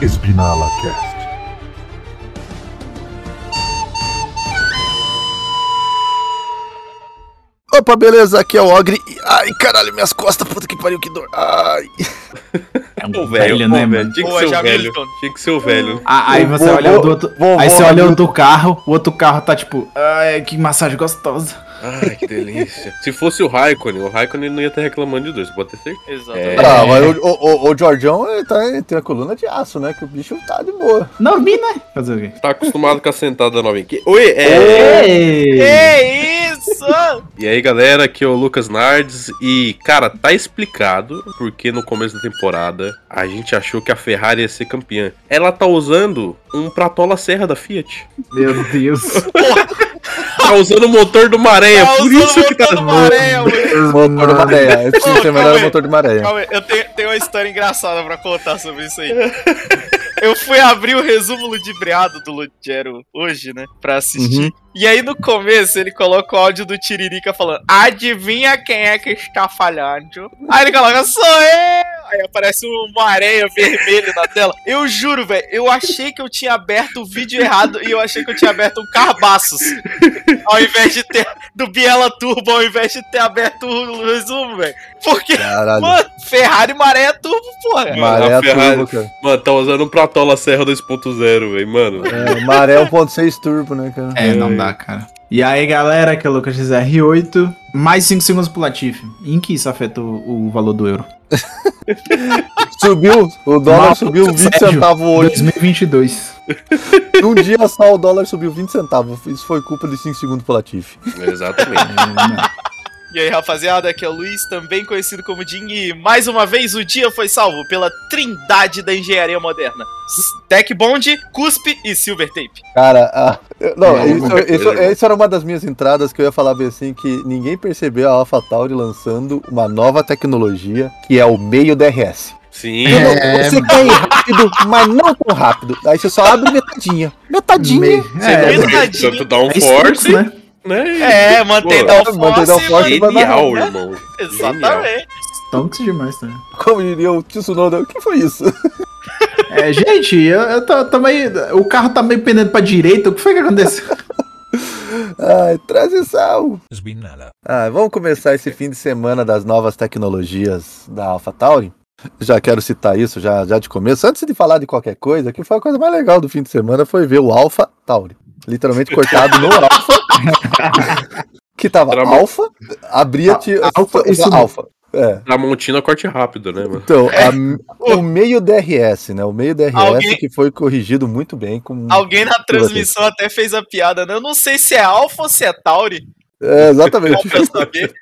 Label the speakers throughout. Speaker 1: Espinala Cast.
Speaker 2: Opa, beleza? Aqui é o Ogre. E- Ai, caralho, minhas costas, puta que pariu, que dor. Ai.
Speaker 3: É um
Speaker 4: Pô, velho, pô,
Speaker 3: né,
Speaker 4: velho.
Speaker 3: mano?
Speaker 4: Tinha que
Speaker 5: Pô,
Speaker 4: ser o velho.
Speaker 5: Jamilton.
Speaker 4: Tinha que ser o velho.
Speaker 3: Ah, aí você
Speaker 2: Vovô-
Speaker 3: olha o do outro.
Speaker 2: vovô
Speaker 3: Aí você olha o
Speaker 2: Hamilton.
Speaker 3: do carro, o outro carro tá tipo, ai, que massagem gostosa.
Speaker 4: Ai, que delícia. Se fosse o Raikkonen, o Raikkonen não ia estar reclamando de dois, pode ter certeza.
Speaker 5: Exatamente.
Speaker 2: Ah,
Speaker 3: É.
Speaker 2: mas o, o, o, o Jorjão ele tá, ele tem a coluna de aço, né? Que o bicho tá de boa.
Speaker 3: Não vi, né? Fazer o quê?
Speaker 4: Tá acostumado com a sentada nova aqui. Oi, é.
Speaker 3: Ei!
Speaker 5: Que isso?
Speaker 4: E aí, galera, aqui é o Lucas Nardes. E, cara, tá explicado porque no começo da temporada a gente achou que a Ferrari ia ser campeã. Ela tá usando um Pratola Serra da Fiat.
Speaker 3: Meu Deus.
Speaker 4: Tá usando o motor do Maranha,
Speaker 5: Tá
Speaker 4: por
Speaker 5: usando
Speaker 4: isso que tá.
Speaker 5: motor do Maranha, moleque.
Speaker 2: Motor de maré. Esse
Speaker 5: Ô,
Speaker 2: sistema
Speaker 5: calma
Speaker 2: era
Speaker 5: aí.
Speaker 2: motor de maré.
Speaker 5: Calma aí, eu tenho, tenho uma história engraçada pra contar sobre isso aí. Eu fui abrir o resumo ludibriado do Lugero hoje, né? Pra assistir. E aí no começo ele coloca o áudio do Tiririca falando: Adivinha quem é que está falhando? Aí ele coloca: Sou eu! Aí aparece uma areia vermelha na tela. Eu juro, velho, eu achei que eu tinha aberto o vídeo errado e eu achei que eu tinha aberto um Carbaços. Ao invés de ter. Do Biela Turbo, ao invés de ter aberto o resumo, velho. Porque
Speaker 2: Caralho.
Speaker 5: Mano, Ferrari maré é turbo, porra.
Speaker 2: Maré
Speaker 4: a
Speaker 2: a
Speaker 4: Ferrari-
Speaker 2: turbo, cara.
Speaker 4: Mano, tá usando um Pratola Serra 2.0, velho, mano.
Speaker 2: É, maré 1.6 turbo, né, cara?
Speaker 3: É, não dá, cara. E aí, galera, que é o Lucas XR8, mais 5 segundos pro Latif. Em que isso afetou o valor do euro?
Speaker 2: Subiu, o dólar
Speaker 3: Maluco,
Speaker 2: subiu 20
Speaker 3: É. sério?
Speaker 2: centavos hoje.
Speaker 3: 2022.
Speaker 2: Um dia só o dólar subiu 20 centavos. Isso foi culpa de 5 segundos pro Latif.
Speaker 4: Exatamente.
Speaker 3: É, não.
Speaker 5: E aí, rapaziada, aqui é o Luiz, também conhecido como Ding, e mais uma vez o dia foi salvo pela trindade da engenharia moderna. Tech Bond, Cuspe e Silver Tape.
Speaker 2: Cara, ah, eu- não,
Speaker 4: É,
Speaker 2: isso,
Speaker 4: alguma coisa,
Speaker 2: isso-
Speaker 4: irmão.
Speaker 2: isso era uma das minhas entradas que eu ia falar bem assim, que ninguém percebeu a AlphaTauri lançando uma nova tecnologia, que é o meio DRS.
Speaker 4: Sim.
Speaker 2: Eu não- você quer ir rápido, mas não tão rápido. Aí você só abre metadinha. Metadinha.
Speaker 3: Meio-
Speaker 4: É,
Speaker 3: é,
Speaker 4: tanto dá um
Speaker 3: é
Speaker 4: force,
Speaker 3: isso, né?
Speaker 4: né?
Speaker 5: É, mantém
Speaker 4: Pô,
Speaker 5: da
Speaker 2: mantém down force.
Speaker 5: force.
Speaker 4: Genial,
Speaker 5: né?
Speaker 4: irmão.
Speaker 5: Exatamente.
Speaker 3: Stonks demais tá também.
Speaker 2: Como diria o Tsunoda, o que foi isso?
Speaker 3: É, gente, eu, eu tô, tô meio. O carro tá meio pendendo pra direita. O que foi que aconteceu?
Speaker 2: Ai, transição.
Speaker 1: Espinala.
Speaker 2: Ah, vamos começar esse fim de semana das novas tecnologias da AlphaTauri. Já quero citar isso já, já de começo. Antes de falar de qualquer coisa, que foi a coisa mais legal do fim de semana foi ver o Alpha Tauri. Literalmente cortado no Alpha. que tava
Speaker 4: Era uma-
Speaker 2: Alpha, abria te
Speaker 3: Alpha, isso não.
Speaker 2: Alpha. É.
Speaker 4: Tramontina corte rápido, né, mano?
Speaker 2: Então, a- o meio DRS, né? O meio DRS
Speaker 5: Alguém-
Speaker 2: que foi corrigido muito bem com
Speaker 5: Alguém na transmissão até fez a piada, né? Eu não sei se é Alpha ou se é Tauri.
Speaker 2: É,
Speaker 5: Não
Speaker 2: exatamente.
Speaker 5: pra saber.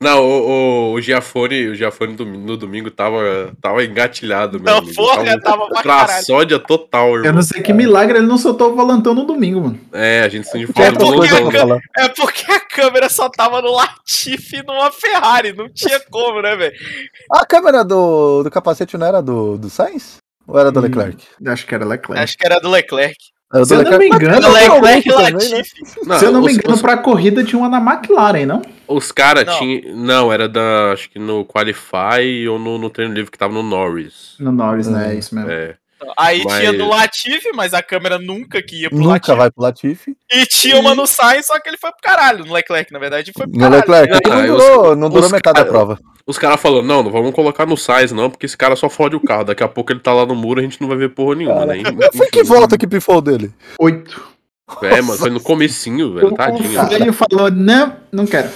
Speaker 4: Não, o, o, o Giafone, o Giafone do- no domingo tava, tava engatilhado, meu
Speaker 5: Não,
Speaker 4: amigo. tá um
Speaker 5: porra,
Speaker 4: tava
Speaker 5: tava pra caralho.
Speaker 4: traçódia total, irmão.
Speaker 3: Eu não sei que milagre ele não soltou o volantão no domingo, mano.
Speaker 4: É, a gente sente
Speaker 2: Tinha
Speaker 4: falta do
Speaker 2: outras coisas pra
Speaker 4: London.
Speaker 2: falar.
Speaker 5: É porque a câmera só tava no Latifi e numa Ferrari. Não tinha como, né, velho?
Speaker 2: A câmera do, do capacete não era do, do Sainz? Ou era do
Speaker 3: Hum.
Speaker 2: Leclerc?
Speaker 3: Acho que era Leclerc.
Speaker 5: Acho que era do Leclerc.
Speaker 2: Era do
Speaker 3: Se eu não me
Speaker 2: Leclerc.
Speaker 3: engano,
Speaker 2: Mas era o
Speaker 5: Leclerc e
Speaker 2: também, né?
Speaker 5: Latifi.
Speaker 3: Se eu não me
Speaker 4: os-
Speaker 3: engano,
Speaker 4: os,
Speaker 3: pra corrida tinha uma na McLaren, não?
Speaker 4: os caras
Speaker 5: Não.
Speaker 4: tinham. Não, era da. Acho que no Qualify ou no, no treino livre que tava no Norris.
Speaker 3: No Norris, né?
Speaker 2: É.
Speaker 3: É isso mesmo.
Speaker 4: É.
Speaker 5: Aí
Speaker 4: Mas-
Speaker 5: tinha do Latifi, mas a câmera nunca que ia pro
Speaker 2: Nunca
Speaker 5: Latifi.
Speaker 2: vai pro Latifi.
Speaker 5: E tinha uma no Sainz, só que ele foi pro caralho. No Leclerc, na verdade, foi pro
Speaker 2: No
Speaker 5: caralho.
Speaker 2: Leclerc.
Speaker 4: Ah,
Speaker 2: não
Speaker 4: os-
Speaker 2: durou, não durou
Speaker 4: os
Speaker 2: metade da
Speaker 4: cara-
Speaker 2: prova.
Speaker 4: Os caras falando, não, não vamos colocar no Sainz, não, porque esse cara só fode o carro. Daqui a pouco ele tá lá no muro, a gente não vai ver porra nenhuma, né?
Speaker 2: Foi que
Speaker 4: Enfim.
Speaker 2: volta que pifou dele.
Speaker 3: Oito.
Speaker 4: É, mano, foi no comecinho, velho. Tadinho.
Speaker 2: cara.
Speaker 3: Ele falou, não, não quero.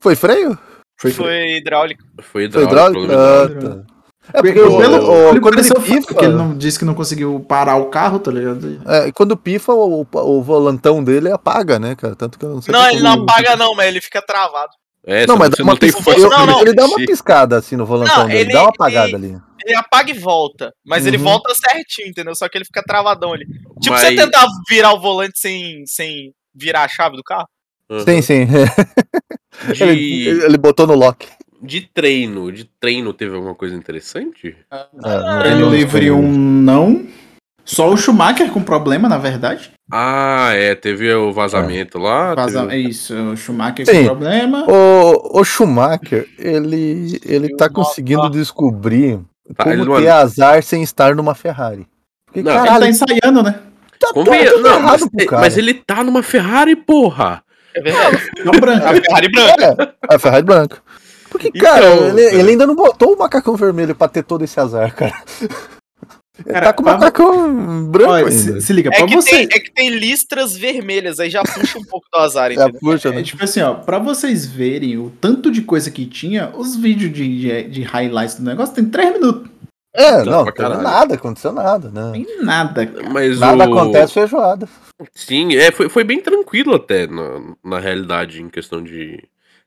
Speaker 2: Foi freio?
Speaker 3: Foi,
Speaker 5: Foi hidráulico.
Speaker 4: Foi
Speaker 2: Foi
Speaker 4: hidráulico.
Speaker 2: hidráulico?
Speaker 4: problema hidráulico.
Speaker 2: Ah, tá. É
Speaker 3: Porque
Speaker 2: porque
Speaker 3: pelo,
Speaker 2: o, o-
Speaker 3: pelo que
Speaker 2: quando
Speaker 3: pareceu,
Speaker 2: ele pifa,
Speaker 3: porque ele não disse que não conseguiu parar o carro, tá ligado?
Speaker 2: é, quando pifa o, o volantão dele apaga, né, cara? Tanto que eu não sei.
Speaker 5: Não,
Speaker 2: como-
Speaker 5: ele não apaga, não, mas ele fica travado.
Speaker 4: É,
Speaker 2: Não,
Speaker 4: você
Speaker 2: mas
Speaker 4: você
Speaker 2: dá uma
Speaker 4: tem
Speaker 2: pis-
Speaker 4: força
Speaker 2: eu-
Speaker 5: Não, não.
Speaker 2: ele dá uma
Speaker 4: mexer.
Speaker 2: piscada assim no volantão
Speaker 5: Não,
Speaker 2: dele,
Speaker 5: ele-
Speaker 2: dá uma apagada
Speaker 5: ele-
Speaker 2: ali.
Speaker 5: Ele apaga e volta. Mas ele
Speaker 2: Uhum.
Speaker 5: volta certinho, entendeu? Só que ele fica travadão ali. Tipo,
Speaker 4: Mas-
Speaker 5: você tentar virar o volante sem, sem virar a chave do carro?
Speaker 4: Uhum.
Speaker 2: Sim, sim. Ele,
Speaker 4: De,
Speaker 2: ele botou no lock.
Speaker 4: de treino, de treino teve alguma coisa interessante? Ah,
Speaker 2: É, não-
Speaker 5: Ele
Speaker 3: Ele
Speaker 2: não-
Speaker 3: livre um não. Só o Schumacher com problema, na verdade.
Speaker 4: Ah, é, teve o vazamento lá.
Speaker 3: Vaza-
Speaker 4: teve-
Speaker 3: É isso, o Schumacher
Speaker 2: Sim.
Speaker 3: com problema.
Speaker 2: O, o Schumacher, ele, ele tá conseguindo descobrir
Speaker 4: Tá,
Speaker 2: Como
Speaker 4: ele não-
Speaker 2: ter azar sem estar numa Ferrari. Porque,
Speaker 4: Não,
Speaker 3: Ele
Speaker 2: caralho,
Speaker 3: tá ensaiando, né?
Speaker 2: tá
Speaker 4: Convenha-
Speaker 2: tudo
Speaker 4: não, mas,
Speaker 2: errado pro cara.
Speaker 4: mas ele tá numa Ferrari, porra.
Speaker 5: É verdade.
Speaker 3: Tá branco.
Speaker 5: A Ferrari branca.
Speaker 2: É, a Ferrari branca. Porque,
Speaker 4: Então,
Speaker 2: cara, ele,
Speaker 4: cara.
Speaker 2: ele ainda não botou o macacão vermelho pra ter todo esse azar, cara. Ele
Speaker 3: Cara,
Speaker 2: tá com o
Speaker 3: vamos-
Speaker 2: macacão branco
Speaker 3: Olha,
Speaker 2: ainda.
Speaker 3: se, se liga,
Speaker 5: É
Speaker 3: pra
Speaker 5: que,
Speaker 3: você.
Speaker 5: tem, é que tem listras vermelhas, aí já puxa um pouco do azar,
Speaker 2: Já
Speaker 5: entendeu?
Speaker 2: puxa,
Speaker 3: É,
Speaker 2: né?
Speaker 3: tipo assim, ó, pra vocês verem o tanto de coisa que tinha, os vídeos de, de, de highlights do negócio tem 3 minutos.
Speaker 2: É,
Speaker 4: tá
Speaker 2: não,
Speaker 4: pra
Speaker 2: teve
Speaker 4: caralho.
Speaker 2: nada, aconteceu nada, né?
Speaker 3: Tem nada, cara.
Speaker 4: Mas
Speaker 2: Nada
Speaker 4: o...
Speaker 2: acontece feijoada.
Speaker 4: Sim, é, foi, foi bem tranquilo até, na, na realidade, em questão de.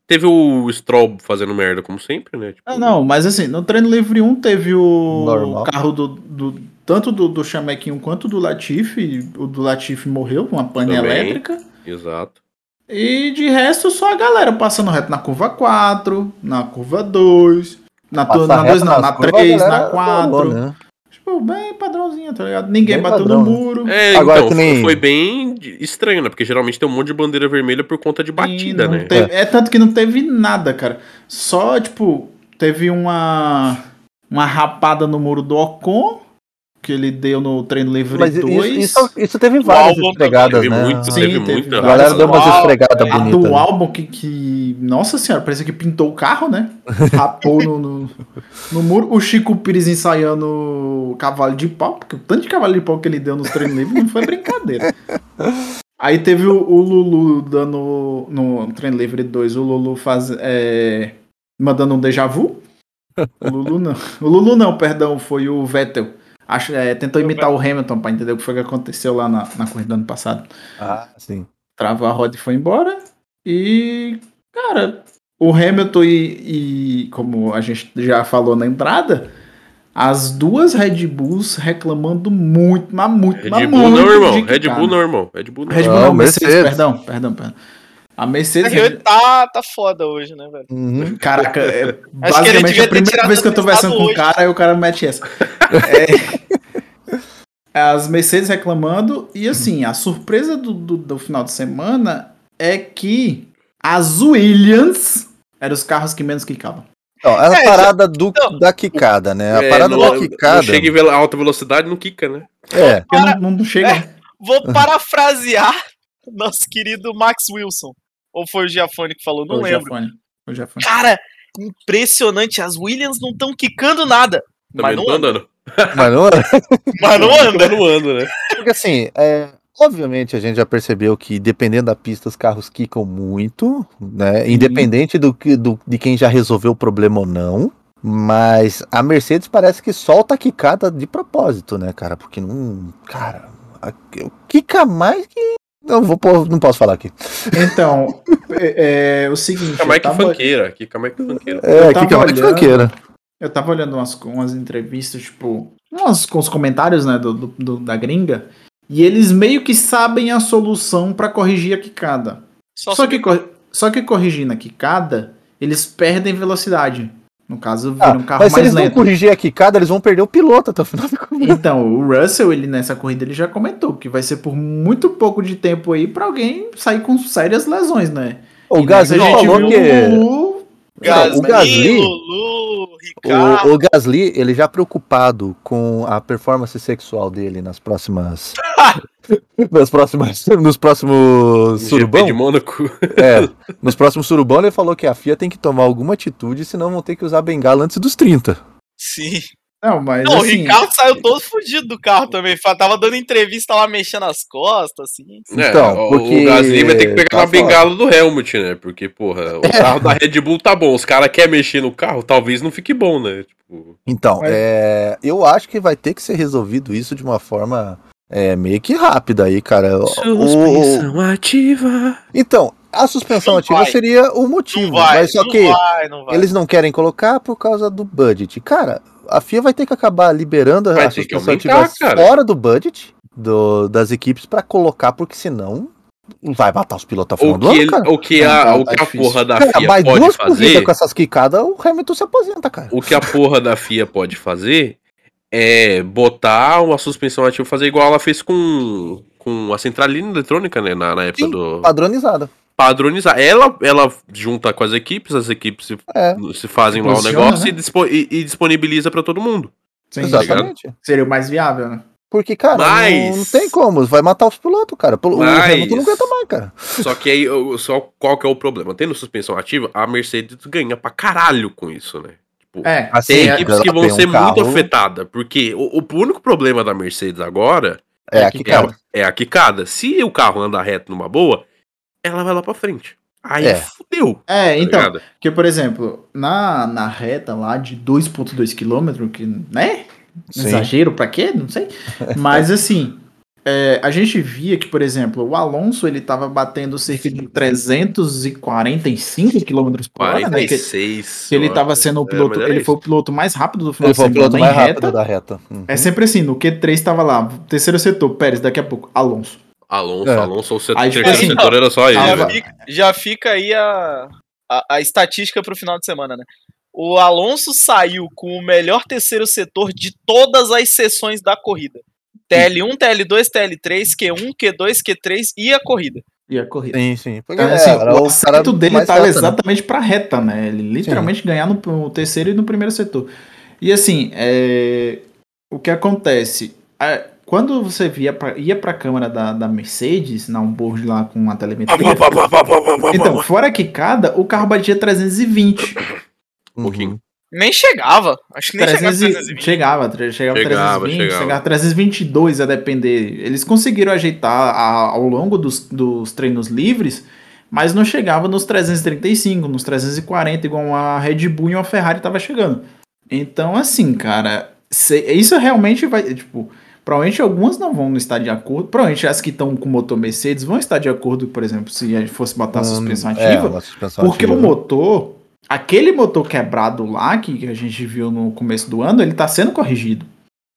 Speaker 4: Teve o Stroll fazendo merda, como sempre, né? Tipo,
Speaker 3: Ah, não, mas assim, no treino livre 1 teve o
Speaker 2: Normal.
Speaker 3: carro do, do- tanto do, do Chamequinho quanto do Latifi. O do Latifi morreu, uma pane
Speaker 4: Também.
Speaker 3: elétrica.
Speaker 4: Exato.
Speaker 3: E de resto, só a galera passando reto na curva 4, na curva 2, na
Speaker 2: Passa
Speaker 3: 2 na,
Speaker 2: reto
Speaker 3: dois não,
Speaker 2: nas
Speaker 3: na
Speaker 2: curvas,
Speaker 3: 3,
Speaker 2: a
Speaker 3: na
Speaker 2: galera
Speaker 3: 4.
Speaker 2: rolou, né?
Speaker 3: Tipo, bem padrãozinho, tá ligado? Ninguém
Speaker 2: Bem
Speaker 3: bateu
Speaker 2: padrão,
Speaker 3: no
Speaker 2: né?
Speaker 3: muro.
Speaker 4: É,
Speaker 2: Agora
Speaker 4: então,
Speaker 2: que
Speaker 4: foi-
Speaker 2: nem-
Speaker 4: foi bem de- estranho, né? Porque geralmente tem um monte de bandeira vermelha por conta de batida,
Speaker 3: E não
Speaker 4: né?
Speaker 3: teve- é. tanto que não teve nada, cara. Só, tipo, teve uma uma rapada no muro do Ocon, que ele deu no treino livre
Speaker 2: Mas isso,
Speaker 3: 2.
Speaker 2: isso, é isso teve
Speaker 5: O
Speaker 2: várias
Speaker 5: álbum também
Speaker 2: esfregadas,
Speaker 4: Teve
Speaker 2: né?
Speaker 4: muito,
Speaker 3: Sim,
Speaker 4: teve
Speaker 3: teve
Speaker 4: muita.
Speaker 2: A galera deu umas
Speaker 5: Uau,
Speaker 2: esfregadas
Speaker 3: a
Speaker 2: bonitas.
Speaker 3: Ah, do
Speaker 2: né?
Speaker 3: álbum que, que. Nossa senhora, parecia que pintou o carro, né? Rapou no, no, no muro. O Chico Pires ensaiando o cavalo de pau, porque o tanto de cavalo de pau que ele deu nos treinos livres não foi brincadeira. Aí teve o, o Lulu dando. No treino livre 2, o Lulu faz, é, mandando um déjà vu. O Lulu não. O Lulu não, perdão, foi o Vettel. Acho, é, tentou imitar o Hamilton pra entender o que foi que aconteceu lá na, na corrida do ano passado
Speaker 2: Ah, sim.
Speaker 3: travou a roda e foi embora. E, cara, o Hamilton e, e, como a gente já falou na entrada, as duas Red Bulls reclamando muito, mas muito, mas
Speaker 4: Red Bull
Speaker 3: muito.
Speaker 4: não, irmão.
Speaker 3: de que
Speaker 4: Red
Speaker 3: tá,
Speaker 4: Bull
Speaker 3: né?
Speaker 4: não, irmão. Red Bull não.
Speaker 3: Red Bull
Speaker 2: Não,
Speaker 3: não, Mercedes,
Speaker 2: Mercedes.
Speaker 3: perdão, perdão, perdão. A
Speaker 5: A
Speaker 4: É
Speaker 3: Mercedes.
Speaker 5: R8 tá, tá foda hoje, né, velho?
Speaker 2: Uhum.
Speaker 3: Caraca, é
Speaker 5: Acho que ele
Speaker 3: basicamente
Speaker 5: devia
Speaker 3: a
Speaker 5: ter
Speaker 3: primeira
Speaker 5: tirado
Speaker 3: vez que eu tô
Speaker 5: o
Speaker 3: conversando com o
Speaker 5: hoje.
Speaker 3: cara, aí o cara mete essa. É, as Mercedes reclamando, e assim, a surpresa do, do, do final de semana é que as Williams eram os carros que menos quicavam.
Speaker 2: Então, a
Speaker 5: É,
Speaker 2: parada do,
Speaker 5: então-
Speaker 2: da quicada, né? A
Speaker 4: É,
Speaker 2: parada
Speaker 4: não-
Speaker 2: da
Speaker 4: não
Speaker 2: quicada.
Speaker 4: Chega em vela- alta velocidade, não quica, né?
Speaker 2: É,
Speaker 3: Porque não, não chega.
Speaker 5: é, Vou parafrasear nosso querido Max Wilson. Ou foi o Giafone que falou? Não
Speaker 3: Ô,
Speaker 5: lembro.
Speaker 3: Giafone, ô, Giafone.
Speaker 5: Cara, impressionante. As Williams não estão quicando nada.
Speaker 4: Também
Speaker 5: Mas
Speaker 4: não
Speaker 5: não é,
Speaker 4: tô
Speaker 5: anda.
Speaker 4: andando.
Speaker 2: mas não é
Speaker 5: Mas não anda.
Speaker 4: Não anda, né?
Speaker 2: Porque assim, é, obviamente a gente já percebeu que dependendo da pista os carros quicam muito, né? Independente do, que- do- de quem já resolveu o problema ou não. Mas a Mercedes parece que solta a quicada de propósito, né, cara? Porque não. Cara, a- eu- quica mais que. Não, vou, pôr- não posso falar aqui.
Speaker 3: Então, é, é o seguinte.
Speaker 4: Quica mais
Speaker 3: eu
Speaker 4: que
Speaker 3: tava-
Speaker 4: funkeira. Quica mais que funkeira.
Speaker 2: É,
Speaker 3: Eu tava
Speaker 2: quica mais que
Speaker 3: olhando.
Speaker 2: tranqueira.
Speaker 3: Eu tava olhando umas, umas entrevistas, tipo, umas, com os comentários, né, do, do- do- da gringa, e eles meio que sabem a solução pra corrigir a quicada. Só, que, cor- só que corrigindo a quicada, eles perdem velocidade. No caso,
Speaker 2: Ah,
Speaker 3: vira um carro
Speaker 2: mas se
Speaker 3: mais
Speaker 2: eles não né?
Speaker 3: lento.
Speaker 2: corrigir a quicada, eles vão perder o piloto até o final do
Speaker 3: Então, o Russell, ele nessa corrida, ele já comentou que vai ser por muito pouco de tempo aí pra alguém sair com sérias lesões, né?
Speaker 2: O
Speaker 3: E
Speaker 2: Gasly
Speaker 3: nessa a gente
Speaker 2: falou
Speaker 3: viu um
Speaker 2: que.
Speaker 3: o-
Speaker 2: Não, o Gasly-
Speaker 5: Lulu, Ricardo.
Speaker 2: O, o Gasly, ele já preocupado com a performance sexual dele nas próximas. nas próximas nos próximos
Speaker 4: GP de
Speaker 2: surubão?
Speaker 4: Mônaco.
Speaker 2: É, nos próximos surubão ele falou que a FIA tem que tomar alguma atitude, senão vão ter que usar bengala antes dos 30.
Speaker 5: Sim.
Speaker 3: Não, mas
Speaker 5: Não, o
Speaker 3: assim,
Speaker 5: Ricardo saiu todo fudido do carro também. fa- Tava dando entrevista lá, mexendo as costas, assim.
Speaker 2: Então,
Speaker 4: É, o-
Speaker 2: porque-
Speaker 4: o Gasly vai ter que pegar
Speaker 2: tá
Speaker 4: uma
Speaker 2: foda. É.
Speaker 4: bengala do Helmut, né? Porque, porra, o carro da Red Bull tá bom. Os caras querem mexer no carro, talvez não fique bom, né? Tipo,
Speaker 2: Então,
Speaker 3: Mas-
Speaker 2: é, eu acho que vai ter que ser resolvido isso de uma forma é, meio que rápida aí, cara. O-
Speaker 4: ativa.
Speaker 2: então, a suspensão
Speaker 5: Não
Speaker 2: ativa
Speaker 5: vai.
Speaker 2: seria o motivo,
Speaker 5: Não vai,
Speaker 2: mas só
Speaker 5: não
Speaker 2: que.
Speaker 5: vai, não vai.
Speaker 2: Eles não querem colocar por causa do budget. Cara, a FIA vai ter que acabar liberando
Speaker 4: Vai
Speaker 2: a
Speaker 4: ter que
Speaker 2: suspensão
Speaker 4: aumentar,
Speaker 2: ativa
Speaker 4: cara.
Speaker 2: fora do budget do- das equipes pra colocar, porque senão vai matar os pilotos ao
Speaker 4: O
Speaker 2: final
Speaker 4: que,
Speaker 2: Tá do ano,
Speaker 4: ele-
Speaker 2: cara. É,
Speaker 4: o que
Speaker 3: Não,
Speaker 4: a,
Speaker 3: tá-
Speaker 4: o
Speaker 3: tá
Speaker 4: que a
Speaker 3: difícil.
Speaker 4: porra da
Speaker 2: Cara,
Speaker 4: FIA
Speaker 2: mais
Speaker 4: pode
Speaker 2: duas corridas
Speaker 4: fazer.
Speaker 2: com essas quicadas, o Hamilton se aposenta, cara.
Speaker 4: O que a porra da FIA pode fazer é botar uma suspensão ativa, fazer igual ela fez com, com a centralina eletrônica, né? Na, na época
Speaker 2: Sim.
Speaker 4: do.
Speaker 2: Padronizada.
Speaker 4: padronizar. Ela, ela junta com as equipes, as equipes se,
Speaker 2: É.
Speaker 4: se fazem lá o
Speaker 3: Posiciona,
Speaker 4: negócio
Speaker 3: né?
Speaker 4: e, dispo- e- e disponibiliza pra todo mundo.
Speaker 3: Sim,
Speaker 2: Exatamente.
Speaker 3: Seria o mais viável, né?
Speaker 2: Porque, cara,
Speaker 4: Mas-
Speaker 2: não, não tem como. Vai matar os pilotos, cara. Pil- O
Speaker 4: Mas-
Speaker 2: Hamilton não aguenta mais, cara.
Speaker 4: Só que aí, eu- só qual que é o problema? Tendo suspensão ativa, a Mercedes ganha pra caralho com isso, né?
Speaker 3: É,
Speaker 2: Assim,
Speaker 4: Tem
Speaker 2: é-
Speaker 4: equipes que
Speaker 2: ela
Speaker 4: vão
Speaker 2: tem um
Speaker 4: ser muito
Speaker 2: carro-
Speaker 4: afetadas, porque o, o único problema da Mercedes agora
Speaker 2: É, aqui,
Speaker 4: é, a-
Speaker 2: cara.
Speaker 4: é a quicada. Se o carro andar reto numa boa, ela vai lá pra frente. Aí
Speaker 2: É.
Speaker 4: fudeu. tá
Speaker 3: É, então,
Speaker 4: ligado?
Speaker 3: Porque, por exemplo, na, na reta lá de 2,2 km, que, né?
Speaker 2: é. Sim.
Speaker 3: Exagero pra quê? Não sei. Mas, assim, é, a gente via que, por exemplo, o Alonso ele tava batendo cerca de 345 km por hora, né? Que,
Speaker 4: 46.
Speaker 3: que ele
Speaker 4: ó.
Speaker 3: tava sendo o
Speaker 4: É,
Speaker 3: piloto,
Speaker 4: mas era
Speaker 3: ele
Speaker 4: isso.
Speaker 3: foi o piloto mais rápido do final
Speaker 2: Ele
Speaker 3: de
Speaker 2: foi o
Speaker 3: semana
Speaker 2: piloto
Speaker 3: em
Speaker 2: mais
Speaker 3: reta.
Speaker 2: rápido da reta. Uhum.
Speaker 3: É sempre assim, no Q3 tava lá, terceiro setor, Pérez, daqui a pouco, Alonso.
Speaker 4: Alonso,
Speaker 2: É.
Speaker 4: Alonso, o setor,
Speaker 3: Aí,
Speaker 4: terceiro
Speaker 5: assim,
Speaker 4: setor era só ele.
Speaker 3: tava-
Speaker 5: Já
Speaker 4: velho.
Speaker 5: fica, já fica aí a, a, a estatística pro final de semana, né? O Alonso saiu com o melhor terceiro setor de todas as sessões da corrida. TL1, TL2, TL3, Q1, Q2, Q3 e a corrida.
Speaker 3: E a corrida.
Speaker 2: Sim, sim. Porque,
Speaker 3: Então,
Speaker 2: é,
Speaker 3: assim,
Speaker 2: era
Speaker 3: o
Speaker 2: cara
Speaker 3: acerto dele
Speaker 2: mais
Speaker 3: estava
Speaker 2: rápido, né?
Speaker 3: exatamente pra reta, né? Ele literalmente ganhar no, no terceiro e no primeiro setor. E assim, é, o que acontece? É, quando você via pra, ia pra câmera da, da Mercedes, na onboard lá com a telemetria. Então, fora que cada, o carro batia 320.
Speaker 4: Um pouquinho.
Speaker 5: Nem chegava. Acho que nem chegava.
Speaker 3: 300
Speaker 5: 320.
Speaker 3: e- Chegava, tre- chegava,
Speaker 4: Chegava,
Speaker 3: 320,
Speaker 4: chegava.
Speaker 3: chegava. 322 a depender. Eles conseguiram ajeitar a- ao longo dos, dos treinos livres, mas não chegava nos 335, nos 340, igual uma Red Bull e uma Ferrari tava chegando. Então, assim, cara, se- isso realmente vai, tipo, provavelmente algumas não vão estar de acordo, provavelmente as que estão com motor Mercedes vão estar de acordo, por exemplo, se fosse botar a suspensão
Speaker 2: Hum,
Speaker 3: ativa.
Speaker 2: é, uma suspensão
Speaker 3: Porque
Speaker 2: ativa.
Speaker 3: o motor, aquele motor quebrado lá que a gente viu no começo do ano, ele tá sendo corrigido.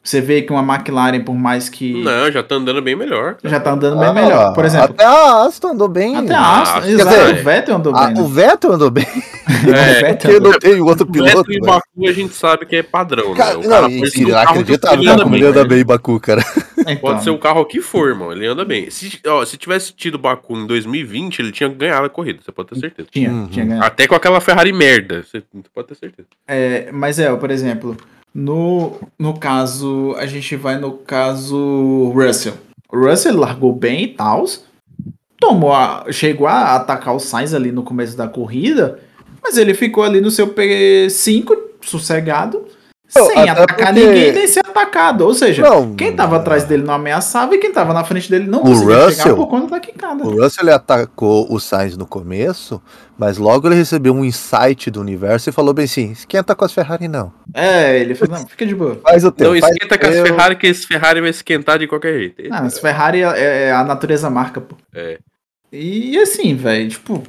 Speaker 3: Você vê que uma McLaren, por mais que
Speaker 4: Não, já tá andando bem melhor.
Speaker 3: já tá andando bem
Speaker 2: Ah,
Speaker 3: melhor, por exemplo.
Speaker 2: Até a Aston andou bem.
Speaker 3: Até a Aston,
Speaker 4: Quer
Speaker 3: exato,
Speaker 2: dizer,
Speaker 3: o Vettel andou
Speaker 2: Ah,
Speaker 3: bem. né?
Speaker 2: o Vettel andou bem.
Speaker 4: É,
Speaker 3: O Vettel
Speaker 2: Porque
Speaker 3: andou
Speaker 2: não tem outro piloto.
Speaker 4: Piloto em
Speaker 2: velho.
Speaker 4: Baku a gente sabe que é padrão, né?
Speaker 2: Cara,
Speaker 4: O
Speaker 2: não,
Speaker 4: cara
Speaker 2: e tá,
Speaker 4: pode
Speaker 2: que
Speaker 4: ser um carro
Speaker 2: inacreditável
Speaker 4: que
Speaker 2: que
Speaker 4: ele
Speaker 2: a
Speaker 4: anda
Speaker 2: comida
Speaker 4: bem,
Speaker 2: anda
Speaker 4: né?
Speaker 2: bem em Baku, cara.
Speaker 3: bem. Então,
Speaker 4: Pode ser o carro que for, irmão. Ele anda bem. Se, ó, se tivesse tido Baku em 2020, ele tinha ganhado a corrida, você pode ter certeza.
Speaker 3: tinha,
Speaker 2: Uhum.
Speaker 3: tinha ganhado.
Speaker 4: Até com aquela Ferrari merda, você pode ter certeza.
Speaker 3: É, mas é, por exemplo, no, no caso, a gente vai no caso Russell. O Russell largou bem e tal, tomou a- chegou a atacar o Sainz ali no começo da corrida, mas ele ficou ali no seu P5, sossegado,
Speaker 2: Não,
Speaker 3: sem
Speaker 2: até
Speaker 3: atacar
Speaker 2: porque-
Speaker 3: ninguém nem ser atacado. Ou seja,
Speaker 2: Não,
Speaker 3: quem tava atrás dele não ameaçava e quem tava na frente dele não
Speaker 2: O
Speaker 3: conseguia chegar
Speaker 2: Russell-
Speaker 3: por conta da quicada.
Speaker 2: O Russell ele atacou o Sainz no começo, mas logo ele recebeu um insight do universo e falou bem assim: esquenta com as Ferrari, não.
Speaker 3: É, ele falou, não, fica de boa.
Speaker 2: Faz o teu.
Speaker 4: Não
Speaker 2: faz
Speaker 4: esquenta
Speaker 2: o
Speaker 4: com as
Speaker 2: teu.
Speaker 4: Ferrari, que esse Ferrari vai esquentar de qualquer jeito.
Speaker 3: Ah, mas Ferrari é, é- a natureza marca, pô.
Speaker 4: É.
Speaker 3: E assim, velho, tipo,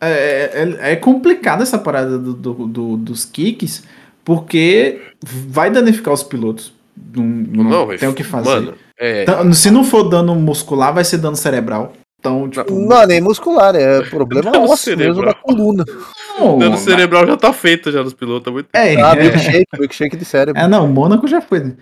Speaker 3: é, é, é complicado essa parada do, do- do- dos kicks, porque vai danificar os pilotos. Não, não,
Speaker 4: mas-
Speaker 3: tem o que fazer.
Speaker 4: Mano, é,
Speaker 3: Então, se não for dano muscular, vai ser dano cerebral. Então, tipo.
Speaker 2: Não, nem muscular, é problema
Speaker 4: Dano
Speaker 2: ósseo mesmo
Speaker 4: cerebral.
Speaker 2: da coluna.
Speaker 3: não,
Speaker 4: o dano
Speaker 3: mas-
Speaker 4: cerebral já tá feito já nos pilotos há muito tempo.
Speaker 3: É,
Speaker 2: Ah,
Speaker 3: é,
Speaker 2: milkshake, milkshake de cérebro.
Speaker 3: É, não, Mônaco já foi, né?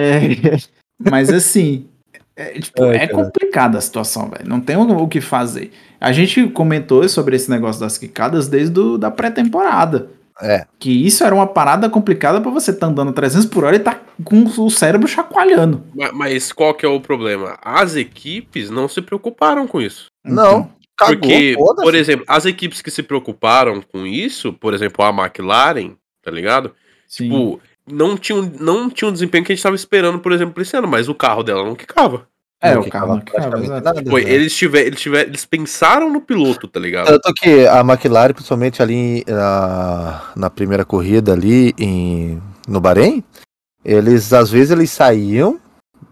Speaker 3: É, mas assim, é, tipo,
Speaker 2: Ai,
Speaker 3: é
Speaker 2: cara.
Speaker 3: complicada a situação, velho. Não tem o, o que fazer. A gente comentou sobre esse negócio das quicadas desde o, da pré-temporada.
Speaker 2: É.
Speaker 3: Que isso era uma parada complicada pra você tá andando 300 por hora e tá com o cérebro chacoalhando.
Speaker 4: Ma- Mas qual que é o problema? As equipes não se preocuparam com isso.
Speaker 2: Não, cagou,
Speaker 4: Porque,
Speaker 2: foda-se.
Speaker 4: por exemplo, as equipes que se preocuparam com isso, por exemplo, a McLaren, tá ligado?
Speaker 3: Sim.
Speaker 4: Tipo, não tinha, um- não tinha um desempenho que a gente tava esperando, por exemplo, esse ano, mas o carro dela não quicava.
Speaker 3: é,
Speaker 2: Não
Speaker 3: o
Speaker 2: quicava
Speaker 3: carro não quicava,
Speaker 2: praticamente
Speaker 3: exato.
Speaker 2: nada,
Speaker 4: Foi,
Speaker 2: né?
Speaker 4: eles, tiver, eles, tiver, eles pensaram no piloto, tá ligado?
Speaker 2: Tanto que a McLaren, principalmente ali na, na primeira corrida ali em, no Bahrein, eles às vezes eles saíam,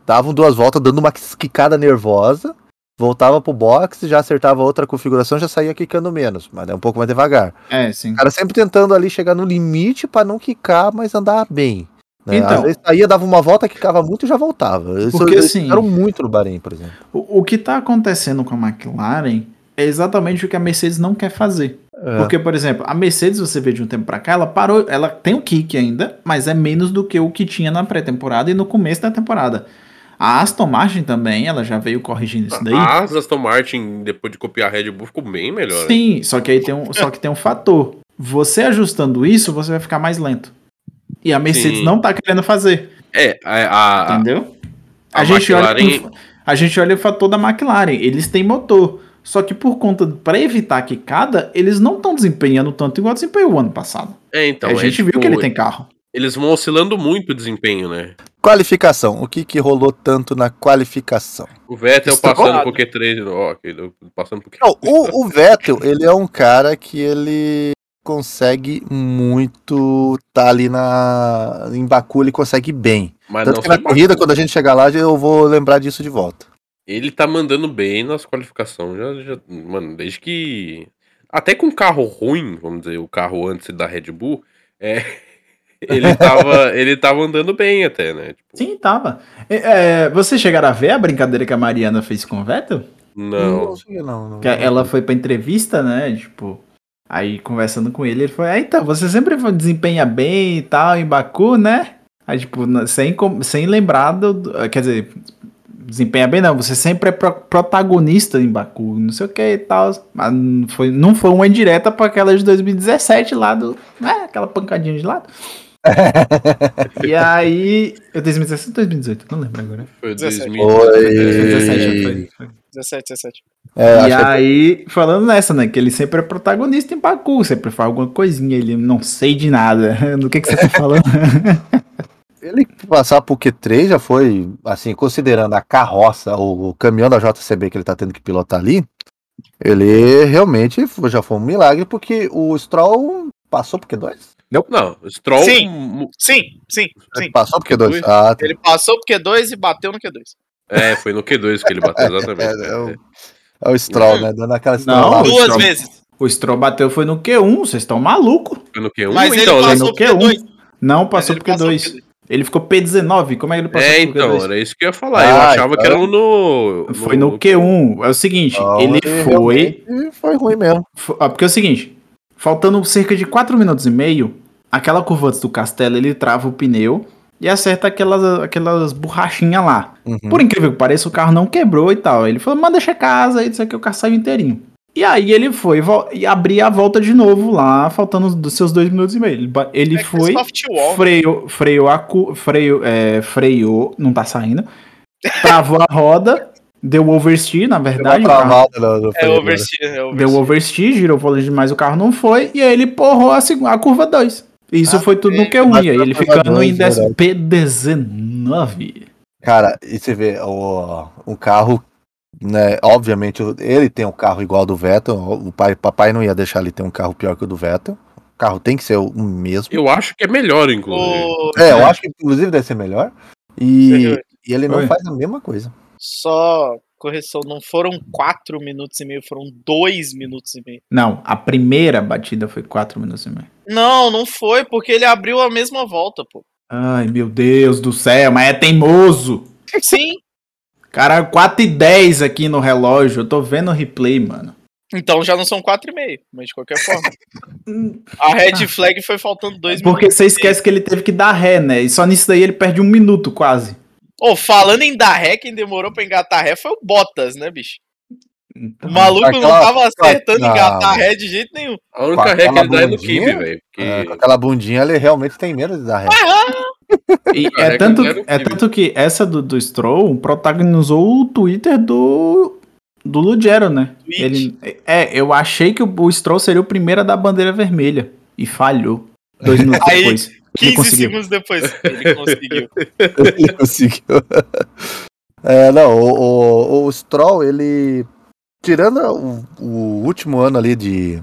Speaker 2: davam duas voltas dando uma quicada nervosa, voltava pro box, já acertava outra configuração, já saía quicando menos, mas é um pouco mais devagar.
Speaker 3: É, sim.
Speaker 2: O cara sempre tentando ali chegar no limite pra não quicar, mas andar bem. né?
Speaker 3: Então.
Speaker 2: às vezes saía, dava uma volta, quicava muito e já voltava. Eles,
Speaker 3: Porque,
Speaker 2: eles
Speaker 3: assim,
Speaker 2: ficaram muito no Bahrein, por exemplo.
Speaker 3: O, o que tá acontecendo com a McLaren é exatamente o que a Mercedes não quer fazer.
Speaker 2: É.
Speaker 3: Porque, por exemplo, a Mercedes, você vê de um tempo pra cá, ela parou, ela tem o kick ainda, mas é menos do que o que tinha na pré-temporada e no começo da temporada. A Aston Martin também, ela já veio corrigindo isso daí.
Speaker 4: A Aston Martin, depois de copiar a Red Bull, ficou bem melhor. né?
Speaker 3: Sim, só que aí tem um, só que tem um fator. Você ajustando isso, você vai ficar mais lento. E a Mercedes
Speaker 4: Sim.
Speaker 3: não tá querendo fazer,
Speaker 4: É, a, a,
Speaker 3: entendeu?
Speaker 4: a
Speaker 3: A, gente olha
Speaker 4: McLaren-
Speaker 3: pro- a gente olha o fator da McLaren, eles têm motor. Só que por conta para evitar quicada, eles não estão desempenhando tanto igual desempenhou o ano passado.
Speaker 4: é, então.
Speaker 3: a
Speaker 4: é,
Speaker 3: gente viu
Speaker 4: tipo,
Speaker 3: que ele tem carro.
Speaker 4: Eles vão oscilando muito o desempenho, né?
Speaker 2: Qualificação. O que, que rolou tanto na qualificação?
Speaker 4: O Vettel
Speaker 2: Isso tá
Speaker 4: passando
Speaker 2: errado.
Speaker 4: pro Q3, de novo, ó, aquele- passando pro Q3.
Speaker 2: Não, o, o Vettel, ele é um cara que ele consegue muito tá ali na em Baku, ele consegue bem.
Speaker 3: Ah,
Speaker 4: Mas
Speaker 2: Tanto
Speaker 4: não
Speaker 2: que na
Speaker 4: sei-
Speaker 2: corrida, quando a gente chegar lá, eu vou lembrar disso de volta.
Speaker 4: Ele tá mandando bem nas qualificações. Já, já- mano, desde que. Até com carro ruim, vamos dizer, o carro antes da Red Bull, é, ele, tava, ele tava andando bem até, né? Tipo,
Speaker 3: Sim, tava. É, é, vocês chegaram a ver a brincadeira que a Mariana fez com o Vettel?
Speaker 4: Não.
Speaker 2: sei, não, não.
Speaker 3: Que ela foi pra entrevista, né? Tipo, aí conversando com ele, ele foi, ah, então, você sempre desempenha bem e tal, em Baku, né? Aí, tipo, na- sem, com- sem lembrar do- do- Quer dizer, desempenha bem não, você sempre é pro- protagonista em Baku, não sei o que e tal. Mas não foi, não foi uma indireta pra aquela de 2017 lá do. É, aquela pancadinha de lado. e aí. Eu 2017 ou 2018? Não lembro agora.
Speaker 4: tipo, Foi
Speaker 5: 17.
Speaker 3: 2017
Speaker 2: Oi.
Speaker 3: foi.
Speaker 5: 17, 17.
Speaker 2: É,
Speaker 3: e
Speaker 2: acho que-
Speaker 3: aí, falando nessa, né? Que ele sempre é protagonista em Baku, sempre faz alguma coisinha, ele não sei de nada. Do que, que você tá falando?
Speaker 2: Ele passar pro Q3 já foi, assim, considerando a carroça, o, o caminhão da JCB que ele tá tendo que pilotar ali, ele realmente fo- já foi um milagre, porque o Stroll passou pro Q2?
Speaker 4: Não, Stroll.
Speaker 5: Sim.
Speaker 4: mu-
Speaker 5: Sim, sim,
Speaker 2: Ele
Speaker 5: sim.
Speaker 2: passou pro Q2?
Speaker 4: Q2?
Speaker 2: Ah, tá.
Speaker 5: Ele passou pro Q2 e bateu no Q2.
Speaker 4: É, foi no Q2 que ele bateu, exatamente.
Speaker 2: É, é o- é o Stroll, né? Dando aquela
Speaker 3: Ah, o
Speaker 5: Duas
Speaker 3: Stroll-
Speaker 5: vezes.
Speaker 3: O Stroll bateu foi no Q1, vocês estão malucos?
Speaker 4: Foi no Q1,
Speaker 5: Mas
Speaker 4: então,
Speaker 5: ele
Speaker 4: né?
Speaker 5: passou
Speaker 3: no
Speaker 5: pro
Speaker 3: Q1,
Speaker 5: Q2.
Speaker 3: Não, passou
Speaker 5: Ele
Speaker 3: pro Q2. Ele ficou P19, como é que ele passou
Speaker 4: É,
Speaker 3: pro Q2?
Speaker 4: então, era isso que eu ia falar. eu
Speaker 2: Ah,
Speaker 4: achava que era no. no-
Speaker 3: Foi no Q1. É o seguinte,
Speaker 2: Não,
Speaker 3: ele
Speaker 2: ele
Speaker 3: foi
Speaker 2: E foi ruim mesmo.
Speaker 3: F- ah, Porque é o seguinte, faltando cerca de 4 minutos e meio, aquela curva antes do castelo, ele trava o pneu e acerta aquelas, aquelas borrachinhas lá.
Speaker 2: Uhum.
Speaker 3: Por incrível que pareça, o carro não quebrou e tal. Ele falou, mas deixa casa, e isso aqui o carro saiu inteirinho. E aí ele foi vo- e abrir a volta de novo lá, faltando os dos seus dois minutos e meio. Ele, ba- ele
Speaker 5: É
Speaker 3: foi,
Speaker 5: soft wall.
Speaker 3: freou, freou a cu, freio, é, freou, não tá saindo, travou a roda, deu oversteer, na
Speaker 2: Deu uma
Speaker 3: verdade. o carro
Speaker 2: travada no- no
Speaker 5: É
Speaker 2: freio, né?
Speaker 5: oversteer, é
Speaker 3: Deu
Speaker 5: oversteer.
Speaker 3: oversteer, girou volante demais, o carro não foi, e aí ele porrou a, segu- a curva 2. Isso
Speaker 2: Ah,
Speaker 3: foi tudo no
Speaker 5: sim,
Speaker 3: Q1,
Speaker 2: mas
Speaker 3: e aí
Speaker 2: foi
Speaker 3: ele
Speaker 2: a curva
Speaker 3: ficando em
Speaker 2: dois, é verdade.
Speaker 3: P19.
Speaker 2: Cara, e você vê, o, o carro, né? Obviamente, o- ele tem um carro igual ao do Vettel. O pai, papai não ia deixar ele ter um carro pior que o do Vettel. O carro tem que ser o mesmo.
Speaker 4: Eu acho que é melhor, inclusive.
Speaker 5: O-
Speaker 2: É, eu acho que inclusive deve ser melhor. E,
Speaker 5: Seja,
Speaker 2: e ele não
Speaker 3: Oi.
Speaker 2: faz a mesma coisa.
Speaker 5: Só correção, não foram 4 minutos e meio, foram 2 minutos e meio.
Speaker 3: Não, a primeira batida foi 4 minutos e meio.
Speaker 5: Não, não foi, porque ele abriu a mesma volta, pô.
Speaker 3: Ai, meu Deus do céu, mas é teimoso.
Speaker 5: Sim.
Speaker 3: Caralho, 4 e 10 aqui no relógio, eu tô vendo o replay, mano.
Speaker 5: Então já não são 4,5, mas de qualquer forma. A red flag foi faltando 2 minutos.
Speaker 3: Porque você esquece que ele teve que dar ré, né? E só nisso daí ele perde um minuto quase.
Speaker 5: Ô, falando em dar ré, quem demorou pra engatar ré foi o Bottas, né, bicho?
Speaker 3: Então,
Speaker 5: O maluco não
Speaker 2: Aquela-
Speaker 5: tava acertando
Speaker 2: Não.
Speaker 5: engatar ré de jeito nenhum.
Speaker 4: A única
Speaker 2: Com
Speaker 4: ré que
Speaker 2: aquela
Speaker 4: ele dá é no
Speaker 2: bundinha,
Speaker 4: Kibe, velho. porque-
Speaker 2: É, com aquela bundinha, ele realmente tem medo de dar ré.
Speaker 3: E
Speaker 4: Cara,
Speaker 3: é, tanto,
Speaker 4: era um
Speaker 3: é
Speaker 4: crime.
Speaker 3: tanto que essa do, do Stroll protagonizou o Twitter do, do Lugero, né?
Speaker 5: Twitch.
Speaker 3: Ele, é, eu achei que o, o Stroll seria o primeiro a dar bandeira vermelha. E falhou. Dois minutos
Speaker 5: Aí,
Speaker 3: depois. ele
Speaker 5: 15
Speaker 3: conseguiu.
Speaker 5: segundos depois ele conseguiu.
Speaker 2: ele conseguiu. É, não, o, o, o Stroll, ele. Tirando o, o último ano ali de,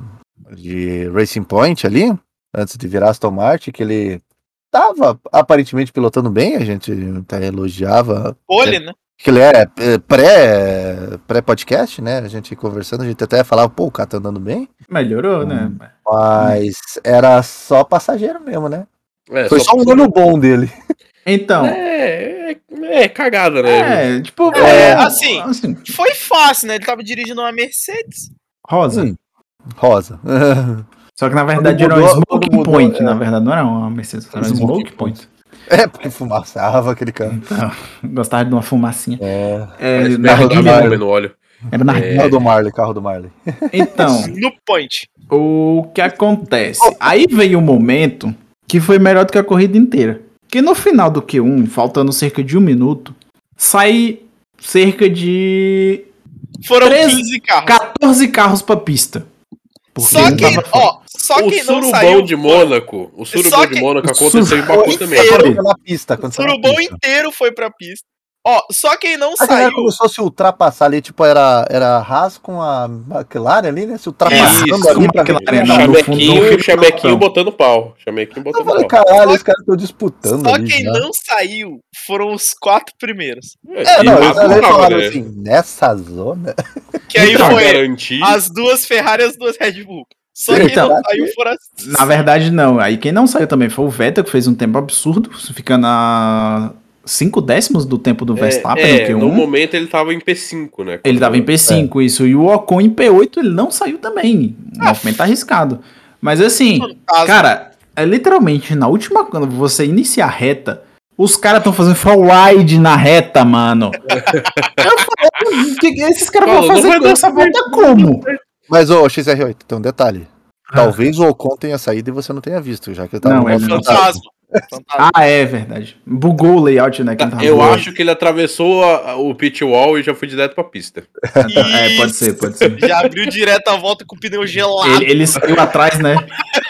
Speaker 2: de Racing Point ali, antes de virar Aston Martin, que ele tava aparentemente pilotando bem, a gente até elogiava.
Speaker 5: Olha, né?
Speaker 2: Que ele é é, pré, pré-podcast, né? A gente conversando, a gente até falava, pô, o cara tá andando bem.
Speaker 3: Melhorou, né?
Speaker 2: Mas era só passageiro mesmo, né?
Speaker 4: É,
Speaker 2: Foi só um ano bom dele.
Speaker 3: Então, é,
Speaker 4: É, é, é cagada, né?
Speaker 3: tipo...
Speaker 5: É,
Speaker 3: é,
Speaker 5: assim.
Speaker 3: assim,
Speaker 5: Foi fácil, né? Ele tava dirigindo uma Mercedes.
Speaker 3: Rosa.
Speaker 2: Hum. Rosa.
Speaker 3: Só que na verdade
Speaker 2: Quando
Speaker 3: era um
Speaker 2: mudou-
Speaker 3: smoking
Speaker 2: quando mudou,
Speaker 3: point.
Speaker 2: é.
Speaker 3: Na verdade não era uma Mercedes, era um
Speaker 4: Smoking
Speaker 3: smoking point.
Speaker 2: É, porque fumaçava aquele cara.
Speaker 3: Gostava de uma fumacinha.
Speaker 2: É.
Speaker 3: É,
Speaker 4: Parece
Speaker 2: na
Speaker 4: merda de
Speaker 2: verdade- É.
Speaker 4: homem no óleo.
Speaker 3: Era narguilha.
Speaker 2: Carro do Marley, carro do Marley.
Speaker 3: Então,
Speaker 5: No point.
Speaker 3: O que acontece? Aí veio um momento que foi melhor do que a corrida inteira. Que no final do Q1, faltando cerca de um minuto, sai cerca de
Speaker 5: Foram
Speaker 3: Treze-
Speaker 5: 15 carros.
Speaker 3: 14 carros pra pista. Porque
Speaker 5: Só
Speaker 3: não
Speaker 5: que,
Speaker 3: tava-
Speaker 5: ó, só
Speaker 4: o
Speaker 5: quem não
Speaker 4: surubão
Speaker 5: saiu.
Speaker 4: de Mônaco. O surubão
Speaker 5: Só
Speaker 4: de
Speaker 5: que-
Speaker 4: Mônaco
Speaker 3: o
Speaker 4: aconteceu em Baku
Speaker 2: surubão
Speaker 4: também.
Speaker 5: inteiro.
Speaker 2: Quando na pista,
Speaker 5: O
Speaker 2: quando saiu na
Speaker 5: surubão
Speaker 2: pista.
Speaker 5: inteiro foi pra pista. Ó, só quem não
Speaker 2: A galera
Speaker 5: saiu.
Speaker 2: começou a se ultrapassar ali, tipo, era, era a Haas com a McLaren ali, né? Se ultrapassando
Speaker 4: Isso,
Speaker 2: ali pra
Speaker 3: McLaren.
Speaker 2: ganhar.
Speaker 3: Não, no fundo, não
Speaker 4: Chamequinho,
Speaker 3: fica
Speaker 4: chamequinho
Speaker 3: não.
Speaker 4: botando pau. Chamequinho
Speaker 2: Eu
Speaker 4: botando
Speaker 2: falei,
Speaker 4: pau.
Speaker 2: caralho, os caras estão disputando
Speaker 5: Só
Speaker 2: ali.
Speaker 5: quem
Speaker 2: já.
Speaker 5: não saiu foram os quatro primeiros.
Speaker 2: É,
Speaker 4: e
Speaker 2: não, eles
Speaker 4: Baku
Speaker 2: ali
Speaker 4: não,
Speaker 2: falaram
Speaker 4: né?
Speaker 2: assim, nessa zona.
Speaker 5: Que aí
Speaker 3: Então,
Speaker 4: Pra
Speaker 5: foi
Speaker 4: garantir.
Speaker 5: as duas Ferrari e as duas Red Bull. Só quem
Speaker 3: Então,
Speaker 5: não saiu foram as.
Speaker 3: Na verdade, não. Aí quem não saiu também foi o Vettel, que fez um tempo absurdo, ficando a 5 décimos do tempo do Verstappen
Speaker 4: é,
Speaker 3: no
Speaker 4: no
Speaker 3: Q1.
Speaker 4: momento ele tava em P5, né?
Speaker 3: Ele tava em P5, isso. E o Ocon em P8, ele não saiu também. Um
Speaker 4: Ah.
Speaker 3: movimento arriscado. Mas assim,
Speaker 5: as-
Speaker 3: Cara, é literalmente na última. Quando você inicia a reta, os caras estão fazendo fall ride na reta, mano. Eu falei, que- que esses caras vão
Speaker 4: Paulo, não
Speaker 3: fazer
Speaker 4: vai dar
Speaker 3: essa volta como?
Speaker 2: Mas, ô, XR8, tem um detalhe. Talvez o Ocon tenha saído e você não tenha visto, já que ele tava
Speaker 3: Não,
Speaker 2: no
Speaker 3: é
Speaker 2: modo
Speaker 3: verdade.
Speaker 2: fantasma.
Speaker 5: Fantasma. Fantasma.
Speaker 3: Ah, é verdade. Bugou o layout, né? que não tava
Speaker 4: Tá, Eu
Speaker 3: voando.
Speaker 4: acho que ele atravessou a- a- o pit wall e já foi direto pra pista.
Speaker 3: É, pode ser, pode ser.
Speaker 5: Já abriu direto a volta com o pneu gelado.
Speaker 3: Ele, ele saiu atrás, né?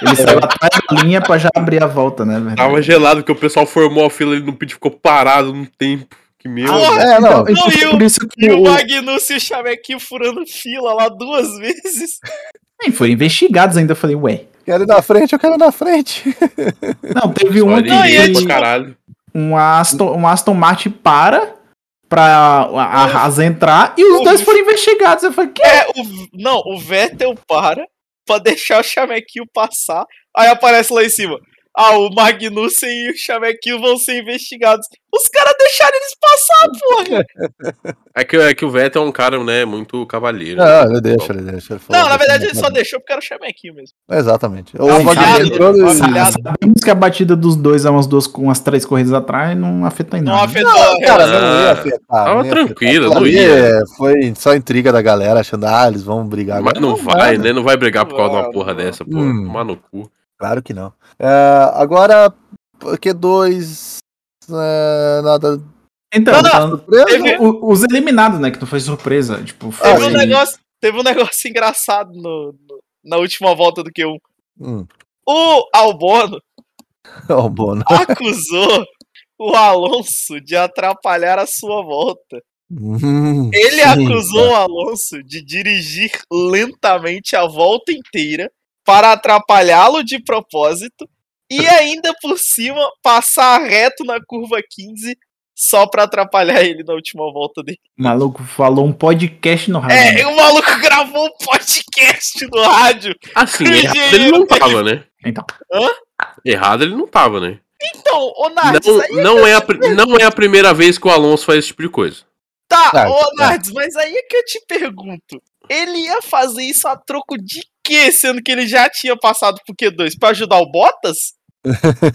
Speaker 3: Ele saiu
Speaker 5: É.
Speaker 3: atrás da linha pra já abrir a volta, né? Verdade.
Speaker 4: Tava gelado que o pessoal formou a fila ali no pit ficou parado um tempo. Que meu.
Speaker 5: Ah,
Speaker 2: É, não.
Speaker 3: Então,
Speaker 5: Não, e
Speaker 3: foi
Speaker 5: o-
Speaker 3: por isso que
Speaker 5: E o
Speaker 3: o-
Speaker 5: Magnus e o Chamequinho furando fila lá duas vezes.
Speaker 3: Nem foram investigados ainda. Eu falei, ué.
Speaker 2: Quero ir na frente, eu quero ir na frente.
Speaker 3: Não, teve um
Speaker 4: Só
Speaker 3: aqui.
Speaker 5: Não, e
Speaker 4: dirigir
Speaker 5: ele-
Speaker 4: pra caralho.
Speaker 3: um Aston, um Aston Martin para pra a Haas entrar e os
Speaker 5: Ô,
Speaker 3: dois
Speaker 5: bicho.
Speaker 3: foram investigados. Eu falei, que?
Speaker 5: É, o, não, o Vettel para pra deixar o Chamequinho passar. Aí aparece lá em cima. Ah, o Magnussen e o Chamequinho vão ser investigados. Os caras deixaram eles passar, porra!
Speaker 4: É que, é que o Vettel é um cara, né, muito cavaleiro. né?
Speaker 2: Não, ele Ah, deixa, ele deixa. ele falou,
Speaker 5: Não, na verdade ele
Speaker 2: deixa,
Speaker 5: só
Speaker 2: deixa.
Speaker 5: deixou porque era o Chamequinho mesmo.
Speaker 2: Exatamente. O
Speaker 3: Ah,
Speaker 2: Wagner
Speaker 3: enfiado,
Speaker 2: entrou e-
Speaker 5: enfiado.
Speaker 3: Sa- Sabemos que a batida dos dois há umas duas, umas três corridas atrás não afeta em
Speaker 5: Não
Speaker 3: nada.
Speaker 5: afetou.
Speaker 2: Não, cara, não ia
Speaker 4: Ah,
Speaker 2: afetar.
Speaker 4: tava
Speaker 2: não ia
Speaker 4: tranquilo,
Speaker 2: afetar.
Speaker 4: não
Speaker 2: Ali,
Speaker 4: ia.
Speaker 2: é, Foi só intriga da galera, achando, ah, eles vão brigar
Speaker 4: Mas
Speaker 2: agora.
Speaker 4: não vai, né? Não vai brigar por causa de uma
Speaker 5: Não,
Speaker 4: porra
Speaker 5: não.
Speaker 4: dessa, porra.
Speaker 2: Hum.
Speaker 4: Tomar no cu.
Speaker 2: Claro que não. É, agora, Q2. é, nada.
Speaker 3: Então,
Speaker 5: Não, não,
Speaker 3: falando-
Speaker 5: teve-
Speaker 3: o- os eliminados, né? Que não foi surpresa. Tipo, foi.
Speaker 5: Teve um negócio, teve um negócio engraçado no- no- na última volta do Q1.
Speaker 2: Hum,
Speaker 5: O Albono
Speaker 2: ó, o Bono.
Speaker 5: acusou o Alonso de atrapalhar a sua volta.
Speaker 2: Hum, sim,
Speaker 5: Ele acusou o Alonso de dirigir lentamente a volta inteira para atrapalhá-lo de propósito e ainda por cima passar reto na curva 15 só para atrapalhar ele na última volta dele.
Speaker 3: O maluco falou um podcast no rádio.
Speaker 5: É, o maluco gravou um podcast no rádio.
Speaker 4: Assim,
Speaker 5: Que
Speaker 4: errado ele não
Speaker 5: dinheiro,
Speaker 4: tava, né?
Speaker 3: Então,
Speaker 4: Errado ele não tava, né?
Speaker 5: Então, ô Nardes, aí
Speaker 4: Não, não, é a, pri- não é a primeira vez que o Alonso faz esse tipo de coisa.
Speaker 5: tá,
Speaker 2: Nardes,
Speaker 5: ô
Speaker 2: é.
Speaker 5: Nardes, mas aí é que eu te pergunto. Ele ia fazer isso a troco de quê, sendo que ele já tinha passado pro Q2 para ajudar o Bottas?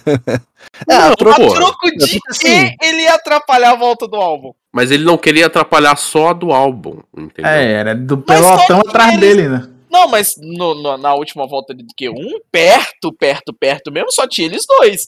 Speaker 2: É, a troco-
Speaker 4: Pô,
Speaker 5: a troco de
Speaker 2: fico
Speaker 5: que
Speaker 2: assim.
Speaker 5: ele ia atrapalhar a volta do álbum.
Speaker 4: Mas ele não queria atrapalhar só a do álbum, entendeu?
Speaker 3: é, era do
Speaker 5: Mas só
Speaker 3: pelotão
Speaker 5: que
Speaker 3: atrás
Speaker 5: eles-
Speaker 3: dele, né?
Speaker 5: Não, mas no- no- na última volta de Q1, perto, perto, perto mesmo, só tinha eles dois.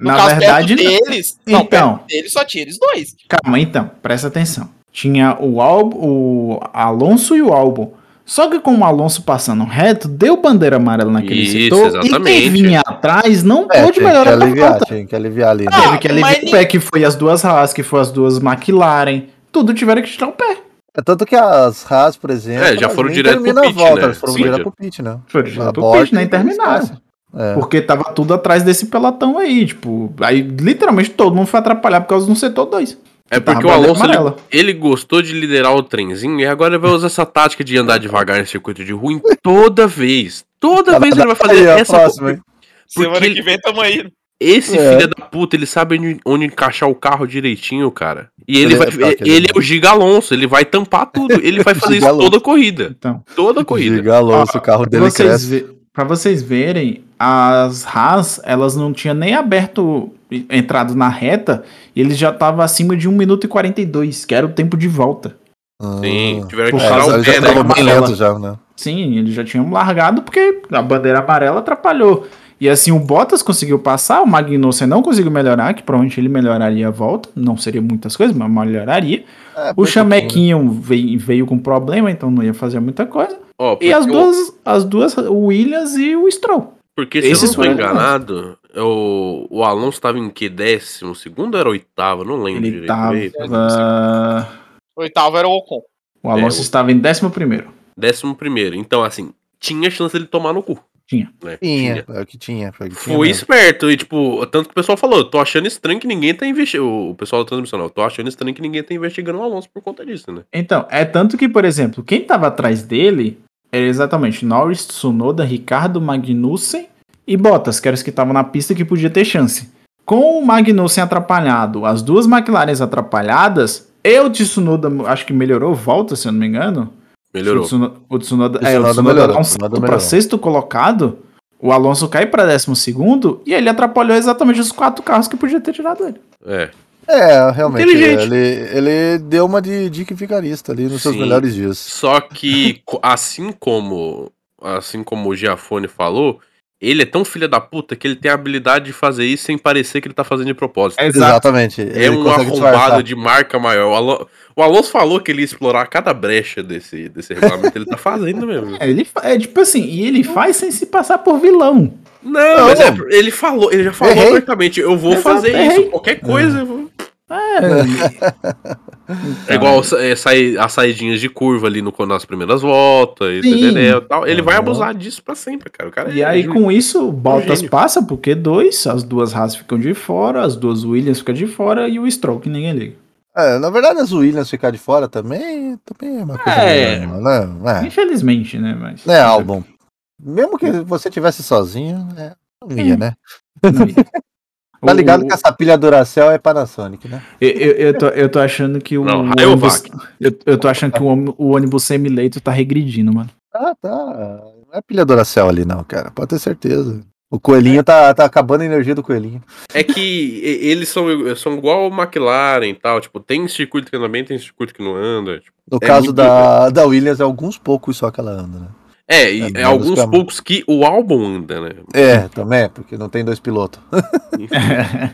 Speaker 5: No
Speaker 3: Na
Speaker 5: caso,
Speaker 3: verdade,
Speaker 5: perto
Speaker 3: não.
Speaker 5: deles. Não,
Speaker 3: Então.
Speaker 5: perto deles só tinha eles dois.
Speaker 3: Calma, então, presta atenção. Tinha o, Al o Alonso e o Albon. Só que com o Alonso passando reto, deu bandeira amarela naquele
Speaker 4: Isso,
Speaker 3: setor. E
Speaker 4: exatamente.
Speaker 3: quem vinha atrás não
Speaker 2: É, tinha
Speaker 3: pôde
Speaker 2: que
Speaker 3: melhorar a
Speaker 2: aliviar,
Speaker 3: volta.
Speaker 2: tinha que aliviar ali. né?
Speaker 5: Ah,
Speaker 3: Teve que aliviar
Speaker 5: mas
Speaker 3: o pé, que foi as duas Haas, que foi as duas McLaren. Tudo tiveram que tirar o pé.
Speaker 2: É Tanto que as Haas, por exemplo,
Speaker 4: É, já
Speaker 2: elas
Speaker 4: foram
Speaker 2: nem
Speaker 4: direto pro
Speaker 2: terminam a
Speaker 4: pit,
Speaker 2: volta,
Speaker 4: né?
Speaker 2: elas foram
Speaker 4: Sim.
Speaker 2: direto pro pit, né?
Speaker 3: Foi direto pro
Speaker 2: Aborte
Speaker 3: pit, nem
Speaker 2: e
Speaker 3: terminaram.
Speaker 2: esquece. É.
Speaker 3: Porque tava tudo atrás desse pelotão aí, tipo, aí literalmente todo mundo foi atrapalhar por causa do setor 2.
Speaker 4: É porque o Alonso ele, ele gostou de liderar o trenzinho e agora ele vai usar essa tática de andar devagar em circuito de ruim toda vez. Toda vez ele vai fazer
Speaker 2: Aí, a
Speaker 4: essa.
Speaker 2: próxima, hein?
Speaker 4: Porque
Speaker 5: Semana
Speaker 4: ele-
Speaker 5: que vem tamo aí.
Speaker 4: Esse
Speaker 2: É.
Speaker 4: filho da puta, ele sabe onde, onde encaixar o carro direitinho, cara. E ele,
Speaker 2: Ele
Speaker 4: vai.
Speaker 2: é fraco, ele
Speaker 4: ele
Speaker 2: é
Speaker 4: é o Giga Alonso, ele vai tampar tudo. Ele vai fazer
Speaker 2: Giga
Speaker 4: isso
Speaker 2: Alonso.
Speaker 4: toda corrida.
Speaker 3: Então,
Speaker 4: Toda corrida. Ah,
Speaker 2: Giga Alonso, o carro
Speaker 3: pra
Speaker 2: dele
Speaker 3: vocês,
Speaker 2: cresce.
Speaker 3: ve- pra vocês verem as Haas, elas não tinham nem aberto, entrado na reta, e eles já estavam acima de 1 minuto e 42, que era o tempo de volta.
Speaker 2: Ah.
Speaker 4: Sim, tiveram que
Speaker 3: Por
Speaker 4: tirar
Speaker 3: causa-
Speaker 4: o
Speaker 2: É, já
Speaker 4: pé, né?
Speaker 2: tava bem
Speaker 3: Amarela.
Speaker 2: lento já, né?
Speaker 3: Sim, eles já tinham largado porque a bandeira amarela atrapalhou. E assim, o Bottas conseguiu passar, o Magnussen não conseguiu melhorar, que provavelmente ele melhoraria a volta, não seria muitas coisas, mas melhoraria.
Speaker 2: É,
Speaker 3: O Chamequinho veio, veio com problema, então não ia fazer muita coisa.
Speaker 4: Ó, porque
Speaker 3: E as
Speaker 4: eu-
Speaker 3: duas, as duas, o Williams e o Stroll.
Speaker 4: Porque se eu
Speaker 3: Esses
Speaker 4: não tô
Speaker 3: foram-
Speaker 4: enganado, é o, o Alonso tava em que décimo segundo ou era oitavo? Não lembro
Speaker 3: Ele
Speaker 4: direito.
Speaker 3: tava.
Speaker 4: meio,
Speaker 5: Oitavo era o Ocon.
Speaker 3: O Alonso
Speaker 4: É, o-
Speaker 3: estava em décimo primeiro.
Speaker 4: Décimo primeiro. Então, assim, tinha chance dele tomar no cu.
Speaker 3: Tinha.
Speaker 4: Né?
Speaker 2: Tinha, é o que tinha. Foi, o que tinha
Speaker 4: Foi
Speaker 2: mesmo.
Speaker 4: esperto. E, tipo, tanto que o pessoal falou, eu tô achando estranho que ninguém tá investigando. O pessoal da transmissão, não, eu tô achando estranho que ninguém tá investigando o Alonso por conta disso, né?
Speaker 3: Então, é tanto que, por exemplo, quem estava atrás dele era exatamente Norris, Tsunoda, Ricardo, Magnussen e Bottas, que eram os que estavam na pista que podia ter chance. Com o Magnussen atrapalhado, as duas McLarens atrapalhadas, eu de Tsunoda acho que melhorou, volta, se eu não me engano. O
Speaker 4: Melhorou.
Speaker 3: Tsunoda, o Tsunoda,
Speaker 2: O
Speaker 3: é, o
Speaker 2: Tsunoda
Speaker 3: Tsunoda
Speaker 2: melhorou,
Speaker 3: dá
Speaker 2: o
Speaker 3: um
Speaker 2: Tsunoda
Speaker 3: salto para
Speaker 2: melhorou.
Speaker 3: sexto colocado, o Alonso cai para décimo segundo e ele atrapalhou exatamente os quatro carros que podia ter tirado ele.
Speaker 4: É.
Speaker 2: É, realmente.
Speaker 4: Inteligente.
Speaker 2: Ele, ele deu uma de dica vigarista ali nos seus
Speaker 4: Sim.
Speaker 2: melhores dias.
Speaker 4: Só que, co- assim como assim como o Giafone falou, ele é tão filha da puta que ele tem a habilidade de fazer isso sem parecer que ele tá fazendo de propósito.
Speaker 2: Exatamente.
Speaker 4: É
Speaker 2: ele
Speaker 4: um
Speaker 2: consegue
Speaker 4: arrombado
Speaker 2: disfarçar.
Speaker 4: de marca maior. O, Alo- o Alonso falou que ele ia explorar cada brecha desse, desse regulamento. ele tá fazendo mesmo.
Speaker 3: É, ele, fa- é tipo assim, e ele faz sem se passar por vilão.
Speaker 4: Não,
Speaker 2: Não.
Speaker 4: mas é por- ele falou, ele já falou
Speaker 2: Errei.
Speaker 4: abertamente, eu vou
Speaker 3: Exato,
Speaker 4: fazer isso,
Speaker 3: errei.
Speaker 4: qualquer coisa. eu vou-
Speaker 3: É,
Speaker 4: É igual sa- é, sai- as saidinhas de curva ali no, nas primeiras voltas, e
Speaker 3: Sim.
Speaker 4: tereré e tal. Ele vai
Speaker 2: Uhum.
Speaker 4: abusar disso pra sempre, cara. O cara
Speaker 3: E
Speaker 4: é
Speaker 3: aí,
Speaker 4: ju-
Speaker 3: com isso, o Bottas
Speaker 4: gênio.
Speaker 3: passa pro Q2, as duas Haas ficam de fora, as duas Williams ficam de fora e o Stroll, que ninguém liga.
Speaker 2: É, na verdade, as Williams ficar de fora também, também é uma coisa.
Speaker 3: É.
Speaker 2: normal, né?
Speaker 3: Infelizmente, né? Mas.
Speaker 2: É, é álbum. Mesmo que você tivesse sozinho, é, não ia,
Speaker 4: Hum.
Speaker 2: né?
Speaker 3: Não ia.
Speaker 2: Tá ligado
Speaker 3: O-
Speaker 2: que essa pilha Duracell é Panasonic, né?
Speaker 3: eu, eu, eu tô, eu tô achando que o.
Speaker 4: Não,
Speaker 3: o ônibus,
Speaker 4: Rayovac.
Speaker 3: eu, eu tô achando que o, ônibus- o ônibus semileito tá regredindo, mano.
Speaker 2: Ah, tá. Não é pilha Duracell ali, não, cara. Pode ter certeza. O coelhinho tá, tá acabando a energia do coelhinho.
Speaker 4: É que e- eles são, i- são igual o McLaren e tal. Tipo, tem circuito que anda bem, tem circuito que não anda. tipo.
Speaker 2: No
Speaker 4: É
Speaker 2: caso
Speaker 4: muito-
Speaker 2: da, da Williams, é alguns poucos só que ela anda, né?
Speaker 4: É, e-
Speaker 2: É,
Speaker 4: é,
Speaker 2: menos
Speaker 4: alguns
Speaker 2: pra-
Speaker 4: poucos que o álbum anda, né?
Speaker 2: É, também, porque não tem dois pilotos.
Speaker 4: Q2,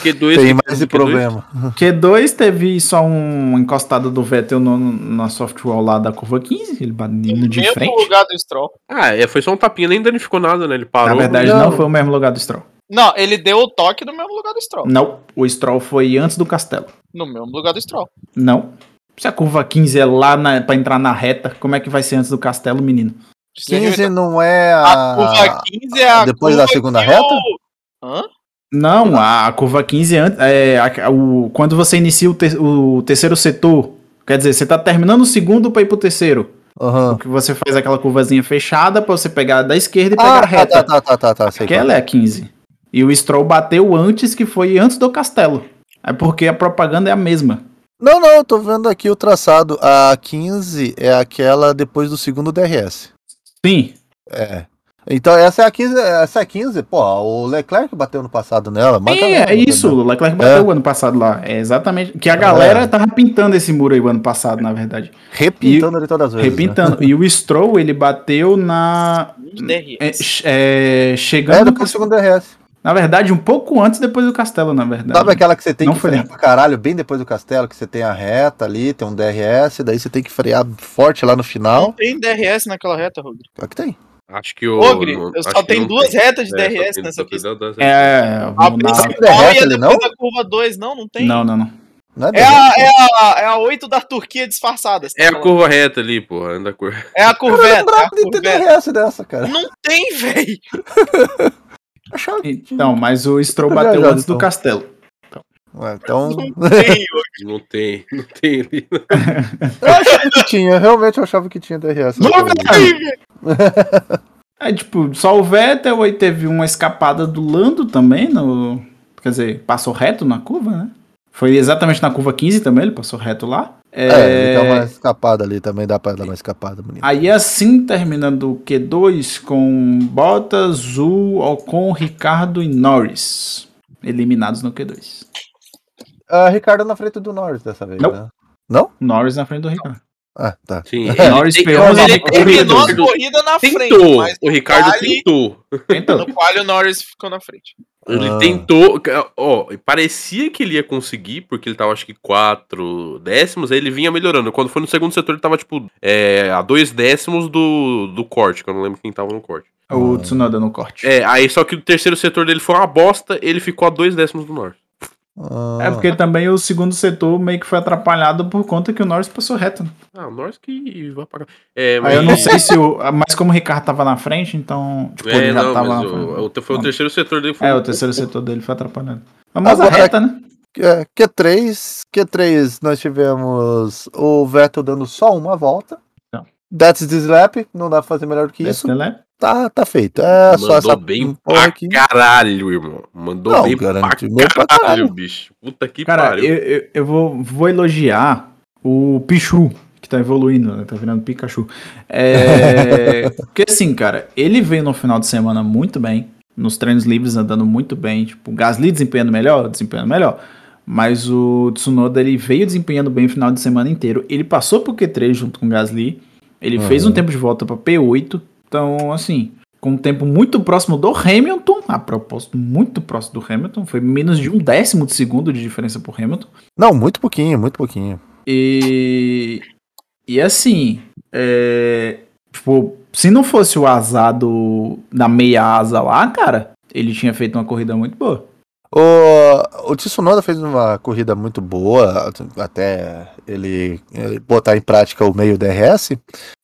Speaker 2: Tem
Speaker 4: Q2,
Speaker 2: mais esse
Speaker 4: Q2.
Speaker 2: problema.
Speaker 3: Q2 teve só um encostado do Vettel no, na softwall lá da curva 15, ele batendo de
Speaker 5: Mesmo
Speaker 3: frente.
Speaker 5: lugar do Stroll.
Speaker 4: Ah, é, foi só um tapinha, nem danificou nada, né? Ele
Speaker 3: Na
Speaker 4: parou.
Speaker 3: verdade,
Speaker 2: não.
Speaker 3: não foi o mesmo lugar do Stroll.
Speaker 5: Não, ele deu o toque no mesmo lugar do Stroll.
Speaker 3: Não, o Stroll foi antes do castelo.
Speaker 5: No mesmo lugar do Stroll.
Speaker 3: Não. Se a curva 15 é lá na, pra entrar na reta, como é que vai ser antes do castelo, menino?
Speaker 5: Precisa de-
Speaker 2: 15 não é
Speaker 3: Ah,
Speaker 5: A
Speaker 2: a.
Speaker 5: curva 15 é a
Speaker 2: Depois da
Speaker 5: curva
Speaker 2: segunda
Speaker 5: que
Speaker 2: reta?
Speaker 5: o- Hã?
Speaker 3: Não, a, a curva 15 é antes. É, a- o, quando você inicia o, ter- o terceiro setor, quer dizer, você tá terminando o segundo pra ir pro terceiro.
Speaker 2: Aham.
Speaker 3: Que você faz aquela curvazinha fechada pra você pegar da esquerda e pegar a
Speaker 2: Ah, tá, tá,
Speaker 3: reta.
Speaker 2: tá, tá, tá, tá. Sei
Speaker 3: Aquela é a 15. E o Stroll bateu antes, que foi antes do castelo. É porque a propaganda é a mesma.
Speaker 2: Não, não, eu tô vendo aqui o traçado. A 15 é aquela depois do segundo DRS.
Speaker 3: Sim.
Speaker 2: É. Então essa é a 15, essa é a 15, pô, o Leclerc bateu no passado nela, mas
Speaker 3: Sim, é isso, o Leclerc bateu o ano passado lá. É exatamente. Que a galera
Speaker 2: É.
Speaker 3: tava pintando esse muro aí o ano passado, na verdade.
Speaker 2: Repintando ele todas as vezes. né?
Speaker 3: Repintando. E o Stroll, ele bateu na.
Speaker 4: Hum,
Speaker 3: é,
Speaker 5: DRS.
Speaker 3: ch- é,
Speaker 2: Né? É
Speaker 3: chegando. no
Speaker 2: depois do
Speaker 3: castelo.
Speaker 2: segundo DRS.
Speaker 3: Na verdade, um pouco antes depois do castelo, na verdade.
Speaker 2: Sabe aquela que você tem
Speaker 3: Não
Speaker 2: que
Speaker 3: foi
Speaker 2: frear
Speaker 3: nem.
Speaker 2: pra caralho, bem depois do castelo, que você tem a reta ali, tem um DRS, daí você tem que frear forte lá no
Speaker 5: Não
Speaker 2: final.
Speaker 5: tem DRS naquela reta, Rogri.
Speaker 2: Claro que tem.
Speaker 4: Acho que o.
Speaker 5: Rogri,
Speaker 4: não-
Speaker 5: eu
Speaker 4: acho
Speaker 5: só
Speaker 4: que
Speaker 5: tem
Speaker 4: não
Speaker 5: duas
Speaker 4: tem.
Speaker 5: retas de
Speaker 4: É, só
Speaker 5: DRS
Speaker 4: tem-
Speaker 5: nessa
Speaker 4: só tem
Speaker 5: pista.
Speaker 4: duas retas.
Speaker 3: É.
Speaker 2: Ah,
Speaker 5: A
Speaker 3: na-
Speaker 5: principal
Speaker 2: DRS
Speaker 5: e a
Speaker 2: ali,
Speaker 5: depois
Speaker 2: não?
Speaker 5: da curva 2, não, não tem.
Speaker 3: Não, não, não.
Speaker 2: Não é
Speaker 5: É
Speaker 2: DRS.
Speaker 5: a, é, a, é a 8 da Turquia disfarçada. você tá
Speaker 4: É a
Speaker 5: falando.
Speaker 4: curva reta ali, porra. Anda a curva.
Speaker 5: é a
Speaker 2: Eu não
Speaker 5: curveta. é a
Speaker 2: lembrava de ter
Speaker 5: curveta.
Speaker 2: DRS dessa, cara.
Speaker 5: Não tem, velho.
Speaker 2: Achava que tinha.
Speaker 3: Então, mas o Stroll
Speaker 2: Tô
Speaker 3: bateu
Speaker 2: viajando,
Speaker 3: antes do
Speaker 2: então.
Speaker 3: castelo.
Speaker 2: Ué, Então,
Speaker 5: Não tem. Rogri.
Speaker 4: Não tem, não tem ali.
Speaker 2: eu achava que tinha, realmente eu achava que tinha DRS.
Speaker 3: Não,
Speaker 2: Naquela-
Speaker 3: cara. É tipo, só o Vettel aí teve uma escapada do Lando também no. Quer dizer, passou reto na curva, né? Foi exatamente na curva 15 também, ele passou reto lá.
Speaker 2: É, é dá uma escapada ali também, dá pra dar uma escapada, menino.
Speaker 3: Aí assim, terminando o Q2 com Bottas, Zul, Ocon, Ricardo e Norris. Eliminados no Q2.
Speaker 2: Ah, Ricardo na frente do Norris dessa vez,
Speaker 3: Não.
Speaker 2: né? Não?
Speaker 3: Norris na frente do Ricardo.
Speaker 2: Ah, tá.
Speaker 4: Sim,
Speaker 3: É,
Speaker 4: ele
Speaker 3: Norris
Speaker 4: tem-
Speaker 3: pegou
Speaker 4: mas
Speaker 3: uma
Speaker 4: ele
Speaker 3: corrida.
Speaker 5: Terminou a
Speaker 4: Ricardo
Speaker 5: corrida na frente,
Speaker 4: tentou.
Speaker 5: mas
Speaker 4: O Ricardo
Speaker 5: Vale-
Speaker 4: tentou.
Speaker 3: Então,
Speaker 5: no qual o Norris ficou na frente.
Speaker 4: Ele
Speaker 2: Ah.
Speaker 4: tentou. Ó, parecia que ele ia conseguir, porque ele tava acho que quatro décimos, aí ele vinha melhorando. Quando foi no segundo setor, ele tava, tipo, é, a dois décimos do, do corte, que eu não lembro quem tava no corte.
Speaker 3: Então, o Tsunoda no corte.
Speaker 4: É, aí só que o terceiro setor dele foi uma bosta, ele ficou a dois décimos do norte.
Speaker 2: Ah,
Speaker 3: É porque também o segundo setor meio que foi atrapalhado por conta que o Norris passou reto. né?
Speaker 4: Ah, o Norris que vai pagar. É,
Speaker 3: Aí eu não sei se o. Mas como o Ricardo tava na frente, então. Tipo,
Speaker 4: É,
Speaker 3: ele já
Speaker 4: não,
Speaker 3: tava.
Speaker 4: mas o, o- foi o
Speaker 3: Não.
Speaker 4: terceiro setor dele. Foi um
Speaker 3: É, o terceiro setor dele foi atrapalhado. Mas a
Speaker 2: Agora-
Speaker 3: reta, né?
Speaker 2: É, Q3, Q3 nós tivemos o Vettel dando só uma volta.
Speaker 3: Não.
Speaker 2: That's the slap, não dá pra fazer melhor do que isso.
Speaker 3: Deve ter leve.
Speaker 2: Tá, tá feito. É
Speaker 4: Mandou
Speaker 2: só essa
Speaker 4: bem
Speaker 2: porra
Speaker 4: pra
Speaker 2: aqui.
Speaker 4: caralho, irmão. Mandou
Speaker 2: Não,
Speaker 4: bem
Speaker 2: garantiu
Speaker 4: pra,
Speaker 2: bem pra
Speaker 4: caralho,
Speaker 2: caralho.
Speaker 4: bicho. Puta que
Speaker 3: Cara,
Speaker 4: pariu.
Speaker 3: eu, eu, eu vou, vou elogiar o Pichu, que tá evoluindo, né? Tá virando Pikachu. É, porque assim, cara, ele veio no final de semana muito bem. Nos treinos livres andando muito bem. Tipo, o Gasly desempenhando melhor, desempenhando melhor. Mas o Tsunoda, ele veio desempenhando bem o final de semana inteiro. Ele passou pro Q3 junto com o Gasly. Ele fez um tempo de volta pra P8. Então, assim, com um tempo muito próximo do Hamilton, a propósito, muito próximo do Hamilton, foi menos de um décimo de segundo de diferença pro Hamilton.
Speaker 2: Não, muito pouquinho, muito pouquinho.
Speaker 3: E. E assim. é, tipo, se não fosse o azar do, da meia asa lá, cara, ele tinha feito uma corrida muito boa.
Speaker 2: O, o Tsunoda fez uma corrida muito boa, até ele, ele botar em prática o meio DRS.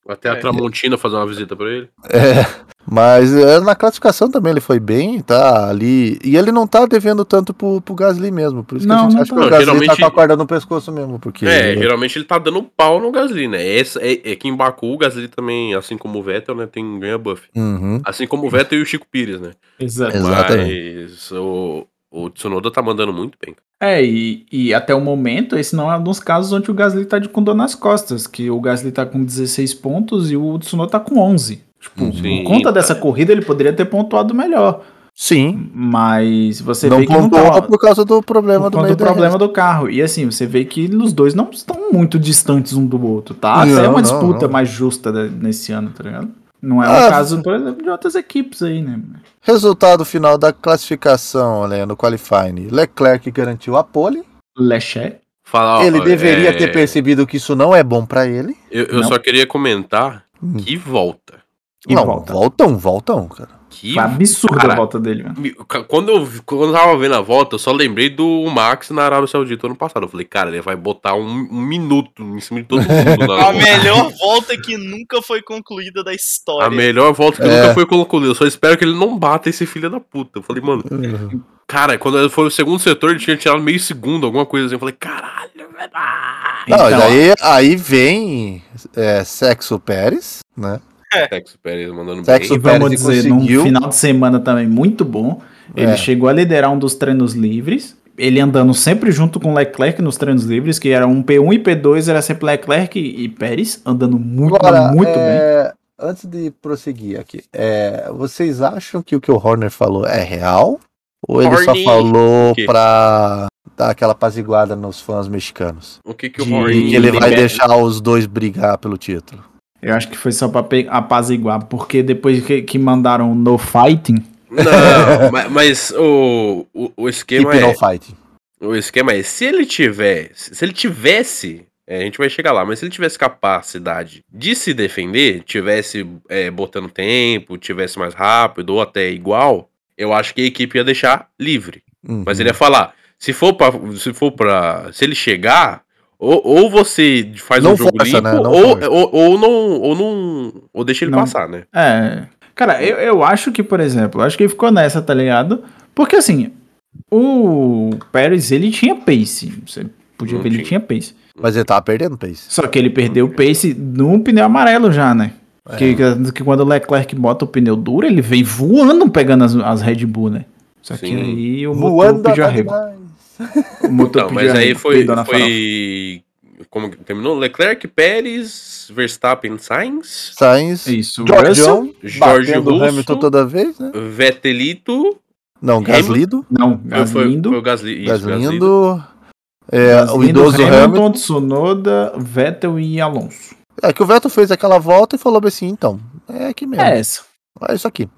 Speaker 4: Até a
Speaker 5: É.
Speaker 4: Tramontina fazer uma visita pra ele.
Speaker 2: É, mas é, na classificação também ele foi bem, tá ali. E ele não tá devendo tanto pro, pro Gasly mesmo. Por isso que
Speaker 3: Não,
Speaker 2: a gente
Speaker 3: não
Speaker 2: acha que
Speaker 3: tá.
Speaker 2: o
Speaker 4: Não,
Speaker 2: Gasly tá
Speaker 4: geralmente-
Speaker 2: com a corda no pescoço mesmo. Porque
Speaker 4: É, geralmente ele tá dando um pau no Gasly, né? Essa, é, é que em Baku o Gasly também, assim como o Vettel, né, tem ganha buff.
Speaker 2: Uhum,
Speaker 4: Assim como o Vettel e o Chico Pires, né?
Speaker 3: Exato.
Speaker 2: Exatamente.
Speaker 4: Mas o, o Tsunoda tá mandando muito bem.
Speaker 3: É, e, e até o momento, esse não é um dos casos onde o Gasly tá de com dor nas costas, que o Gasly tá com 16 pontos e o Tsunoda tá com 11. Tipo,
Speaker 4: Uhum. Sim.
Speaker 3: por conta dessa corrida, ele poderia ter pontuado melhor.
Speaker 2: Sim.
Speaker 3: Mas você
Speaker 2: não
Speaker 3: vê que não tá...
Speaker 2: pontuou por causa do problema
Speaker 3: Por
Speaker 2: do
Speaker 3: conta
Speaker 2: meio
Speaker 3: do problema do carro. E assim, você vê que os dois não estão muito distantes um do outro, tá?
Speaker 2: Não,
Speaker 3: Até uma
Speaker 2: não,
Speaker 3: disputa
Speaker 2: não.
Speaker 3: mais justa de- nesse ano, tá ligado? Não é
Speaker 2: Ah,
Speaker 3: o caso, por exemplo, de outras equipes aí, né?
Speaker 2: Resultado final da classificação, olha, no qualifying. Leclerc garantiu a pole.
Speaker 3: Leché.
Speaker 4: Fala, ó,
Speaker 2: ele deveria
Speaker 4: é,
Speaker 2: ter percebido que isso não é bom pra ele.
Speaker 4: Eu, eu
Speaker 3: Não.
Speaker 4: só queria comentar
Speaker 2: Hum.
Speaker 4: que volta.
Speaker 3: E
Speaker 2: não,
Speaker 3: volta.
Speaker 2: voltam, voltam, cara.
Speaker 4: Que
Speaker 3: Foi absurda
Speaker 4: cara,
Speaker 3: a volta dele, mano.
Speaker 4: Me- ca- Quando eu, vi- quando eu tava vendo a volta, eu só lembrei do Max na Arábia Saudita ano passado. Eu falei, cara, ele vai botar um, um minuto em cima de todo mundo. na
Speaker 5: A
Speaker 4: volta.
Speaker 5: melhor volta que nunca foi concluída da
Speaker 4: A
Speaker 5: história.
Speaker 4: melhor volta que
Speaker 2: É.
Speaker 4: nunca foi colocada. Eu só espero que ele não bata esse filho da puta. Eu falei, mano,
Speaker 3: Uhum.
Speaker 4: cara, quando ele foi o segundo setor, ele tinha tirado meio segundo, alguma coisa assim. Eu falei, caralho, velho. ah,
Speaker 2: Não,
Speaker 3: Então,
Speaker 2: daí, aí vem é, Sexo Pérez, né?
Speaker 5: É.
Speaker 4: Sexo Pérez mandando
Speaker 2: Sexo
Speaker 3: E
Speaker 4: bem.
Speaker 2: o Pérez
Speaker 3: vamos dizer, num
Speaker 2: conseguiu.
Speaker 3: final de semana também muito bom. Ele
Speaker 2: É.
Speaker 3: chegou a liderar um dos treinos livres. Ele andando sempre junto com Leclerc nos treinos livres, que era um P1 e P2, era sempre Leclerc e e Pérez, andando muito,
Speaker 2: Agora,
Speaker 3: muito bem.
Speaker 2: é, antes de prosseguir aqui, é, vocês acham que o que o Horner falou é real? Ou ele só
Speaker 4: Horner.
Speaker 2: falou
Speaker 4: O quê?
Speaker 2: pra dar aquela apaziguada nos fãs mexicanos?
Speaker 4: O que que o
Speaker 3: De-
Speaker 2: E
Speaker 4: Horner...
Speaker 2: que ele vai
Speaker 3: libera-
Speaker 2: deixar os dois brigar pelo título?
Speaker 3: Eu acho que foi só pra pe- apaziguar, porque depois que, que mandaram no fighting,
Speaker 4: Não, ma- mas, o, o, o
Speaker 2: Keep
Speaker 4: esquema é...
Speaker 2: no fight.
Speaker 4: O esquema é, se ele tiver, se ele tivesse, é, a gente vai chegar lá, mas se ele tivesse capacidade de se defender, tivesse é, botando tempo, tivesse mais rápido ou até igual, eu acho que a equipe ia deixar livre.
Speaker 2: Uhum.
Speaker 4: Mas ele é- ia falar, se for pra, se for para, se ele chegar, ou, ou você faz
Speaker 2: Não
Speaker 4: um jogo
Speaker 2: força,
Speaker 4: limpo,
Speaker 2: né? Não
Speaker 4: ou,
Speaker 2: força.
Speaker 4: ou, ou não, ou não, ou deixa ele
Speaker 3: Não.
Speaker 4: passar, né?
Speaker 3: é. Cara, eu, eu acho que, por exemplo, eu acho que ele ficou nessa, tá ligado? Porque assim, o Pérez, ele tinha pace. Você podia
Speaker 4: Não
Speaker 3: ver, ele tinha
Speaker 4: tinha.
Speaker 3: pace.
Speaker 2: Mas ele tava perdendo, Pace.
Speaker 3: Só que ele perdeu o pace num pneu amarelo já, né?
Speaker 4: É.
Speaker 3: Que, que- que quando o Leclerc bota o pneu duro, ele vem voando pegando as, as Red Bull, né? Só que
Speaker 4: Sim.
Speaker 3: aí o tá motor
Speaker 2: Voando
Speaker 3: pediu
Speaker 2: até
Speaker 3: arrego.
Speaker 2: demais.
Speaker 3: O motor
Speaker 4: Então,
Speaker 3: pediu
Speaker 4: mas aí
Speaker 3: arrego,
Speaker 4: foi,
Speaker 3: peidou na farofa.
Speaker 4: foi como que terminou? Leclerc, Pérez, Verstappen, Sainz,
Speaker 2: Sainz,
Speaker 3: Isso.
Speaker 2: George
Speaker 3: Russell?
Speaker 2: John,
Speaker 4: George
Speaker 2: batendo
Speaker 4: Russo.
Speaker 2: o Hamilton toda vez, né?
Speaker 4: Vettelito.
Speaker 2: Não,
Speaker 4: Hamilton.
Speaker 2: Gaslido.
Speaker 3: Não, é
Speaker 4: Foi- Foi
Speaker 3: Gaslindo.
Speaker 4: o Gasly. isso, Gasly.
Speaker 2: Gaslindo. É, o
Speaker 3: Gaslindo,
Speaker 2: idoso Hamilton.
Speaker 3: Hamilton, Tsunoda, Vettel e Alonso.
Speaker 2: É que o Vettel fez aquela volta e falou bem assim, então, é aqui mesmo.
Speaker 3: É essa.
Speaker 2: É isso aqui.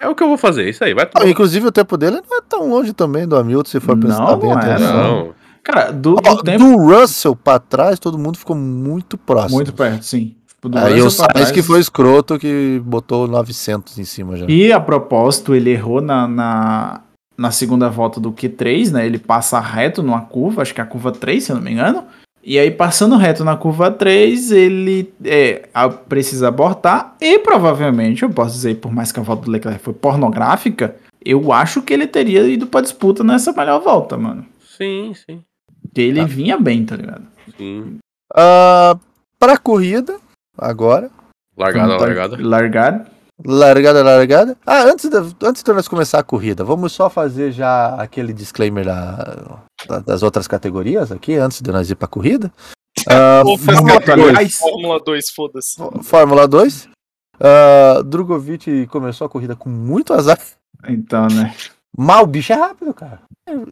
Speaker 4: É o que eu vou fazer, isso aí. Vai
Speaker 2: Ah, inclusive o tempo dele não é tão longe também do Hamilton, se for
Speaker 3: Não, é,
Speaker 2: pensar bem.
Speaker 3: não
Speaker 2: até
Speaker 3: era,
Speaker 2: agora.
Speaker 4: Não.
Speaker 3: Cara, do, do
Speaker 2: Ó,
Speaker 3: tempo
Speaker 2: Do Russell pra trás, todo mundo ficou muito próximo.
Speaker 3: muito perto, sim. Tipo, do
Speaker 2: Aí
Speaker 3: Russell
Speaker 2: o
Speaker 3: pra
Speaker 2: Sainz
Speaker 3: trás.
Speaker 2: que foi escroto que botou 900 em cima já.
Speaker 3: E a propósito, ele errou na, na, na segunda volta do Q3, né? Ele passa reto numa curva, acho que é a curva 3, se eu não me engano. E aí, passando reto na curva 3, ele é, a- precisa abortar. E provavelmente, eu posso dizer, por mais que a volta do Leclerc foi pornográfica, eu acho que ele teria ido pra disputa nessa melhor volta, mano.
Speaker 4: Sim, sim.
Speaker 3: Porque ele
Speaker 2: Tá.
Speaker 3: vinha bem, tá ligado?
Speaker 4: Sim.
Speaker 2: Ah, pra corrida, agora.
Speaker 4: Largada,
Speaker 3: Então, tá-
Speaker 4: largada.
Speaker 3: Largada.
Speaker 2: Largada, largada. Ah, antes de, antes de nós começar a corrida, vamos só fazer já aquele disclaimer da- da- das outras categorias aqui, antes de nós ir pra corrida. Ah,
Speaker 5: Ou faz
Speaker 2: vamos-
Speaker 5: categoria
Speaker 3: dois.
Speaker 5: Fórmula 2, foda-se.
Speaker 2: Fórmula 2. Ah, Drogovic começou a corrida com muito azar.
Speaker 3: Então, né?
Speaker 2: Mas o bicho é rápido, cara.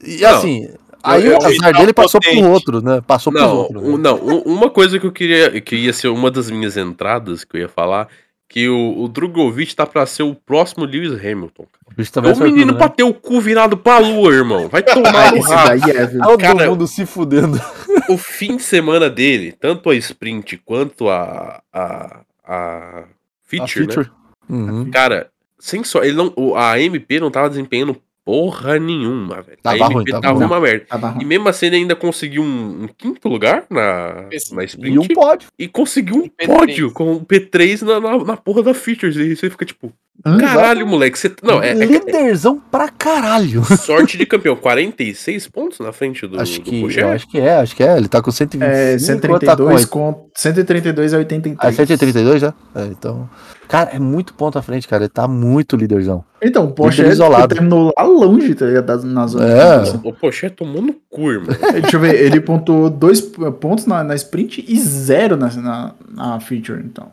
Speaker 2: E
Speaker 4: Não,
Speaker 2: assim, aí
Speaker 4: eu-
Speaker 2: o azar
Speaker 5: tá
Speaker 2: dele passou
Speaker 5: potente.
Speaker 2: pro outro, né? Passou pro
Speaker 4: Não,
Speaker 2: outro.
Speaker 4: um- não um- uma coisa que eu queria, que ia ser uma das minhas entradas que eu ia falar, que o, o Drogovic tá pra ser o próximo Lewis Hamilton. cara.
Speaker 2: O bicho
Speaker 4: É o menino
Speaker 2: né?
Speaker 4: bateu o cu virado pra lua, irmão. Vai tomar no
Speaker 3: Esse
Speaker 4: rabo.
Speaker 3: daí é, viu?
Speaker 2: Tá Todo
Speaker 4: Cara,
Speaker 2: mundo se fudendo.
Speaker 4: O fim de semana dele, tanto a sprint quanto a, a, a
Speaker 2: A
Speaker 4: feature, né?
Speaker 2: feature. Uhum.
Speaker 4: Cara, sem só, ele não, o- a MP não tava desempenhando porra nenhuma, velho.
Speaker 2: Tava
Speaker 4: a MP
Speaker 2: ruim, tava
Speaker 4: tava,
Speaker 2: ruim.
Speaker 4: uma merda.
Speaker 3: Tá bom.
Speaker 4: E mesmo assim ele ainda conseguiu um, um quinto lugar na,
Speaker 5: Esse-
Speaker 4: na
Speaker 2: E
Speaker 4: sprint.
Speaker 2: um pódio.
Speaker 4: e conseguiu um
Speaker 5: P3.
Speaker 4: pódio com o P3 na, na, na porra da features. E você fica tipo, caralho, moleque, você. Não, é, é-
Speaker 2: Líderzão pra caralho.
Speaker 4: é sorte de campeão. 46 pontos na frente do,
Speaker 2: acho
Speaker 4: do
Speaker 2: que,
Speaker 4: Pocher.
Speaker 2: eu acho que é, acho que é. Ele tá com 125.
Speaker 3: É,
Speaker 2: enquanto tá com
Speaker 3: 132 com 132 a 83.
Speaker 2: Ah, 132 já? É, então. Cara, é muito ponto à frente, cara. Ele tá muito líderzão.
Speaker 3: Então, o Porsche
Speaker 2: Muito isolado.
Speaker 3: ele terminou lá longe, tá ligado? Das- Na zona.
Speaker 2: É.
Speaker 3: de pontuação.
Speaker 4: O Pocher tomou no cu, irmão.
Speaker 3: Deixa eu ver, ele pontuou dois p- pontos na, na sprint e zero na, na, na feature, então.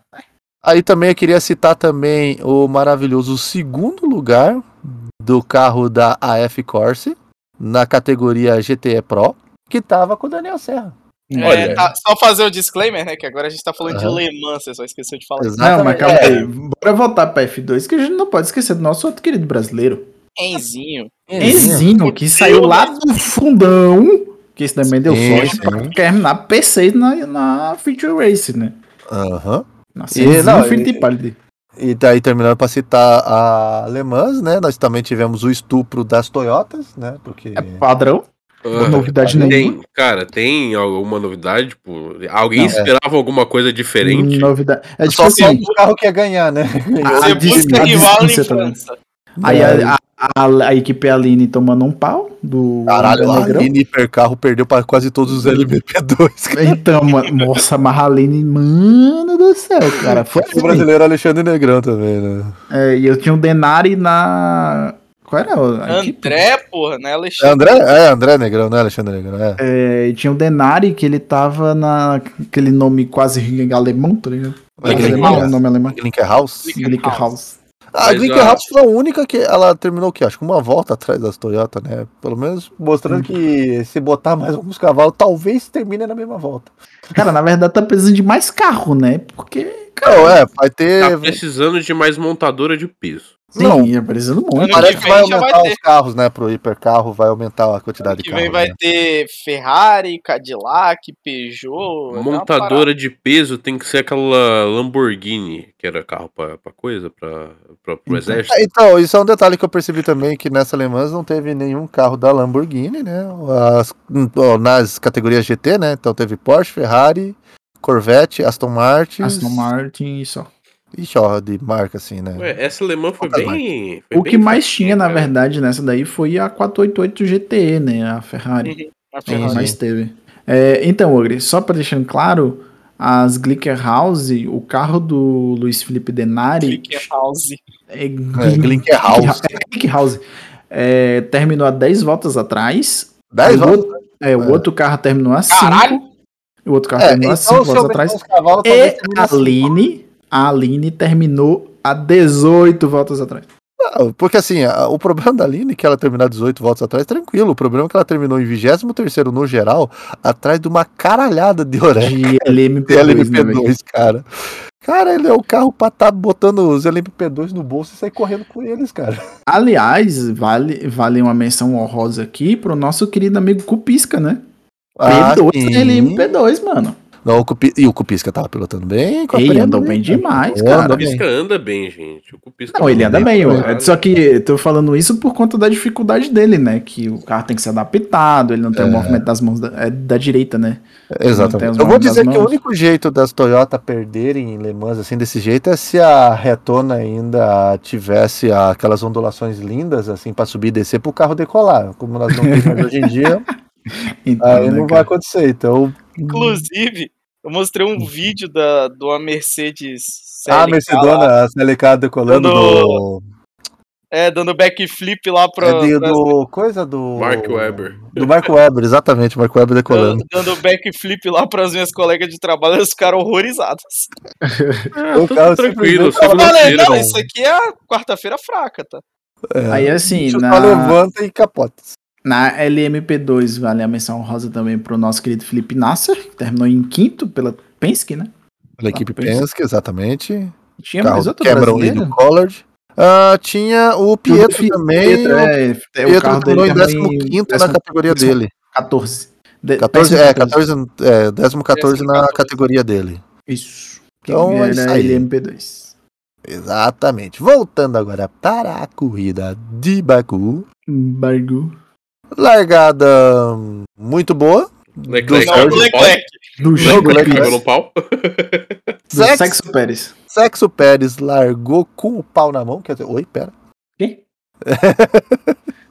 Speaker 2: Aí também eu queria citar também o maravilhoso segundo lugar do carro da AF Corse na categoria GTE Pro, que tava com o Daniel Serra.
Speaker 5: É,
Speaker 4: Olha.
Speaker 5: tá- só fazer o disclaimer, né? Que agora a gente tá falando de
Speaker 2: Aham.
Speaker 5: Le Mans, você só esqueceu de falar.
Speaker 3: Não, mas calma
Speaker 2: É,
Speaker 3: aí. Bora voltar pra F2, que a gente não pode esquecer do nosso outro querido brasileiro.
Speaker 5: Enzinho.
Speaker 2: É,
Speaker 3: Enzino, que saiu lá do fundão. Que isso também deu
Speaker 2: Sim,
Speaker 3: sorte pra terminar P6 na, na feature race, né?
Speaker 2: Aham.
Speaker 3: Nossa,
Speaker 2: E,
Speaker 3: Enzinho,
Speaker 2: não,
Speaker 3: filho
Speaker 2: e-
Speaker 3: de Palide.
Speaker 2: E daí terminando para citar a Le Mans, né? Nós também tivemos o estupro das Toyotas, né? Porque
Speaker 3: É padrão, novidade nenhuma.
Speaker 4: Tem, cara, tem alguma novidade? Tipo, alguém
Speaker 2: Não, é.
Speaker 4: esperava alguma coisa diferente?
Speaker 3: Novidade. É tipo
Speaker 2: só
Speaker 3: assim,
Speaker 2: falta o carro que ia ganhar, né?
Speaker 3: Ah,
Speaker 5: Você
Speaker 3: a dis-
Speaker 5: busca
Speaker 3: a
Speaker 5: rival em
Speaker 3: distância
Speaker 2: tá
Speaker 3: também.
Speaker 5: França.
Speaker 3: Aí a, a, a- a equipe Aline tomando um pau do
Speaker 2: Caralho,
Speaker 3: do
Speaker 2: a
Speaker 3: Negrão.
Speaker 2: Aline Hipercarro perdeu para quase todos os LMP2. cara.
Speaker 3: Então, mano, nossa, mas a Aline, mano do céu, cara. Foi
Speaker 2: O
Speaker 3: assim.
Speaker 2: brasileiro Alexandre Negrão também, né?
Speaker 3: É, E eu tinha o Denari na. Qual era? a equipe?
Speaker 5: André, porra, né,
Speaker 2: É
Speaker 5: Alexandre?
Speaker 2: André, é André Negrão, não é Alexandre Negrão, é.
Speaker 3: É, e tinha o Denari que ele tava na. Aquele nome quase alemão, tá ligado?
Speaker 2: Mas
Speaker 5: Alemão.
Speaker 2: Glinker-
Speaker 3: Alemão, né, nome alemão.
Speaker 2: Glinker É. House?
Speaker 3: Glickenhaus.
Speaker 2: A
Speaker 4: Mas,
Speaker 2: Glinker
Speaker 4: ó,
Speaker 2: House foi a única que ela terminou o quê? Acho que uma volta atrás das Toyota, né? Pelo menos mostrando que se botar mais alguns cavalos, talvez termine na mesma volta.
Speaker 3: Cara, na verdade tá precisando de mais carro, né? Porque, cara.
Speaker 2: Não, é, vai ter.
Speaker 4: Tá precisando de mais montadora de piso.
Speaker 3: Sim,
Speaker 2: não.
Speaker 3: é precisando
Speaker 5: Ano
Speaker 3: muito.
Speaker 5: que
Speaker 2: Parece que vai
Speaker 5: vem já vai
Speaker 2: aumentar
Speaker 5: ter.
Speaker 2: os carros, né? Pro hipercarro, vai aumentar a quantidade de
Speaker 5: Que
Speaker 2: carros.
Speaker 5: vem vai
Speaker 2: né?
Speaker 5: ter Ferrari, Cadillac, Peugeot. é uma parada.
Speaker 4: Montadora de peso tem que ser aquela Lamborghini, que era carro pra, pra coisa, pra, pra, pro exército.
Speaker 2: Ah, Então, isso é um detalhe que eu percebi também, que nessa Le Mans não teve nenhum carro da Lamborghini, né? As- bom, nas categorias GT, né? Então teve Porsche, Ferrari, Corvette, Aston Martin.
Speaker 3: Aston Martin e só.
Speaker 2: Ixi, ó, de marca assim, né?
Speaker 4: Ué, essa alemã foi
Speaker 2: Quantas
Speaker 4: bem. foi
Speaker 3: é. O
Speaker 4: bem
Speaker 3: que mais
Speaker 4: fraquinha,
Speaker 3: tinha, na
Speaker 4: cara.
Speaker 3: verdade, nessa daí foi a 488 GTE, né? A Ferrari.
Speaker 5: A
Speaker 3: Quem
Speaker 5: né, Ferrari.
Speaker 3: mais teve. É, então, Ogre, só pra deixar claro, as Glicker House, o carro do Luiz Felipe Denari.
Speaker 5: Fique house.
Speaker 3: É,
Speaker 2: É, Glinker House.
Speaker 3: É, Glicker House. É, terminou a 10 voltas atrás.
Speaker 2: 10
Speaker 3: o
Speaker 2: voltas. É,
Speaker 3: outro, é, o outro carro terminou a 5.
Speaker 5: Caralho!
Speaker 3: O outro carro
Speaker 2: então,
Speaker 3: terminou há 5 anos atrás. É,
Speaker 2: cavalos,
Speaker 3: E a
Speaker 2: talvez
Speaker 3: Aline, a Aline terminou há 18 voltas atrás.
Speaker 2: Não, Porque assim, a- o problema da Aline é que ela terminar 18 votos atrás, tranquilo. O problema é que ela terminou em 23 no geral, atrás de uma caralhada de Oré.
Speaker 3: De LMP2, né, velho?
Speaker 2: LMP2, cara. Cara, ele é o carro pra tá botando os LMP2 no bolso e sair correndo com eles, cara.
Speaker 3: Aliás, vale, vale uma menção honrosa aqui pro nosso querido amigo Cupisca, né? P2
Speaker 2: Ah, sim.
Speaker 3: LMP2, mano.
Speaker 2: Não, o Cupi- E o Cupisca tava pilotando bem. com a
Speaker 3: Ele
Speaker 2: frente,
Speaker 3: andou
Speaker 2: né,
Speaker 3: bem
Speaker 2: cara?
Speaker 3: demais,
Speaker 2: Andou
Speaker 3: cara.
Speaker 4: O Pisca anda bem, gente. O Cupisca
Speaker 2: Tá
Speaker 3: Não, ele anda bem. ó.
Speaker 4: Caralho.
Speaker 3: Só que tô falando isso por conta da dificuldade dele, né? Que o carro tem que ser adaptado, ele não tem o movimento das mãos da, é, da direita, né? Não tem os
Speaker 2: Exatamente. Eu vou
Speaker 3: nomes das
Speaker 2: dizer que o
Speaker 3: mãos.
Speaker 2: único jeito das Toyota perderem em Le Mans assim desse jeito é se a retona ainda tivesse aquelas ondulações lindas assim para subir e descer para o carro decolar. Como nós não temos mais hoje em dia,
Speaker 3: Então,
Speaker 2: aí
Speaker 3: né,
Speaker 2: não vai
Speaker 3: cara?
Speaker 2: acontecer. Então,
Speaker 5: Inclusive, eu mostrei
Speaker 2: Uhum.
Speaker 5: um vídeo da, de uma Mercedes
Speaker 2: a
Speaker 5: CLK lá,
Speaker 2: Mercedona, a CLK decolando do,
Speaker 5: Quando- é, dando backflip lá pra,
Speaker 2: é de-
Speaker 5: pra-
Speaker 2: do coisa do
Speaker 4: Mark Webber.
Speaker 2: Do Mark Webber, exatamente, Mark Webber decolando.
Speaker 5: dando, dando backflip lá pras minhas colegas de trabalho, elas ficaram horrorizadas.
Speaker 4: Ah,
Speaker 2: O
Speaker 4: tudo
Speaker 2: carro simplesmente-
Speaker 4: tranquilo, só
Speaker 5: Eu falei,
Speaker 4: não
Speaker 5: não, isso aqui é a quarta-feira fraca, tá?
Speaker 3: Aí assim,
Speaker 2: É. Só
Speaker 3: na,
Speaker 2: levanta e capota.
Speaker 3: na LMP2 vale a menção rosa também pro nosso querido Felipe Nasser, que terminou em quinto pela Penske, né?
Speaker 2: Pela equipe
Speaker 3: Penske.
Speaker 2: Penske, exatamente.
Speaker 3: Tinha
Speaker 2: carro
Speaker 3: mais
Speaker 2: do
Speaker 3: outro
Speaker 2: Cameron e
Speaker 3: brasileiro?
Speaker 2: do Collard. Ah, tinha o Pietro
Speaker 3: Fi-
Speaker 2: também.
Speaker 3: Pietro,
Speaker 2: o
Speaker 3: é, é, o
Speaker 2: Pietro
Speaker 3: carro
Speaker 2: terminou em
Speaker 3: dele
Speaker 2: né,
Speaker 3: também
Speaker 2: 15 na
Speaker 3: décimo
Speaker 2: categoria
Speaker 3: décimo-
Speaker 2: dele.
Speaker 3: 14. De-
Speaker 2: 14,
Speaker 3: décimo
Speaker 2: é, 14, é, 14, na
Speaker 5: 14.
Speaker 2: categoria dele.
Speaker 3: Isso.
Speaker 2: Então,
Speaker 3: Então,
Speaker 2: é isso
Speaker 3: era
Speaker 2: aí.
Speaker 3: LMP2.
Speaker 2: Exatamente. Voltando agora para a corrida de Baku.
Speaker 3: Bargu.
Speaker 2: Largada hum, muito boa.
Speaker 4: Leclerc
Speaker 2: Do
Speaker 5: Não,
Speaker 4: caiu
Speaker 5: o
Speaker 4: no pau.
Speaker 5: Leclerc.
Speaker 2: jogo,
Speaker 3: Do jogo,
Speaker 2: né,
Speaker 3: né,
Speaker 2: cara?
Speaker 4: Caiu no pau.
Speaker 3: Do
Speaker 2: Sexo.
Speaker 3: Sexo Pérez.
Speaker 2: Sexo Pérez largou com o pau na mão. Quer dizer, oi, pera.
Speaker 3: Quê?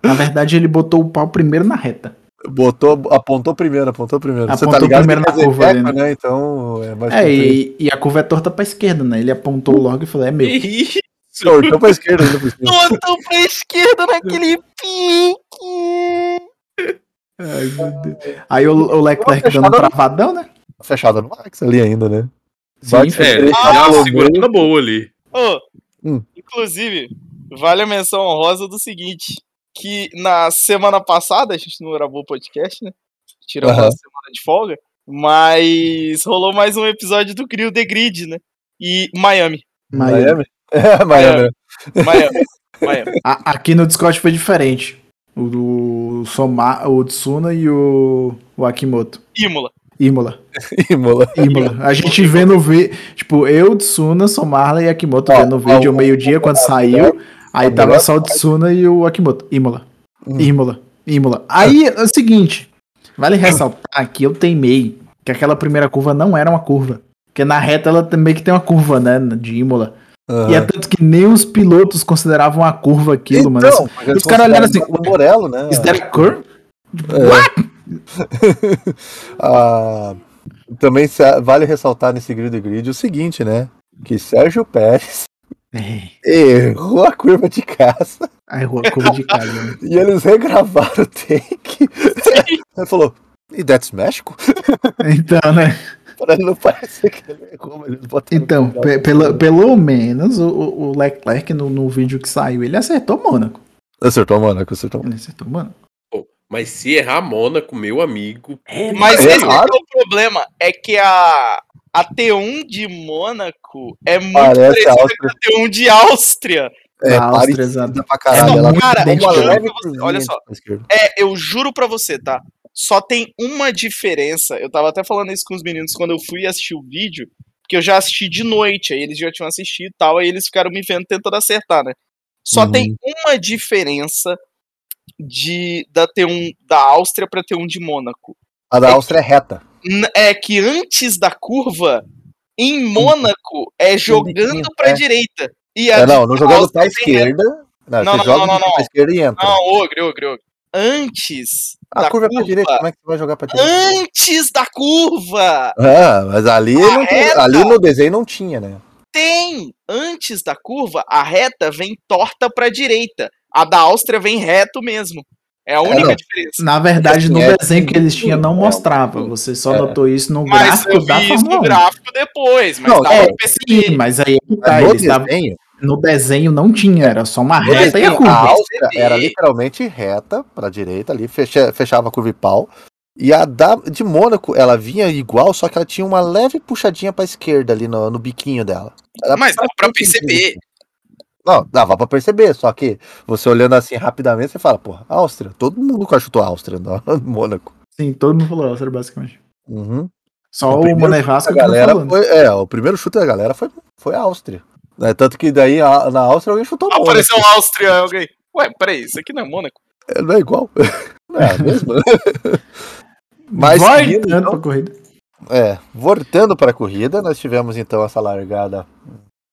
Speaker 3: Na verdade, ele botou o pau primeiro na reta.
Speaker 2: Botou, apontou primeiro, apontou primeiro. tá
Speaker 3: Apontou primeiro
Speaker 2: que
Speaker 3: na
Speaker 2: fazer
Speaker 3: curva ali,
Speaker 2: teco, né? Então, é mais
Speaker 3: É, e, e a curva é torta pra esquerda, né? Ele apontou logo e falou: é meu.
Speaker 4: Ih,
Speaker 2: Cortou Então, pra esquerda ainda por cima.
Speaker 5: Botou é pra esquerda naquele pique.
Speaker 3: Ai, meu Deus. Aí o, o Leclerc
Speaker 2: Fechado
Speaker 3: dando
Speaker 2: ali.
Speaker 3: travadão, né?
Speaker 2: Fechada no Max ali ainda, né?
Speaker 3: Sim,
Speaker 4: É,
Speaker 2: Ele
Speaker 4: ele
Speaker 2: já
Speaker 4: já
Speaker 2: levou.
Speaker 4: segurando a boa ali.
Speaker 5: Ô,
Speaker 2: Hum.
Speaker 5: Inclusive, vale a menção honrosa do seguinte: que na semana passada, a gente não gravou o podcast, né? Tiramos
Speaker 2: Aham.
Speaker 5: a semana de folga, mas rolou mais um episódio do Crio The Grid, né? E Miami.
Speaker 3: Mas
Speaker 2: Miami? É, Miami.
Speaker 5: Miami. Miami.
Speaker 3: a- aqui no Discord foi diferente. O do Soma, o Tsuna e o, o Akimoto.
Speaker 5: Imola.
Speaker 3: Imola. É.
Speaker 2: Imola.
Speaker 3: Imola. A gente vê no vídeo. Tipo, eu, Tsuna, Somarla e Akimoto
Speaker 2: Ó,
Speaker 3: vendo o vídeo
Speaker 2: ó,
Speaker 3: ao meio-dia quando saiu. Aí tava só o Tsuna e o Akimoto. Imola.
Speaker 2: Hum.
Speaker 3: Imola. Imola. Aí é o seguinte: vale ressaltar que eu teimei que aquela primeira curva não era uma curva. Porque na reta ela também que tem uma curva, né? De Imola. E é
Speaker 2: Aham.
Speaker 3: tanto que nem os pilotos consideravam a curva aquilo, mano. Eles-
Speaker 2: porque
Speaker 3: os caras olharam
Speaker 2: consideram
Speaker 3: assim,
Speaker 2: é o Morello, né?
Speaker 3: Is that a curve?
Speaker 2: Ah, também se- vale ressaltar nesse grid grid o seguinte, né? Que Sérgio Pérez
Speaker 3: É.
Speaker 2: errou a curva de casa
Speaker 3: Aí errou a curva de casa. né?
Speaker 2: e eles regravaram o take. Ele falou, e that's México?
Speaker 3: Então, né?
Speaker 2: Pra ele não parecer que ele errou, mas eles botaram
Speaker 3: Então,
Speaker 2: no final.
Speaker 3: pe- pelo, pelo menos o, o- o Leclerc no, no vídeo que saiu, ele acertou Mônaco.
Speaker 2: Acertou, mano, é acertou.
Speaker 3: Ele acertou Mônaco.
Speaker 4: Pô, Mas se errar Mônaco, meu amigo.
Speaker 5: Mas
Speaker 2: É
Speaker 5: esse é
Speaker 2: errado.
Speaker 5: o problema: é que a, a T1 de Mônaco é muito
Speaker 2: Parece a
Speaker 5: parecida
Speaker 2: Áustria.
Speaker 5: com a T1 de Áustria.
Speaker 2: É,
Speaker 3: Da Áustria,
Speaker 2: parecida
Speaker 3: exato. É
Speaker 2: pra caralho.
Speaker 5: Não,
Speaker 2: ela tá
Speaker 5: cara,
Speaker 2: tem uma
Speaker 5: né? olha
Speaker 2: leve
Speaker 5: só,
Speaker 2: cruzinha
Speaker 5: olha só.
Speaker 2: pra esquerda.
Speaker 5: É, eu juro pra você, tá? Só tem uma diferença. Eu tava até falando isso com os meninos quando eu fui assistir o vídeo, que eu já assisti de noite, aí eles já tinham assistido e tal, aí eles ficaram me vendo tentando acertar, né? Só
Speaker 2: Uhum.
Speaker 5: tem uma diferença de da T1 da Áustria pra T1 de Mônaco.
Speaker 2: A da
Speaker 5: É
Speaker 2: Áustria é reta.
Speaker 5: N- É que antes da curva em Mônaco é jogando pra
Speaker 2: é.
Speaker 5: direita. E a
Speaker 2: É,
Speaker 5: de
Speaker 2: não, não jogando
Speaker 5: Áustria
Speaker 2: pra
Speaker 5: tem reta.
Speaker 2: esquerda. Não,
Speaker 5: Não,
Speaker 2: você
Speaker 5: não,
Speaker 2: joga
Speaker 5: não, não,
Speaker 2: pra
Speaker 5: não.
Speaker 2: esquerda e entra.
Speaker 5: Não, ogre, ogre, ogre. Antes
Speaker 2: a
Speaker 5: da
Speaker 2: curva é pra direita, como é que você vai jogar pra direita?
Speaker 5: Ah. antes da curva.
Speaker 2: Ah, mas ali, não tem-
Speaker 5: reta.
Speaker 2: ali no desenho não tinha, né?
Speaker 5: Tem! Antes da curva, a reta vem torta para a direita. A da Áustria vem reto mesmo. É a única
Speaker 2: não.
Speaker 5: diferença.
Speaker 3: Na verdade, no
Speaker 2: É,
Speaker 3: desenho que eles tinham não
Speaker 2: é,
Speaker 3: mostrava. Você só
Speaker 2: é.
Speaker 3: notou isso no
Speaker 5: Mas
Speaker 3: gráfico
Speaker 5: eu
Speaker 3: da
Speaker 5: vi isso no
Speaker 3: Fórmula 1.
Speaker 5: gráfico depois, mas
Speaker 2: Não,
Speaker 5: tava
Speaker 2: é,
Speaker 5: no PC.
Speaker 3: Sim, mas aí é que tá,
Speaker 2: no
Speaker 3: eles
Speaker 2: desenho,
Speaker 3: tavam- no desenho não tinha, era só uma
Speaker 2: no
Speaker 3: reta e a
Speaker 2: desenho, assim, a
Speaker 3: curva.
Speaker 2: Áustria era literalmente reta pra direita ali, fecha- fechava a curva e pau. E a da, de Mônaco, ela vinha igual, só que ela tinha uma leve puxadinha pra esquerda ali no, no biquinho dela. Era
Speaker 5: Mas dava pra
Speaker 2: praticamente
Speaker 5: perceber.
Speaker 2: Não, dava pra perceber, só que você olhando assim rapidamente, você fala, porra, Áustria. Todo mundo que chutou Áustria no no Mônaco.
Speaker 3: Sim, todo mundo falou Áustria, basicamente.
Speaker 2: Uhum.
Speaker 3: Só
Speaker 2: O
Speaker 3: o,
Speaker 2: primeiro
Speaker 3: Monevasco
Speaker 2: A
Speaker 3: que não
Speaker 2: galera
Speaker 3: falou. né?
Speaker 2: foi, é, o primeiro chute da galera foi, foi a Áustria. né? Tanto que daí a- na Áustria alguém chutou Mônaco.
Speaker 5: Apareceu um austriano alguém. Ué, peraí, isso aqui não é Mônaco.
Speaker 2: É, Não é igual. Não é a mesma. Mas
Speaker 3: Vai
Speaker 2: seguindo,
Speaker 3: tanto
Speaker 2: então,
Speaker 3: pra corrida.
Speaker 2: É, voltando para a corrida, nós tivemos então essa largada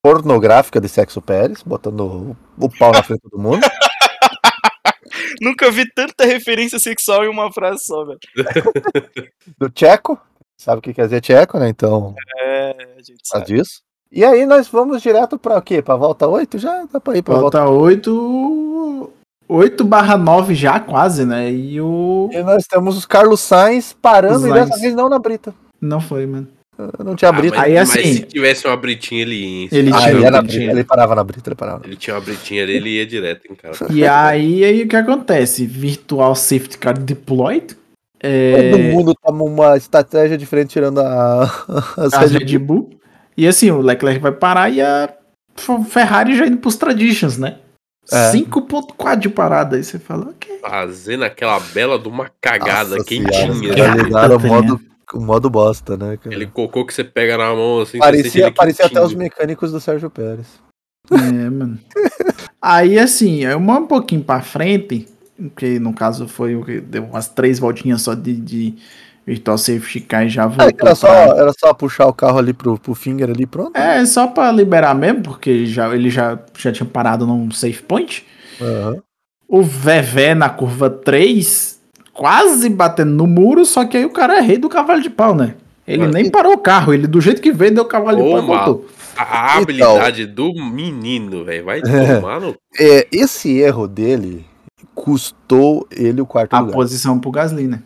Speaker 2: pornográfica de Sexo Pérez, botando o- o pau na frente do mundo.
Speaker 5: Nunca vi tanta referência sexual em uma frase só, velho.
Speaker 2: Do Tcheco, sabe o que quer dizer Tcheco, né? Então,
Speaker 5: É, a gente
Speaker 2: sabe
Speaker 5: sabe.
Speaker 2: disso. E aí nós vamos direto para o quê? Para volta 8? Já dá para ir para volta.
Speaker 3: Volta 8. 8 barra 9 já, quase, né? E o.
Speaker 5: É.
Speaker 2: E nós temos os Carlos Sainz parando e
Speaker 3: Sainz.
Speaker 2: dessa vez não na Brita.
Speaker 3: Não foi, mano.
Speaker 2: Não tinha
Speaker 4: Ah,
Speaker 2: Brita.
Speaker 4: mas,
Speaker 3: Aí,
Speaker 4: mas
Speaker 3: assim-
Speaker 4: se tivesse uma britinha, ele ia. hein?
Speaker 3: Ele
Speaker 2: Ah,
Speaker 3: tinha-
Speaker 2: ele, era na
Speaker 3: ele
Speaker 2: Brita,
Speaker 3: tinha.
Speaker 2: ele parava na Brita, ele parava. na Brita.
Speaker 4: Ele tinha uma britinha ali, ele ia direto, hein, cara.
Speaker 3: E aí, aí o que acontece? Virtual Safety Car deployed. É,
Speaker 2: Todo mundo toma uma estratégia diferente tirando a, a
Speaker 3: as
Speaker 2: Red
Speaker 3: Red Bull. E assim, o Leclerc vai parar e a F- Ferrari já indo pros Traditions, né?
Speaker 2: É.
Speaker 3: 5.4 de parada. Aí você fala, ok.
Speaker 4: Fazendo aquela bela de uma cagada
Speaker 2: Nossa
Speaker 4: quentinha.
Speaker 2: senhora,
Speaker 4: né?
Speaker 2: cara, ligaram o
Speaker 3: Tanta
Speaker 2: modo, o modo bosta, né? cara?
Speaker 4: Aquele cocô que você pega na mão assim. você sente
Speaker 2: parecia
Speaker 4: ele
Speaker 2: parecia até
Speaker 4: quentinho.
Speaker 2: os mecânicos do Sérgio Pérez.
Speaker 3: É, mano. Aí assim, é uma um pouquinho pra frente, que no caso foi o que deu umas três voltinhas só de, de Virtual Safety Car e já
Speaker 2: É, que
Speaker 3: voltou.
Speaker 2: era, só,
Speaker 3: pra-
Speaker 2: era só puxar o carro ali pro, pro finger ali, pronto.
Speaker 3: É, só pra liberar mesmo, porque já, ele já, já tinha parado num safe point.
Speaker 2: Aham.
Speaker 3: O Vevé na curva 3, quase batendo no muro, só que aí o cara é rei do cavalo de pau, né? Ele
Speaker 4: Mano.
Speaker 3: nem parou o carro, ele do jeito que veio deu o cavalo de
Speaker 4: Ô,
Speaker 3: pau e voltou.
Speaker 4: A, a
Speaker 2: Então.
Speaker 4: habilidade do menino, velho. Vai tomar no.
Speaker 2: É, esse erro dele custou ele o quarto
Speaker 3: A
Speaker 2: lugar.
Speaker 3: posição pro Gasly, né?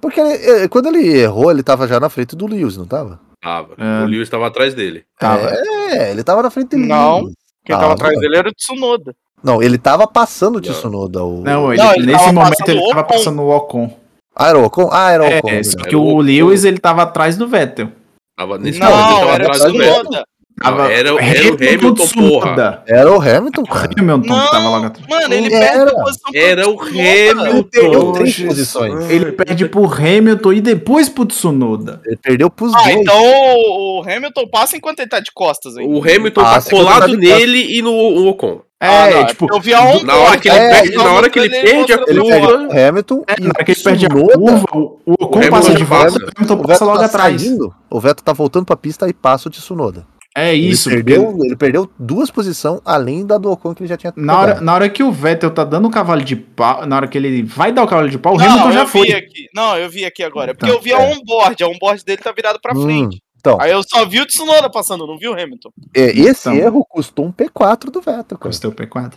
Speaker 2: Porque ele- é, quando ele errou, ele tava já na frente do Lewis, não tava?
Speaker 4: Tava.
Speaker 3: É.
Speaker 4: O Lewis tava atrás dele.
Speaker 3: Tava.
Speaker 2: É, ele tava na frente do
Speaker 5: Não.
Speaker 2: Lewis.
Speaker 5: Quem tava
Speaker 2: Ah,
Speaker 5: atrás
Speaker 2: não.
Speaker 5: dele era o Tsunoda.
Speaker 2: Não, ele tava passando o
Speaker 4: Não.
Speaker 2: Tsunoda. O...
Speaker 3: Não, ele,
Speaker 5: Não, ele
Speaker 3: nesse
Speaker 5: tava
Speaker 3: momento
Speaker 5: passando
Speaker 3: ele
Speaker 5: o
Speaker 3: tava
Speaker 5: Ocon.
Speaker 3: passando o Ocon.
Speaker 2: Ah, era o Ocon? Ah, era o Ocon.
Speaker 3: É,
Speaker 2: né?
Speaker 3: só
Speaker 4: né?
Speaker 3: que o
Speaker 4: Era o
Speaker 3: Lewis ele tava atrás do Vettel.
Speaker 4: Tava nesse
Speaker 5: não,
Speaker 4: momento, ele tava
Speaker 5: era o
Speaker 4: atrás do Vettel.
Speaker 5: Tsunoda.
Speaker 4: Não,
Speaker 3: Tava
Speaker 4: Era, o- era o Hamilton, porra.
Speaker 2: Era o Hamilton, cara.
Speaker 3: O Hamilton que tava logo atrás.
Speaker 5: Mano, ele
Speaker 2: Era.
Speaker 5: perde a posição pro
Speaker 4: Era o
Speaker 5: Tsunoda.
Speaker 4: Hamilton.
Speaker 2: perdeu três
Speaker 3: Jesus.
Speaker 2: posições.
Speaker 3: Ele perde pro Hamilton e depois pro Tsunoda.
Speaker 2: Ele perdeu pros
Speaker 5: Ah,
Speaker 2: dois.
Speaker 5: então o Hamilton passa enquanto ele tá de costas aí.
Speaker 4: O Hamilton
Speaker 2: Ah,
Speaker 4: tá
Speaker 2: você tá
Speaker 4: colado
Speaker 2: ligado.
Speaker 4: nele e no o Ocon.
Speaker 3: É,
Speaker 5: Ah, não,
Speaker 3: tipo,
Speaker 5: eu vi a onda,
Speaker 4: Na hora que ele,
Speaker 2: é,
Speaker 4: perde, na hora que ele perde a
Speaker 2: Ele perdeu
Speaker 4: curva,
Speaker 2: pro Hamilton
Speaker 3: Então, É, na hora que ele
Speaker 2: o
Speaker 3: perde a
Speaker 2: Tsunoda-
Speaker 3: curva, o, o Ocon
Speaker 4: Hamilton
Speaker 3: passa de
Speaker 4: já
Speaker 3: volta,
Speaker 4: passa.
Speaker 3: o Hamilton
Speaker 2: O
Speaker 3: passa
Speaker 2: Veto
Speaker 3: logo
Speaker 2: tá
Speaker 3: atrás.
Speaker 2: saindo, o Veto tá voltando pra pista e passa o Tsunoda.
Speaker 3: É isso,
Speaker 2: ele
Speaker 3: porque
Speaker 2: perdeu, ele perdeu duas posições além da do Ocon que ele já tinha
Speaker 3: na hora,
Speaker 2: pegado.
Speaker 3: na hora que o Vettel tá dando o cavalo de pau, na hora que ele vai dar o cavalo de pau, o
Speaker 5: Não,
Speaker 3: Hamilton já
Speaker 5: eu
Speaker 3: foi.
Speaker 5: vi aqui. Não, eu vi aqui agora. Porque
Speaker 3: Então,
Speaker 5: eu vi a
Speaker 2: é.
Speaker 5: onboard. A onboard dele tá virada pra frente.
Speaker 2: Hum, então,
Speaker 5: Aí eu só vi o Tsunoda passando, não vi o Hamilton.
Speaker 2: é, esse
Speaker 3: Então.
Speaker 2: erro custou um P4 do Veto, cara.
Speaker 3: Custou o P4.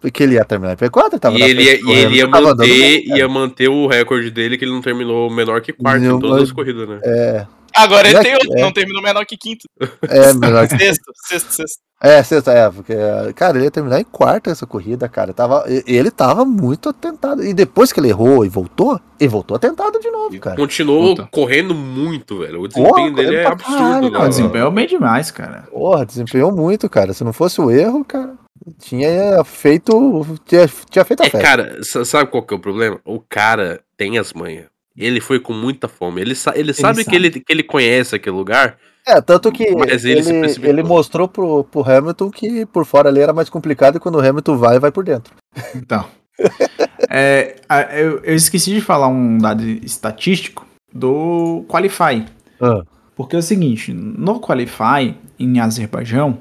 Speaker 2: Porque ele ia terminar em P4, ele tava
Speaker 4: e
Speaker 2: na
Speaker 4: ele,
Speaker 2: frente do
Speaker 4: e ele ia,
Speaker 2: Hamilton, tava andando
Speaker 4: manter,
Speaker 2: bem, cara.
Speaker 4: ia manter o recorde dele que ele não terminou menor que quarto
Speaker 2: Não,
Speaker 4: em todas
Speaker 2: mas-
Speaker 4: as corridas, né?
Speaker 2: É,
Speaker 5: Agora ele
Speaker 2: Já
Speaker 5: tem
Speaker 2: que-
Speaker 5: outro,
Speaker 2: é.
Speaker 5: não terminou menor que quinto.
Speaker 2: é, melhor que-
Speaker 5: Sexto, sexto, sexto.
Speaker 2: é, sexta, é, porque, cara, ele ia terminar em quarto essa corrida, cara. Tava, e- ele tava muito atentado. E depois que ele errou e voltou, ele voltou atentado de novo, cara.
Speaker 4: Continuou
Speaker 3: Puta.
Speaker 4: correndo muito, velho. O
Speaker 2: Porra,
Speaker 4: desempenho dele é
Speaker 2: correndo pra caralho,
Speaker 4: absurdo,
Speaker 2: cara.
Speaker 3: O
Speaker 4: né?
Speaker 3: desempenho é bem demais, cara.
Speaker 2: Porra, desempenhou muito, cara. Se não fosse o erro, cara, tinha eh, feito. Tinha, tinha feito a
Speaker 4: É,
Speaker 2: festa.
Speaker 4: cara, sa- sabe qual que é o problema? O cara tem as manhas. Ele foi com muita fome. Ele, sa- ele sabe,
Speaker 3: sabe.
Speaker 4: Que, ele, que ele conhece aquele lugar.
Speaker 2: É, tanto que
Speaker 4: Mas ele
Speaker 2: ele,
Speaker 4: se
Speaker 2: ele,
Speaker 4: precipitou.
Speaker 2: mostrou pro, pro Hamilton que por fora ali era mais complicado e quando o Hamilton vai, vai por dentro.
Speaker 3: Então. É, a- eu, eu esqueci de falar um dado estatístico do Qualify.
Speaker 2: Ah.
Speaker 3: Porque é o seguinte, no Qualify, em Azerbaijão,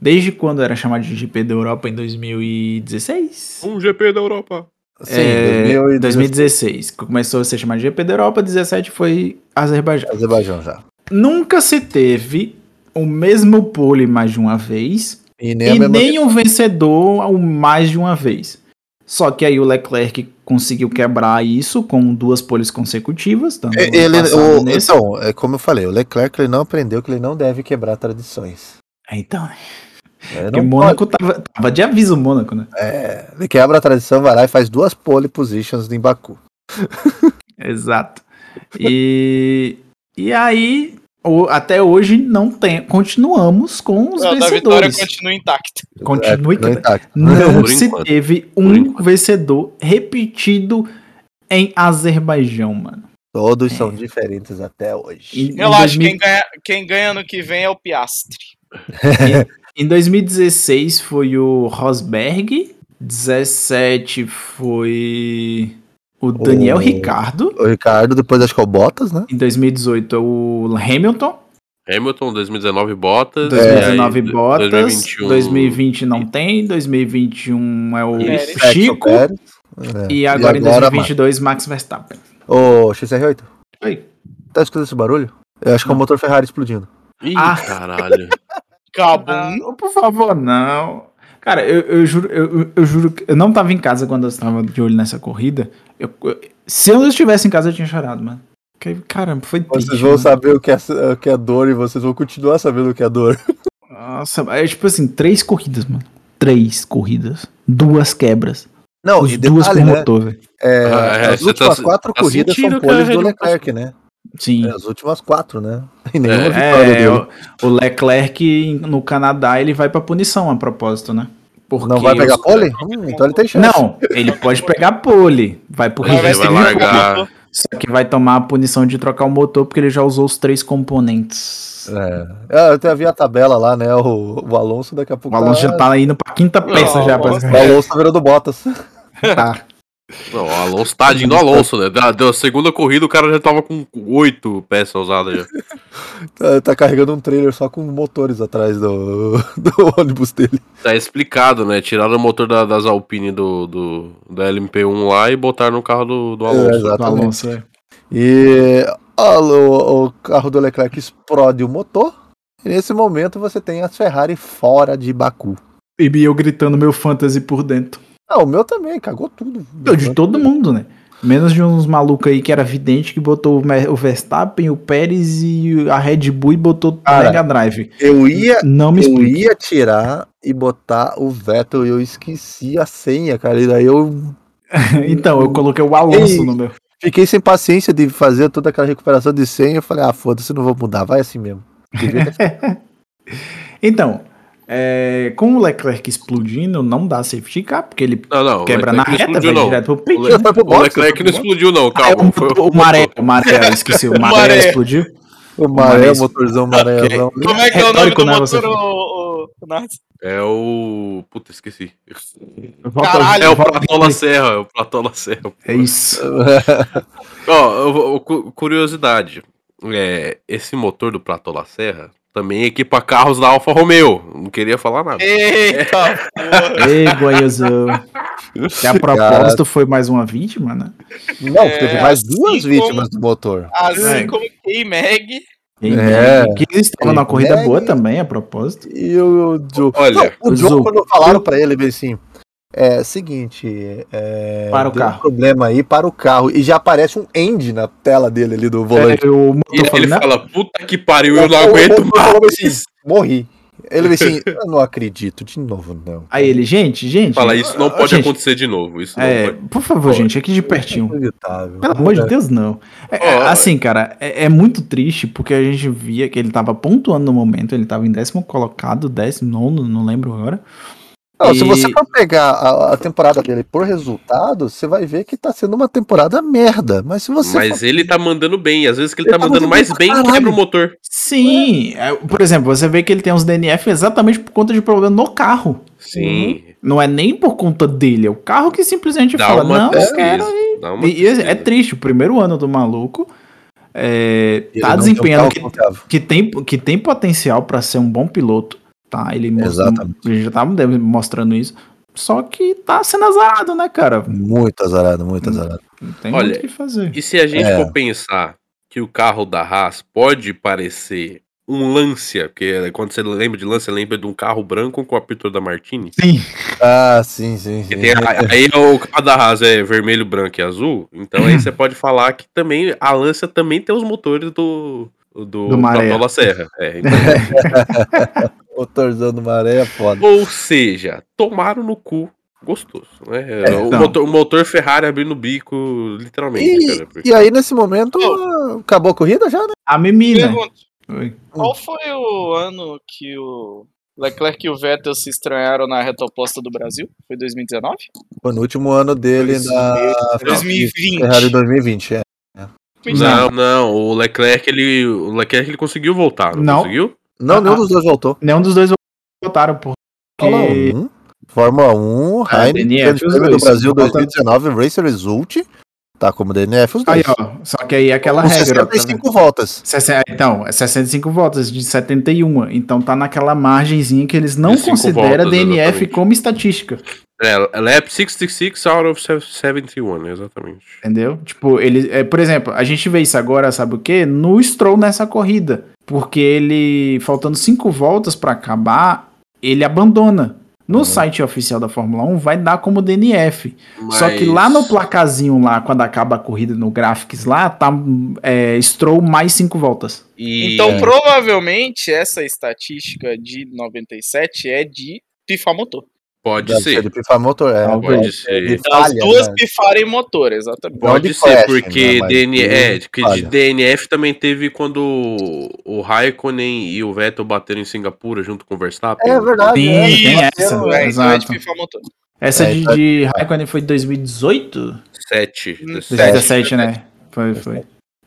Speaker 3: desde quando era chamado de GP da Europa em 2016?
Speaker 4: Um GP da Europa.
Speaker 2: Sim,
Speaker 3: É,
Speaker 2: 2016,
Speaker 3: 2016, que começou a ser chamado de GP da Europa, 17 foi Azerbaijão.
Speaker 2: Azerbaijão já.
Speaker 3: Nunca se teve o mesmo pole mais de uma vez
Speaker 2: E nem a
Speaker 3: e
Speaker 2: mesma-
Speaker 3: nem um vencedor o mais de uma vez. Só que aí o Leclerc conseguiu quebrar isso com duas poles consecutivas. dando
Speaker 2: É,
Speaker 3: ano
Speaker 2: Ele,
Speaker 3: passado
Speaker 2: o-
Speaker 3: nesse.
Speaker 2: então, é como eu falei, o Leclerc ele não aprendeu que ele não deve quebrar tradições.
Speaker 3: É, então,
Speaker 2: Ele,
Speaker 3: Porque
Speaker 2: não
Speaker 3: Mônaco tava, tava de aviso, Mônaco, né?
Speaker 2: pode- é, ele quebra a tradição, vai lá e faz duas pole positions em Baku.
Speaker 3: Exato. E, e aí, o- até hoje, não tem, continuamos com os
Speaker 5: Não, da vitória
Speaker 3: vencedores.
Speaker 5: continua intacta.
Speaker 3: Continue
Speaker 2: É, não
Speaker 3: que-
Speaker 2: intacto.
Speaker 3: Não
Speaker 4: Por
Speaker 3: se
Speaker 4: enquanto.
Speaker 3: teve
Speaker 4: Por
Speaker 3: um
Speaker 4: enquanto.
Speaker 3: vencedor repetido em Azerbaijão, mano.
Speaker 2: Todos são
Speaker 3: É.
Speaker 2: diferentes até hoje.
Speaker 3: Em, em
Speaker 5: Relaxa,
Speaker 3: 2000
Speaker 4: é
Speaker 5: quem ganha, quem ganha no que vem é o Piastri.
Speaker 3: em 2016 foi o Rosberg, 17 foi o Daniel
Speaker 2: O-
Speaker 3: Ricardo,
Speaker 2: O Ricardo, depois acho que é o Bottas, né?
Speaker 3: em 2018 é o Hamilton,
Speaker 4: Hamilton, 2019 Bottas.
Speaker 2: É.
Speaker 3: 2019
Speaker 4: É, e um. aí,
Speaker 3: Bottas,
Speaker 4: 2021.
Speaker 3: 2020 não tem, 2021 é o
Speaker 5: Pérez.
Speaker 3: Chico,
Speaker 2: Sérgio Pérez. É.
Speaker 3: e agora em
Speaker 2: agora,
Speaker 3: 2022 Max Verstappen.
Speaker 2: Ô, XR8.
Speaker 3: Oi.
Speaker 2: Tá escutando esse barulho? Eu acho que é o motor Ferrari explodindo.
Speaker 4: Ih,
Speaker 3: Ah.
Speaker 4: caralho.
Speaker 5: Cabum.
Speaker 3: Não, Ah, por favor, não. Cara, eu, eu juro, eu, eu- eu juro que eu não tava em casa quando eu estava de olho nessa corrida. Eu- eu- se eu não estivesse em casa, eu tinha chorado, mano. Porque, Caramba, foi triste.
Speaker 2: Vocês vão
Speaker 3: mano.
Speaker 2: saber o que é, o que é dor e vocês vão continuar sabendo o que é dor.
Speaker 3: Nossa, é tipo assim, três corridas, mano. Três corridas. Duas quebras.
Speaker 2: Não,
Speaker 3: Os
Speaker 2: e
Speaker 3: duas
Speaker 2: detalhe,
Speaker 3: com
Speaker 2: né?
Speaker 3: motor, velho.
Speaker 2: É,
Speaker 4: Ah, é,
Speaker 2: as
Speaker 4: você tá
Speaker 2: últimas
Speaker 4: se-
Speaker 2: quatro
Speaker 4: tá
Speaker 2: corridas são
Speaker 4: sentindo que
Speaker 2: poles
Speaker 4: a
Speaker 2: do
Speaker 4: Red Bull
Speaker 2: Leclerc, né?
Speaker 3: Sim.
Speaker 2: É, as últimas quatro, né? E nenhuma
Speaker 4: É,
Speaker 2: vitória
Speaker 3: É,
Speaker 2: dele.
Speaker 3: o, o Leclerc em- no Canadá, ele vai pra punição a propósito, né? Porque
Speaker 2: Não vai pegar
Speaker 3: os-
Speaker 2: pole? Hum, então ele tem chance.
Speaker 3: Não, ele pode pegar pole. Vai pro
Speaker 4: Ele vai
Speaker 3: registro de
Speaker 4: largar.
Speaker 3: Só que vai tomar a punição de trocar o motor porque ele já usou os três componentes.
Speaker 2: É. Eu até vi a tabela lá, né? O, o Alonso daqui a pouco.
Speaker 3: O Alonso já tá indo pra quinta peça já.
Speaker 5: Nossa.
Speaker 2: O Alonso tá virando Bottas.
Speaker 3: Pra... Tá.
Speaker 4: Não, o Alonso, tadinho do Alonso, né? Da, da segunda corrida o cara já tava com oito peças usadas já.
Speaker 2: Tá, tá carregando um trailer só com motores atrás do, do ônibus dele.
Speaker 4: Tá explicado, né? Tiraram o motor da- das Alpine do, do- da LMP1 lá e botaram no carro do, do
Speaker 2: É,
Speaker 4: Alonso.
Speaker 3: Do
Speaker 2: exatamente.
Speaker 3: Alonso, é.
Speaker 2: E ó, o, o carro do Leclerc explode o motor. E nesse momento você tem as Ferrari fora de Baku.
Speaker 3: E eu gritando meu fantasy por dentro.
Speaker 2: Ah, o meu também, cagou tudo.
Speaker 3: Eu, de todo mundo, né? Menos de uns malucos aí que era vidente que botou o Mer- o Verstappen, o Pérez e a Red Bull e botou o
Speaker 2: Cara,
Speaker 3: Mega Drive.
Speaker 2: Eu ia um
Speaker 3: Não me
Speaker 2: Eu
Speaker 3: explica.
Speaker 2: ia tirar e botar o Vettel e eu esqueci a senha, cara. E daí eu
Speaker 3: Então, eu coloquei o Alonso
Speaker 2: Ei.
Speaker 3: no meu.
Speaker 2: fiquei sem paciência de fazer toda aquela recuperação de senha. Eu falei, ah, foda-se, não vou mudar, vai assim mesmo. Devia ter-
Speaker 3: Então, é, com o Leclerc explodindo, não dá safety car, porque ele
Speaker 4: Não, Ah, não. o
Speaker 3: quebra
Speaker 4: Leclerc
Speaker 3: na
Speaker 4: não
Speaker 3: reta,
Speaker 4: explodiu,
Speaker 3: vai
Speaker 4: não.
Speaker 3: direto pro pit.
Speaker 2: Ele foi pro
Speaker 4: O
Speaker 2: box,
Speaker 4: Leclerc
Speaker 2: foi
Speaker 4: não
Speaker 2: pro box.
Speaker 4: explodiu, não,
Speaker 3: Ah, é
Speaker 4: calma.
Speaker 3: o-
Speaker 4: Tá Foi
Speaker 3: o, maré, o maré, eu esqueci, o maré,
Speaker 5: Maré.
Speaker 3: explodiu.
Speaker 2: O maré,
Speaker 3: Maré-
Speaker 2: o motorzão marélão.
Speaker 5: Como é que é o nome
Speaker 3: Retórico,
Speaker 5: do
Speaker 3: né,
Speaker 5: motor,
Speaker 3: você?
Speaker 5: o, o, o Nardes?
Speaker 4: É o. Puta, esqueci.
Speaker 3: Volta-
Speaker 5: Caralho,
Speaker 4: É o
Speaker 3: volta-
Speaker 4: Pratola Serra, é o Pratola Serra.
Speaker 3: É isso.
Speaker 4: Ó, eu vou- eu cu- curiosidade. É, esse motor do Pratola Serra também equipa carros da Alfa Romeo. Não queria falar nada.
Speaker 3: É.
Speaker 5: Eita porra.
Speaker 3: Ei, Goiazão. Que a propósito foi mais uma vítima, né?
Speaker 2: Não,
Speaker 5: É,
Speaker 2: teve mais duas
Speaker 5: assim
Speaker 2: vítimas do motor.
Speaker 5: Assim
Speaker 3: É.
Speaker 5: como K-Mag.
Speaker 3: E,
Speaker 2: É.
Speaker 3: Que eles estavam numa corrida
Speaker 4: É,
Speaker 3: boa também, a propósito.
Speaker 2: E o Joe.
Speaker 4: Olha,
Speaker 2: Não, o
Speaker 3: o
Speaker 2: Joe,
Speaker 3: Zou.
Speaker 2: quando falaram pra ele, bem assim. É, seguinte, é,
Speaker 3: Para o
Speaker 2: deu
Speaker 3: carro.
Speaker 2: Um problema aí para o carro. E já aparece um end na tela dele ali do volante.
Speaker 3: É, o motor
Speaker 4: e ele,
Speaker 3: falou, "Não,
Speaker 4: fala, puta que pariu, eu não
Speaker 2: O- o-
Speaker 4: aguento
Speaker 2: o- o-
Speaker 4: mais.
Speaker 2: falou assim, morri. Ele veio assim, eu não acredito, de novo não.
Speaker 3: Aí ele, gente, gente.
Speaker 4: Fala, isso não
Speaker 3: ah,
Speaker 4: pode
Speaker 3: gente,
Speaker 4: acontecer de novo. Isso não
Speaker 3: É,
Speaker 4: pode.
Speaker 3: por favor, gente, aqui de pertinho.
Speaker 2: Inacreditável.
Speaker 3: Pelo amor de Deus, não. É, é,
Speaker 4: Ó.
Speaker 3: assim, cara, é, é muito triste porque a gente via que ele tava pontuando no momento, ele tava em décimo colocado, décimo nono, não lembro agora.
Speaker 2: Não, Se você
Speaker 3: E-
Speaker 2: for pegar a, a temporada dele por resultado, você vai ver que tá sendo uma temporada merda. Mas se você
Speaker 4: Mas
Speaker 2: for-
Speaker 4: ele tá mandando bem. Às vezes que ele, tá,
Speaker 2: Ele tá
Speaker 4: mandando
Speaker 2: mandando
Speaker 4: mais
Speaker 2: bem pra
Speaker 4: bem,
Speaker 2: caralho.
Speaker 4: quebra o motor.
Speaker 3: Uhum. Sim, é, por exemplo, você vê que ele tem uns DNF exatamente por conta de problema no carro.
Speaker 4: Sim.
Speaker 3: Não é nem por conta dele, é o carro que simplesmente
Speaker 4: Dá
Speaker 3: fala,
Speaker 4: uma
Speaker 3: não, eu
Speaker 4: tristeza,
Speaker 3: quero.
Speaker 4: dá uma
Speaker 3: E, e é
Speaker 4: tristeza.
Speaker 3: triste, o primeiro ano do maluco é,
Speaker 2: ele
Speaker 3: tá
Speaker 2: não
Speaker 3: desempenhando
Speaker 2: tem
Speaker 3: que,
Speaker 2: um carro
Speaker 3: que tem, que tem potencial pra ser um bom piloto, tá? Ele, mostra-
Speaker 2: Exatamente.
Speaker 3: ele já tava de- mostrando isso. Só que tá sendo azarado, né, cara?
Speaker 2: Muito azarado, muito azarado.
Speaker 3: Não tem
Speaker 4: Olha,
Speaker 3: muito o que fazer.
Speaker 4: E se a gente
Speaker 2: É.
Speaker 4: for pensar que o carro da Haas pode parecer um Lancia, porque quando você lembra de Lancia, lembra de um carro branco com a pintura da Martini.
Speaker 2: Ah, sim, sim.
Speaker 4: Que
Speaker 2: sim.
Speaker 4: tem a- aí o carro da Haas é vermelho, branco e azul. Então aí você pode falar que também a Lancia também tem os motores do do,
Speaker 3: Do Maré.
Speaker 4: Patola Serra. É, então-
Speaker 2: Motorzão do maré é foda.
Speaker 4: ou seja, tomaram no cu. Gostoso, né?
Speaker 2: É,
Speaker 4: o,
Speaker 3: não.
Speaker 4: motor, o motor Ferrari abrindo o bico, literalmente. cara, porque-
Speaker 2: E, e aí, nesse momento, acabou a corrida já, né?
Speaker 3: A Memina.
Speaker 5: Pergunta,
Speaker 3: Oi.
Speaker 5: qual foi o ano que o Leclerc e o Vettel se estranharam na reta oposta do Brasil? Foi 2019?
Speaker 2: Foi no último ano dele na
Speaker 3: Ah,
Speaker 5: 2020.
Speaker 2: Ferrari 2020, é.
Speaker 4: Não, não, o Leclerc ele, o Leclerc, ele conseguiu voltar, não,
Speaker 3: Não.
Speaker 4: conseguiu?
Speaker 2: Não, nenhum
Speaker 3: Ah.
Speaker 2: dos dois voltou.
Speaker 3: Nenhum dos dois votaram, porque.
Speaker 2: Fórmula 1, Fórmula 1
Speaker 3: Ah,
Speaker 2: Heineken,
Speaker 3: DNF,
Speaker 2: Grande
Speaker 3: os
Speaker 2: Prêmio do
Speaker 3: dois.
Speaker 2: Brasil
Speaker 3: Volta.
Speaker 2: 2019, Racer Result, tá como DNF os
Speaker 3: Aí,
Speaker 2: dois.
Speaker 3: ó. Só que aí é aquela
Speaker 2: Com
Speaker 3: regra. ó, tá vendo?
Speaker 2: 65 voltas.
Speaker 3: Sesse- Então, é 65 votos de 71. Então tá naquela margenzinha que eles não
Speaker 4: De cinco
Speaker 3: consideram
Speaker 4: votos,
Speaker 3: DNF
Speaker 4: exatamente.
Speaker 3: como estatística.
Speaker 4: É, lap 66 out of 71, exatamente.
Speaker 3: Entendeu? Tipo, ele. É, por exemplo, a gente vê isso agora, sabe o quê? No Stroll nessa corrida. Porque ele, faltando cinco voltas pra acabar, ele abandona. No
Speaker 2: Uhum.
Speaker 3: site oficial da Fórmula 1 vai dar como DNF. Só que lá no placazinho, lá, quando acaba a corrida no Graphics lá, tá é, Stroll mais cinco voltas.
Speaker 4: E-
Speaker 5: Então, provavelmente, essa estatística de 97 é de pifar motor.
Speaker 4: pode
Speaker 2: Deve
Speaker 4: ser,
Speaker 2: de pifar motor, é.
Speaker 3: Talvez.
Speaker 4: pode ser.
Speaker 2: de
Speaker 5: As
Speaker 2: falha,
Speaker 5: duas
Speaker 2: né?
Speaker 5: pifarem motor, exatamente.
Speaker 2: Não
Speaker 4: Pode
Speaker 2: de
Speaker 4: ser,
Speaker 2: crash, né,
Speaker 4: porque
Speaker 2: mas
Speaker 4: DN... é,
Speaker 2: de
Speaker 4: que de
Speaker 2: falha.
Speaker 4: DNF também teve quando o Raikkonen e o Vettel bateram em Singapura junto com o Verstappen.
Speaker 2: É verdade,
Speaker 3: Sim,
Speaker 2: é,
Speaker 3: tem
Speaker 2: bateu,
Speaker 3: essa,
Speaker 2: é.
Speaker 5: É, então é de
Speaker 3: exato.
Speaker 5: pifar motor.
Speaker 3: Essa
Speaker 2: É,
Speaker 3: de,
Speaker 4: tá-
Speaker 2: então-
Speaker 3: de Raikkonen foi de 2018?
Speaker 4: 7,
Speaker 5: Hum,
Speaker 4: 17.
Speaker 3: 2017, né? Foi, foi.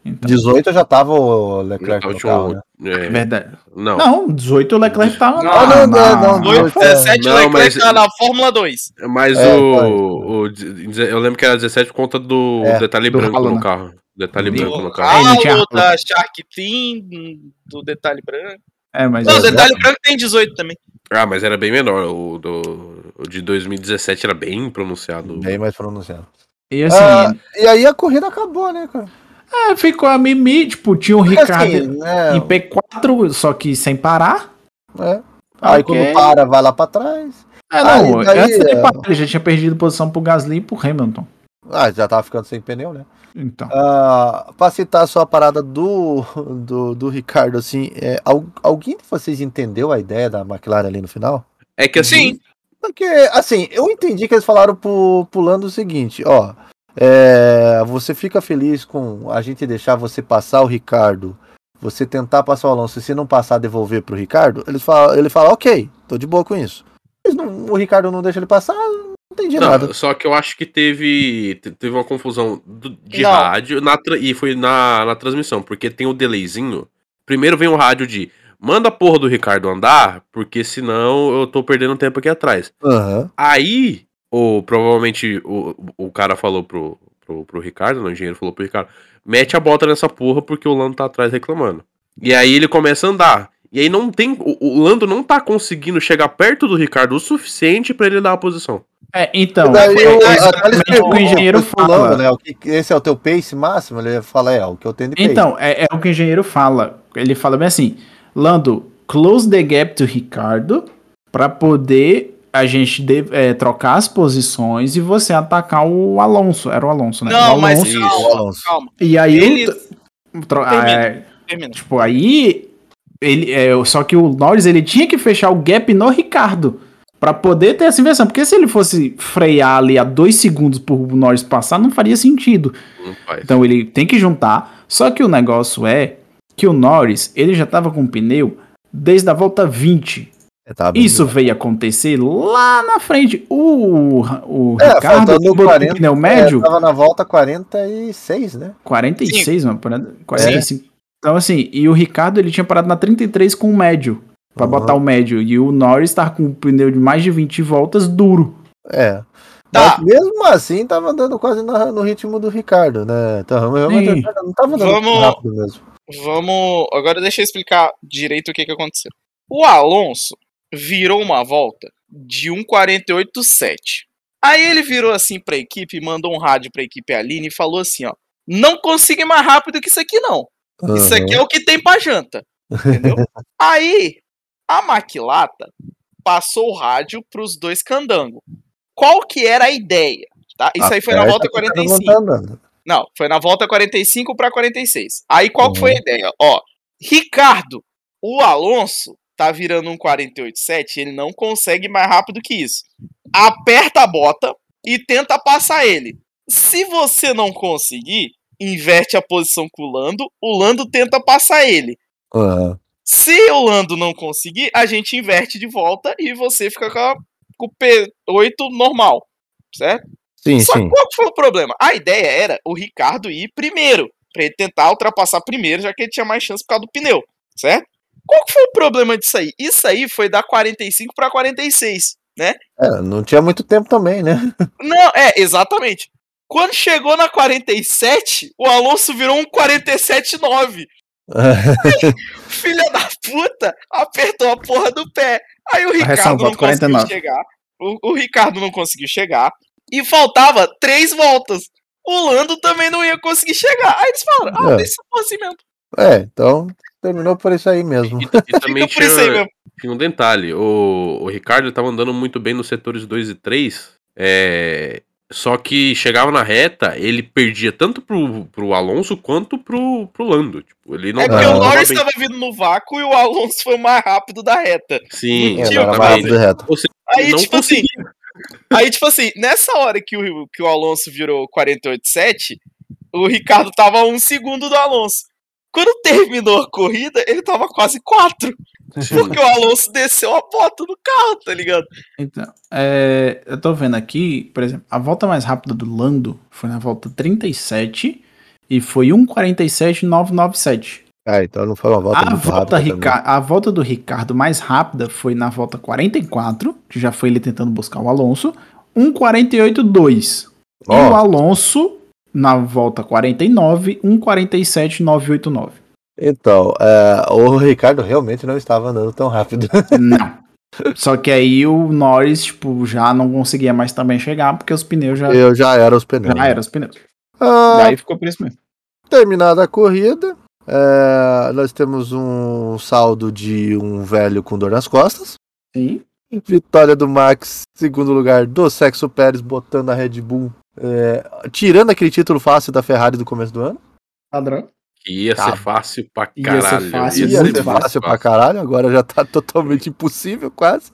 Speaker 3: Então,
Speaker 2: 18 já tava o Leclerc no carro, né?
Speaker 4: É,
Speaker 3: verdade.
Speaker 4: Não,
Speaker 3: Não, 18 o Leclerc tava
Speaker 5: Não,
Speaker 2: não,
Speaker 3: lá. na-
Speaker 2: não, não.
Speaker 5: Oito, 17
Speaker 4: Não,
Speaker 5: Leclerc
Speaker 4: mas-
Speaker 5: tá na Fórmula 2.
Speaker 4: mas
Speaker 2: É,
Speaker 4: o, o de- Eu lembro que era 17 por conta do
Speaker 2: É,
Speaker 4: detalhe
Speaker 3: do
Speaker 4: branco
Speaker 3: ralo,
Speaker 4: no
Speaker 3: né?
Speaker 4: carro. Detalhe
Speaker 3: Do-
Speaker 4: branco no
Speaker 5: Do
Speaker 4: carro.
Speaker 3: Ah, não tinha
Speaker 5: Halo,
Speaker 3: ralo.
Speaker 5: da Shark Team, do Detalhe Branco.
Speaker 3: É, mas
Speaker 5: Não, o
Speaker 2: Exato.
Speaker 5: Detalhe Branco tem 18 também.
Speaker 4: Ah, mas era bem menor. O, do, o de 2017 era bem pronunciado.
Speaker 2: Bem mais pronunciado.
Speaker 3: E assim,
Speaker 2: Ah, E aí a corrida acabou, né, cara?
Speaker 3: é, ficou a Mimi, tipo, tinha o Ricardo
Speaker 2: Assim, né,
Speaker 3: em P4, só que sem parar.
Speaker 2: né? Aí
Speaker 3: Porque-
Speaker 2: quando para, vai lá pra trás.
Speaker 3: É, não,
Speaker 2: Aí, daí,
Speaker 3: antes de
Speaker 2: é.
Speaker 3: parar, ele já tinha perdido posição pro Gasly e pro Hamilton.
Speaker 2: Ah, já tava ficando sem pneu, né?
Speaker 3: Então.
Speaker 2: Ah, pra citar só a parada do, do, do Ricardo, assim, é, al- alguém de vocês entendeu a ideia da McLaren ali no final?
Speaker 4: É que assim.
Speaker 5: Sim,
Speaker 2: Porque, assim, eu entendi que eles falaram pro, pro Lando o seguinte, ó, é, você fica feliz com a gente deixar você passar o Ricardo, você tentar passar o Alonso, e se não passar, devolver pro Ricardo, eles fala, ele fala, ok, tô de boa com isso. Mas não- o Ricardo não deixa ele passar, não entendi
Speaker 4: não,
Speaker 2: nada.
Speaker 4: só que eu acho que teve te- teve uma confusão do- de
Speaker 5: Não.
Speaker 4: rádio na tra- e foi na, na transmissão, porque tem o delayzinho. Primeiro vem o rádio de manda a porra do Ricardo andar, porque senão eu tô perdendo tempo aqui atrás.
Speaker 2: Aham.
Speaker 4: Aí, o, provavelmente, o, o cara falou pro, pro, pro Ricardo, não, o engenheiro falou pro Ricardo, mete a bota nessa porra porque o Lando tá atrás reclamando. E aí ele começa a andar. E aí não tem. O, o Lando não tá conseguindo chegar perto do Ricardo o suficiente pra ele dar a posição.
Speaker 3: É, então.
Speaker 2: E daí
Speaker 5: foi
Speaker 2: o-
Speaker 5: exatamente
Speaker 2: a- eles
Speaker 3: o que o
Speaker 2: perguntam
Speaker 3: engenheiro
Speaker 2: pro fulano,
Speaker 3: fala.
Speaker 2: né, o que- esse é o teu pace máximo? Ele fala, é, o que eu tenho de pace.
Speaker 3: Então, é, é o que o engenheiro fala. Ele fala bem assim: Lando, close the gap to Ricardo pra poder a gente de- é, trocar as posições e você atacar o Alonso. Era o Alonso, né? o
Speaker 5: Não,
Speaker 3: Alonso.
Speaker 5: mas
Speaker 4: Alonso.
Speaker 5: calma,
Speaker 2: O Alonso.
Speaker 5: calma.
Speaker 3: E aí. o
Speaker 5: Ele-
Speaker 3: t- tro-
Speaker 5: Termina.
Speaker 3: é,
Speaker 5: Termina.
Speaker 3: tipo, aí. Ele, é, só que o Norris ele tinha que fechar o gap no Ricardo. Pra poder ter essa inversão. Porque se ele fosse frear ali a dois segundos pro Norris passar, não faria sentido.
Speaker 4: Não faz.
Speaker 3: Então ele tem que juntar. Só que o negócio é que o Norris ele já estava com pneu desde a volta 20.
Speaker 2: É, tá bem.
Speaker 3: Isso veio acontecer lá na frente. O, o
Speaker 2: É,
Speaker 3: Ricardo
Speaker 2: faltando
Speaker 3: botou
Speaker 2: 40,
Speaker 3: o pneu
Speaker 2: É,
Speaker 3: médio
Speaker 2: tava na volta 46, né?
Speaker 3: 46, mano, por-
Speaker 2: É.
Speaker 3: 45. Então assim, e o Ricardo ele tinha parado na 33 com o médio. Pra
Speaker 2: Uhum.
Speaker 3: botar o médio. E o Norris tá com o pneu de mais de 20 voltas duro.
Speaker 2: É.
Speaker 5: Tá.
Speaker 2: Mas mesmo assim, tava andando quase na- no ritmo do Ricardo, né? Então, realmente,
Speaker 3: Sim.
Speaker 2: o Ricardo não tava andando
Speaker 5: Vamos-
Speaker 2: rápido mesmo.
Speaker 5: Vamos. Agora deixa eu explicar direito o que, que aconteceu. O Alonso virou uma volta de 1,48,7. Aí ele virou assim pra equipe, mandou um rádio pra equipe Aline e falou assim: ó. Não consigo ir mais rápido que isso aqui, não. Isso aqui é o que tem pra janta. Entendeu? Aí, a Maquilata passou o rádio pros dois candango. Qual que era a ideia? tá? Isso aí foi na
Speaker 2: Aperta
Speaker 5: volta
Speaker 2: porque tá
Speaker 5: 45.
Speaker 2: mandando.
Speaker 5: Não, foi na volta 45 para 46. Aí qual que foi a ideia? Ó, Ricardo, o Alonso tá virando um 48.7, ele não consegue mais rápido que isso. Aperta a bota e tenta passar ele. Se você não conseguir, inverte a posição com o Lando, o Lando tenta passar ele.
Speaker 2: Ah,
Speaker 5: Se o Lando não conseguir, a gente inverte de volta e você fica com, a- com o P8 normal, certo?
Speaker 2: Sim,
Speaker 5: Só que
Speaker 2: sim.
Speaker 5: qual que foi o problema? A ideia era o Ricardo ir primeiro, pra ele tentar ultrapassar primeiro, já que ele tinha mais chance por causa do pneu, certo? Qual que foi o problema disso aí? Isso aí foi da 45 pra 46, né?
Speaker 2: É, não tinha muito tempo também, né?
Speaker 5: Não, é, exatamente. Quando chegou na 47, o Alonso virou um 47-9. Filha da puta, apertou a porra do pé. Aí o Ricardo
Speaker 3: ressalva
Speaker 5: não
Speaker 3: do 49.
Speaker 5: conseguiu chegar. O, o Ricardo não conseguiu chegar. E faltava três voltas. O Lando também não ia conseguir chegar. Aí eles falaram, ah,
Speaker 2: É.
Speaker 5: deixa eu assim mesmo.
Speaker 2: É, então terminou por isso aí mesmo.
Speaker 4: E, e também
Speaker 5: Fica por isso aí
Speaker 4: tinha,
Speaker 5: mesmo.
Speaker 4: tinha um detalhe. O, o Ricardo tava andando muito bem nos setores 2 e 3. é, só que chegava na reta, ele perdia tanto pro, pro Alonso quanto pro, pro Lando. Tipo, ele não
Speaker 5: É porque o
Speaker 4: não tava
Speaker 5: Norris
Speaker 4: bem.
Speaker 5: estava vindo no vácuo e o Alonso foi o mais rápido da reta.
Speaker 4: Sim,
Speaker 5: É,
Speaker 2: Era
Speaker 5: tio,
Speaker 2: mais
Speaker 5: também,
Speaker 2: rápido
Speaker 4: exatamente.
Speaker 2: e reto.
Speaker 5: Aí,
Speaker 4: Não
Speaker 5: tipo
Speaker 4: conseguia.
Speaker 5: assim. Aí, tipo assim, nessa hora que o, que o Alonso virou 48-7, o Ricardo tava a um segundo do Alonso. Quando terminou a corrida, ele tava quase quatro. Porque o Alonso desceu a bota do carro, tá ligado?
Speaker 3: Então, é, eu tô vendo aqui, por exemplo, a volta mais rápida do Lando foi na volta 37 e foi 1,47,997.
Speaker 2: Ah, então não foi uma volta
Speaker 3: A
Speaker 2: muito
Speaker 3: volta,
Speaker 2: rápida.
Speaker 3: Rica a volta do Ricardo mais rápida foi na volta 44, que já foi ele tentando buscar o Alonso, 1,48,2. E
Speaker 2: também.
Speaker 3: o
Speaker 2: Ó,
Speaker 3: Alonso, na volta 49, 1,47,989.
Speaker 2: então, é, o Ricardo realmente não estava andando tão rápido.
Speaker 3: Não. Só que aí o Norris, tipo, já não conseguia mais também chegar, porque os pneus já,
Speaker 2: Eu já era os pneus.
Speaker 3: já eram os pneus.
Speaker 2: Ah,
Speaker 3: Daí ficou por isso mesmo.
Speaker 2: terminada a corrida, é, nós temos um saldo de um velho com dor nas costas.
Speaker 3: Sim.
Speaker 2: Vitória do Max, segundo lugar do Sexo Pérez, botando a Red Bull. é, tirando aquele título fácil da Ferrari do começo do ano.
Speaker 3: Padrão.
Speaker 4: Que ia
Speaker 2: Tá.
Speaker 4: ser fácil pra
Speaker 3: Ia ser
Speaker 4: caralho.
Speaker 3: fácil,
Speaker 2: Ia
Speaker 3: muito
Speaker 2: ser é fácil pra caralho, agora já tá totalmente impossível, quase.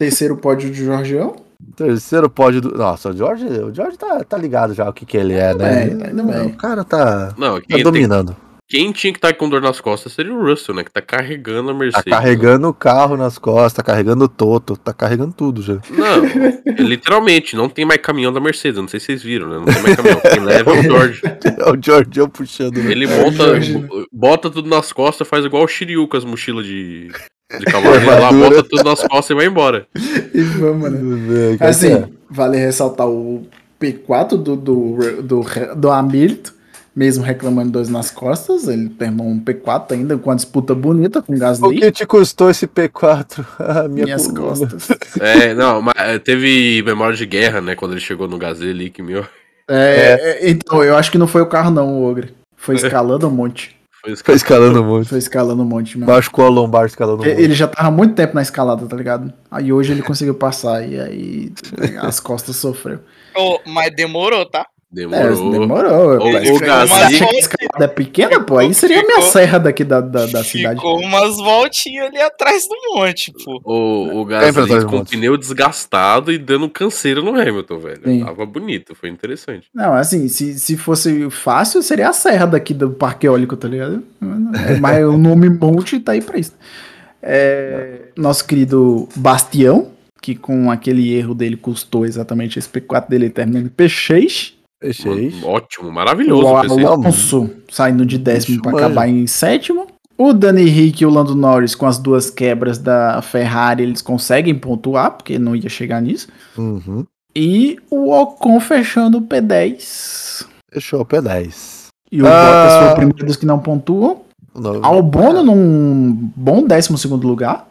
Speaker 3: Terceiro pódio de Jorgeão.
Speaker 2: Terceiro pódio do. Nossa, o George, o George tá, tá ligado já o que, que ele é, né?
Speaker 3: bem, ainda bem.
Speaker 2: O cara tá,
Speaker 4: Não,
Speaker 2: tá
Speaker 4: quem, tem-
Speaker 2: dominando.
Speaker 4: quem tinha que estar com dor nas costas seria o Russell, né? Que tá carregando a
Speaker 2: Tá
Speaker 4: Mercedes. né?
Speaker 2: carregando o carro nas costas, tá carregando o Toto, tá carregando tudo já.
Speaker 4: Não, é, literalmente, não tem mais caminhão da Mercedes. Não sei se vocês viram, né? Não tem mais caminhão. Quem leva é o George.
Speaker 2: É o George puxando. né?
Speaker 4: Ele
Speaker 3: É o
Speaker 4: monta,
Speaker 3: George, né?
Speaker 4: bo- bota tudo nas costas, faz igual o Shiryu com as mochilas de, de cavalo.
Speaker 2: Armadura.
Speaker 4: lá, bota tudo nas costas e vai embora.
Speaker 3: E vamos, né?
Speaker 2: É, que
Speaker 3: Assim,
Speaker 2: é.
Speaker 3: vale ressaltar o P4 do, do, do, do Hamilton, mesmo reclamando dois nas costas. Ele terminou um P4 ainda com uma disputa bonita com o
Speaker 2: O
Speaker 3: Gasly.
Speaker 2: que te custou esse P4? A minha
Speaker 3: Minhas
Speaker 2: coluna.
Speaker 3: costas.
Speaker 4: É, não, mas eh, teve memória de guerra, né? Quando ele chegou no Gazelle, que meu,
Speaker 3: É, é, então, eu acho que não foi o carro, não, o Ogre. Foi escalando um monte.
Speaker 4: foi esse
Speaker 2: Foi
Speaker 4: cara.
Speaker 2: escalando muito.
Speaker 3: Foi escalando um monte mesmo.
Speaker 2: Machucou a lombar escalando
Speaker 3: E-
Speaker 2: muito.
Speaker 3: Ele já tava há muito tempo na escalada, tá ligado? Aí hoje ele conseguiu passar e aí as costas sofreu.
Speaker 5: Ô, mas demorou, tá?
Speaker 3: É,
Speaker 4: Demorou.
Speaker 3: demorou.
Speaker 4: O-
Speaker 3: mas
Speaker 4: o
Speaker 3: eu
Speaker 4: Gasly-
Speaker 3: acho que a escalada é pequena, pô. Aí seria a minha
Speaker 5: Ficou-
Speaker 3: serra daqui da, da, da cidade.
Speaker 5: Ficou umas voltinhas ali atrás do monte, pô.
Speaker 4: O, o
Speaker 3: É,
Speaker 2: pra
Speaker 4: Gasly
Speaker 2: trás,
Speaker 4: com o
Speaker 2: Montes.
Speaker 4: pneu desgastado e dando canseira no Hamilton, velho.
Speaker 3: Sim.
Speaker 4: Tava bonito, foi interessante.
Speaker 3: Não, assim, se, se fosse fácil, seria a serra daqui do Parque Eólico, tá ligado? Mas o nome Monte tá aí pra isso. É, nosso querido Bastião, que com aquele erro dele custou exatamente esse P4 dele terminando em P6.
Speaker 2: Fechei.
Speaker 4: Mano, ótimo, maravilhoso.
Speaker 3: o
Speaker 4: pensei.
Speaker 3: Alonso saindo de décimo
Speaker 2: Isso
Speaker 3: para
Speaker 2: mesmo.
Speaker 3: acabar em sétimo. O Dani Henrique e o Lando Norris com as duas quebras da Ferrari, eles conseguem pontuar, porque não ia chegar nisso.
Speaker 2: Uhum.
Speaker 3: E o Ocon fechando o P10.
Speaker 2: Fechou o P10.
Speaker 3: E o
Speaker 2: Ah.
Speaker 3: Bottas foi o primeiro dos que não pontuam.
Speaker 2: No-
Speaker 3: Albono num bom décimo segundo lugar.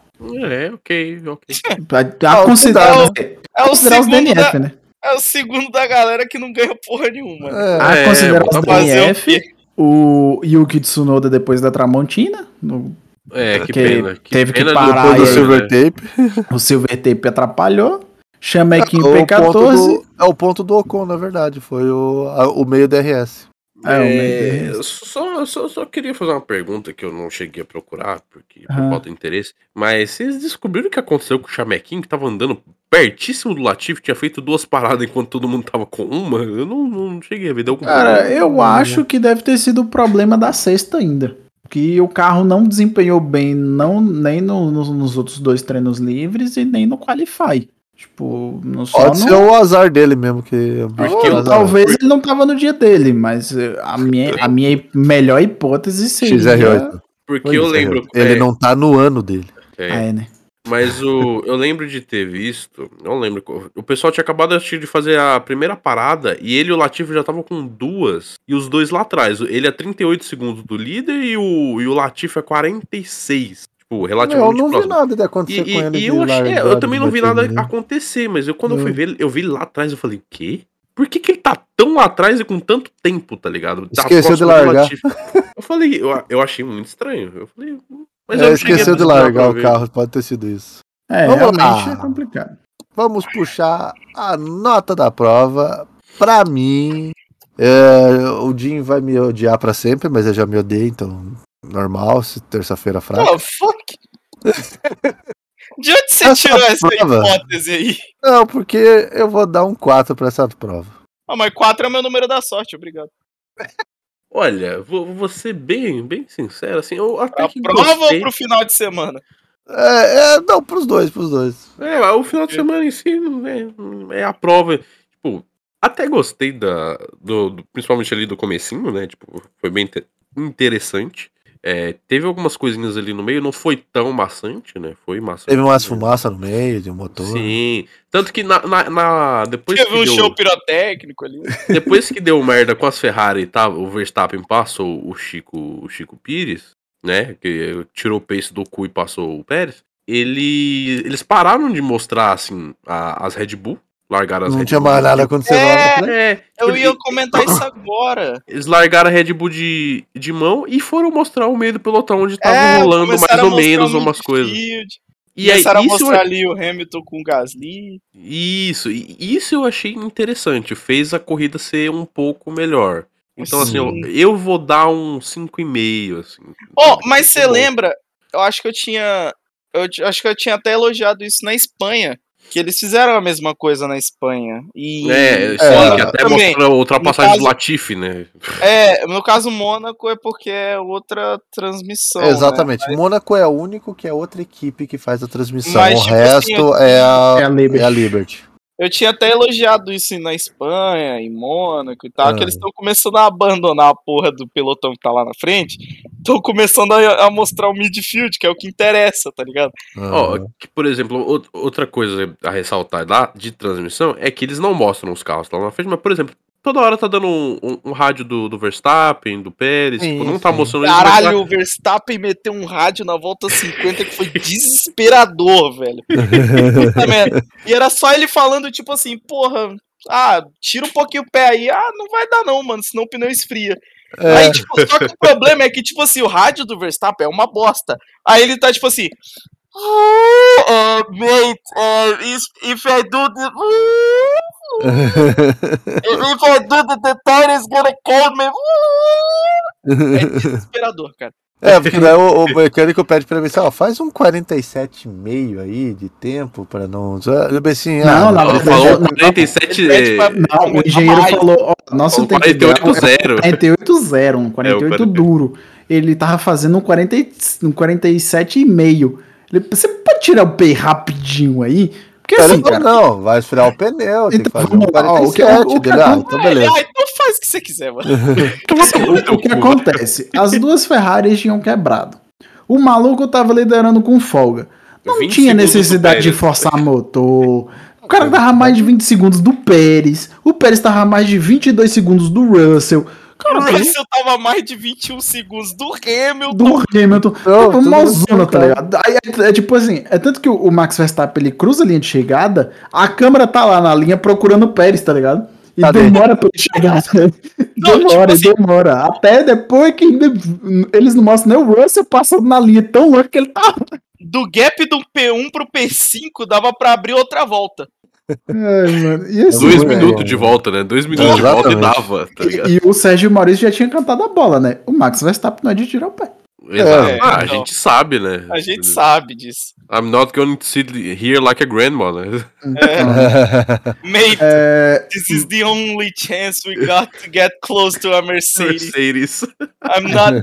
Speaker 4: É, ok, ok.
Speaker 3: A, a
Speaker 2: Ah, o
Speaker 3: considerar,
Speaker 5: Sudal.
Speaker 3: né?
Speaker 5: É o,
Speaker 3: considerar os
Speaker 5: segundo
Speaker 3: DNF,
Speaker 5: da,
Speaker 3: né?
Speaker 5: é o segundo da galera que não ganha porra nenhuma. né?
Speaker 2: É,
Speaker 3: A
Speaker 4: É,
Speaker 3: considerar
Speaker 4: bota
Speaker 3: os
Speaker 5: pra fazer o
Speaker 3: DNF. O Yuki Tsunoda depois da Tramontina, no
Speaker 4: É, que,
Speaker 3: Que
Speaker 4: pena. Que
Speaker 3: teve que
Speaker 4: pena
Speaker 3: parar
Speaker 4: do
Speaker 2: Depois
Speaker 3: aí,
Speaker 2: do
Speaker 3: né?
Speaker 2: silver tape.
Speaker 3: O Silver Tape atrapalhou. Chamequinho
Speaker 2: É, o ponto
Speaker 3: P14.
Speaker 2: do- é o ponto do Ocon, na verdade. Foi o, a- o meio DRS.
Speaker 3: É, o
Speaker 4: É,
Speaker 3: meio DRS.
Speaker 4: só, só, só queria fazer uma pergunta que eu não cheguei a procurar, porque por
Speaker 3: Aham.
Speaker 4: falta de interesse. Mas vocês descobriram o que aconteceu com o Chamequinho, que tava andando pertíssimo do Latif, tinha feito duas paradas enquanto todo mundo tava com uma? Eu não, não cheguei a ver. Deu algum problema?
Speaker 3: Cara, é, eu acho que deve ter sido o problema da sexta ainda. Que o carro não desempenhou bem, não, nem no- nos, nos outros dois treinos livres e nem no Qualify. Tipo, não só
Speaker 2: Pode
Speaker 3: no-
Speaker 2: ser um o azar dele mesmo, que. é o
Speaker 4: Porque eu
Speaker 3: Ou,
Speaker 2: azar.
Speaker 3: talvez ele não tava no dia dele, mas eh, a minha, a minha hi- melhor hipótese seria.
Speaker 2: XR8.
Speaker 4: Porque eu lembro.
Speaker 2: Ele
Speaker 4: é,
Speaker 2: não tá no ano dele.
Speaker 4: é,
Speaker 3: Ah, é, né?
Speaker 4: Mas o, eu lembro de ter visto. Não lembro. qual- O pessoal tinha acabado acho que, de fazer a primeira parada e ele e o Latifi já estavam com duas. E os dois lá atrás. Ele é a 38 segundos do líder e o, é e o Latifi a 46.
Speaker 2: Eu
Speaker 4: Tipo, relativamente
Speaker 2: não vi
Speaker 4: próximo.
Speaker 2: nada de acontecer
Speaker 4: E,
Speaker 2: com
Speaker 4: e-
Speaker 2: ele. né?
Speaker 4: e
Speaker 2: de
Speaker 4: eu, achei, é,
Speaker 2: largar,
Speaker 4: eu também não vi
Speaker 2: bater
Speaker 4: nada
Speaker 2: nele.
Speaker 4: acontecer, mas eu quando eu fui
Speaker 3: Não.
Speaker 4: ver, ele- eu vi ele lá atrás, eu falei, quê? Por que, que ele tá tão lá atrás e com tanto tempo, tá ligado? Tá
Speaker 2: Esqueceu de
Speaker 4: próximo do
Speaker 2: largar.
Speaker 4: Latifi. Eu falei, eu, eu achei muito estranho. Eu falei, "Hum, mas
Speaker 2: É,
Speaker 4: eu não cheguei a
Speaker 2: esqueceu de
Speaker 4: pesquisar pra
Speaker 2: largar o
Speaker 4: ver.
Speaker 2: carro, pode ter sido isso.
Speaker 3: É,
Speaker 2: Vamos
Speaker 3: realmente
Speaker 2: lá.
Speaker 3: é complicado.
Speaker 2: Vamos puxar a nota da prova. Pra mim, é, o Jim vai me odiar pra sempre, mas eu já me odeio, então normal, se terça-feira fraca.
Speaker 5: Oh, fuck. De onde você
Speaker 2: Essa
Speaker 5: tirou essa
Speaker 2: prova-
Speaker 5: hipótese aí?
Speaker 2: Não, porque eu vou dar um 4 pra essa prova.
Speaker 5: Ah, mas 4 é o meu número da sorte, obrigado.
Speaker 4: Olha, vou, vou ser bem, bem sincero, assim, eu até
Speaker 5: Pra
Speaker 4: que
Speaker 5: É prova
Speaker 4: gostei.
Speaker 5: ou pro final de semana?
Speaker 2: É, é, não, pros dois, pros dois.
Speaker 4: É, o final de semana em si não é, não é a prova. Tipo, até gostei da, do, do- principalmente ali do comecinho, né? Tipo, foi bem inte- interessante. É, teve algumas coisinhas ali no meio, não foi tão maçante, né? Foi maçante.
Speaker 2: Teve umas
Speaker 4: né?
Speaker 2: fumaças no meio de um motor.
Speaker 4: Sim. Tanto que na, na, na- depois
Speaker 5: Teve
Speaker 4: que
Speaker 5: um
Speaker 4: deu-
Speaker 5: show pirotécnico ali.
Speaker 4: Depois que deu merda com as Ferrari, tá? O Verstappen passou o Chico, o Chico Pires, né? Que tirou o pace do cu e passou o Pérez. Ele, eles pararam de mostrar, assim, a- as Red Bull. Largaram as
Speaker 2: Não
Speaker 4: Red
Speaker 2: tinha
Speaker 4: Bull.
Speaker 2: mais nada acontecendo lá na frente.
Speaker 4: É,
Speaker 5: Eu
Speaker 4: tipo,
Speaker 5: ia comentar isso agora.
Speaker 4: Eles largaram a Red Bull de, de mão e foram mostrar o meio do pelotão onde tava
Speaker 5: É,
Speaker 4: rolando mais
Speaker 5: começaram a
Speaker 4: ou
Speaker 5: mostrar um
Speaker 4: menos
Speaker 5: o
Speaker 4: umas coisas.
Speaker 5: midfield,
Speaker 4: E aí,
Speaker 5: começaram a
Speaker 4: isso, é eu-
Speaker 5: mostrar ali o Hamilton com o Gasly.
Speaker 4: isso, e- isso eu achei interessante. Fez a corrida ser um pouco melhor. Então, assim, eu,
Speaker 5: Sim.
Speaker 4: eu vou dar um 5,5, assim.
Speaker 5: Oh, mas você
Speaker 4: Bom.
Speaker 5: lembra? Eu acho que eu tinha. Eu ti- acho que eu tinha até elogiado isso na Espanha. Que eles fizeram a mesma coisa na Espanha. E
Speaker 4: É, sim,
Speaker 2: É,
Speaker 4: que até
Speaker 5: também,
Speaker 4: mostrou a ultrapassagem do
Speaker 5: no caso-
Speaker 4: Latifi, né?
Speaker 5: é, no caso Mônaco é porque é outra transmissão. né?
Speaker 2: Exatamente. Mônaco é o único que é outra equipe que faz a transmissão.
Speaker 5: Mas,
Speaker 2: o
Speaker 5: tipo assim,
Speaker 2: resto é, a,
Speaker 3: É a Liberty.
Speaker 2: é a Liberty.
Speaker 5: Eu tinha até elogiado isso na Espanha, em Mônaco e tal,
Speaker 2: Ah.
Speaker 5: que eles estão começando a abandonar a porra do pelotão que tá lá na frente. Estão começando a, a mostrar o midfield, que é o que interessa, tá ligado?
Speaker 2: Ah.
Speaker 4: Ó, que, por exemplo, ou- outra coisa a ressaltar lá de transmissão é que eles não mostram os carros lá na frente, mas, por exemplo, toda hora tá dando um, um- um rádio do, do Verstappen, do Pérez,
Speaker 2: Sim,
Speaker 4: tipo, não tá
Speaker 2: sim.
Speaker 4: mostrando eles, mas
Speaker 5: Caralho, o Verstappen meteu um rádio na volta 50 que foi desesperador, velho. Puta merda. E era só ele falando, tipo assim, porra, ah, tira um pouquinho o pé aí. Ah, não vai dar não, mano, senão o pneu esfria.
Speaker 2: É.
Speaker 5: Aí, tipo, só que o problema é que, tipo assim, o rádio do Verstappen é uma bosta. Aí ele tá, tipo assim... "Ah, mate, ah, if, if I do the... uh, If I do é the, the tire is gonna call me... É desesperador, cara.
Speaker 2: É, porque daí o, o mecânico pede pra mim assim, ó, faz um 47,5 aí de tempo pra não. Eu falei assim, ah,
Speaker 3: Não, na
Speaker 4: Ela
Speaker 3: verdade,
Speaker 4: tá,
Speaker 5: é
Speaker 4: falou
Speaker 3: não,
Speaker 4: 47.
Speaker 5: Ele pede
Speaker 4: é,
Speaker 5: pra-
Speaker 3: Não, o engenheiro
Speaker 5: Jamais.
Speaker 3: falou, ó, nosso
Speaker 4: falou
Speaker 3: tempo ideal
Speaker 4: 48 0
Speaker 3: 48 0,
Speaker 4: É,
Speaker 3: um 48
Speaker 4: 48.
Speaker 3: duro. Ele tava fazendo um, 40, e- um 47,5. Ele, você pode tirar o P rapidinho aí? Porque
Speaker 2: Ele
Speaker 3: assim,
Speaker 2: falou,
Speaker 3: cara,
Speaker 2: não, vai esfriar o pneu, tem que
Speaker 3: Então,
Speaker 2: fazer um
Speaker 3: vamos lá, ó, o que-
Speaker 2: 47.
Speaker 3: o que-
Speaker 2: dele, ah,
Speaker 3: o que-
Speaker 2: então
Speaker 5: Aí ele,
Speaker 2: beleza.
Speaker 5: ah, então faz o que você quiser, mano.
Speaker 4: Então, assim,
Speaker 3: o que acontece? As duas Ferraris tinham quebrado. O maluco tava liderando com folga. Não
Speaker 4: 20
Speaker 3: tinha
Speaker 4: segundos do
Speaker 3: necessidade de
Speaker 4: Pérez.
Speaker 3: forçar motor. O cara tava a mais de 20 segundos do Pérez. O Pérez tava a mais de 22 segundos do Russell. Cara,
Speaker 5: Mas se eu tava a mais de 21 segundos do Hamilton.
Speaker 3: do Hamilton.
Speaker 2: Não,
Speaker 3: tipo,
Speaker 2: tudo
Speaker 3: uma
Speaker 2: bem,
Speaker 3: zona, tá
Speaker 2: cara.
Speaker 3: ligado? Aí, é, é tipo assim, é tanto que o, o Max Verstappen ele cruza a linha de chegada, a câmera tá lá na linha procurando o Pérez, tá ligado? E
Speaker 2: Cadê? assim,
Speaker 3: demora pra ele chegar.
Speaker 5: Não,
Speaker 3: demora,
Speaker 5: tipo
Speaker 3: demora. Até depois que ainda- eles não mostram nem o Russell passando na linha tão longe que ele tá.
Speaker 5: Do gap do P1 pro P5 dava pra abrir outra volta.
Speaker 3: Ai, mano. E, assim,
Speaker 4: Dois
Speaker 2: É.
Speaker 3: mano,
Speaker 4: minutos de volta, né? Dois minutos de volta e
Speaker 2: Exatamente.
Speaker 4: dava, tá ligado?
Speaker 3: E, e o Sérgio Maurício já tinha cantado a bola, né? O Max Verstappen não é de tirar o pé.
Speaker 4: Exato.
Speaker 5: É,
Speaker 4: ah, a
Speaker 5: então.
Speaker 4: gente sabe, né?
Speaker 5: A gente sabe disso.
Speaker 4: I'm not going to sit here like a grandma, né?
Speaker 3: Então,
Speaker 5: Mate,
Speaker 3: é,
Speaker 5: this is the only chance we got to get close to a Mercedes.
Speaker 4: Mercedes.
Speaker 5: I'm not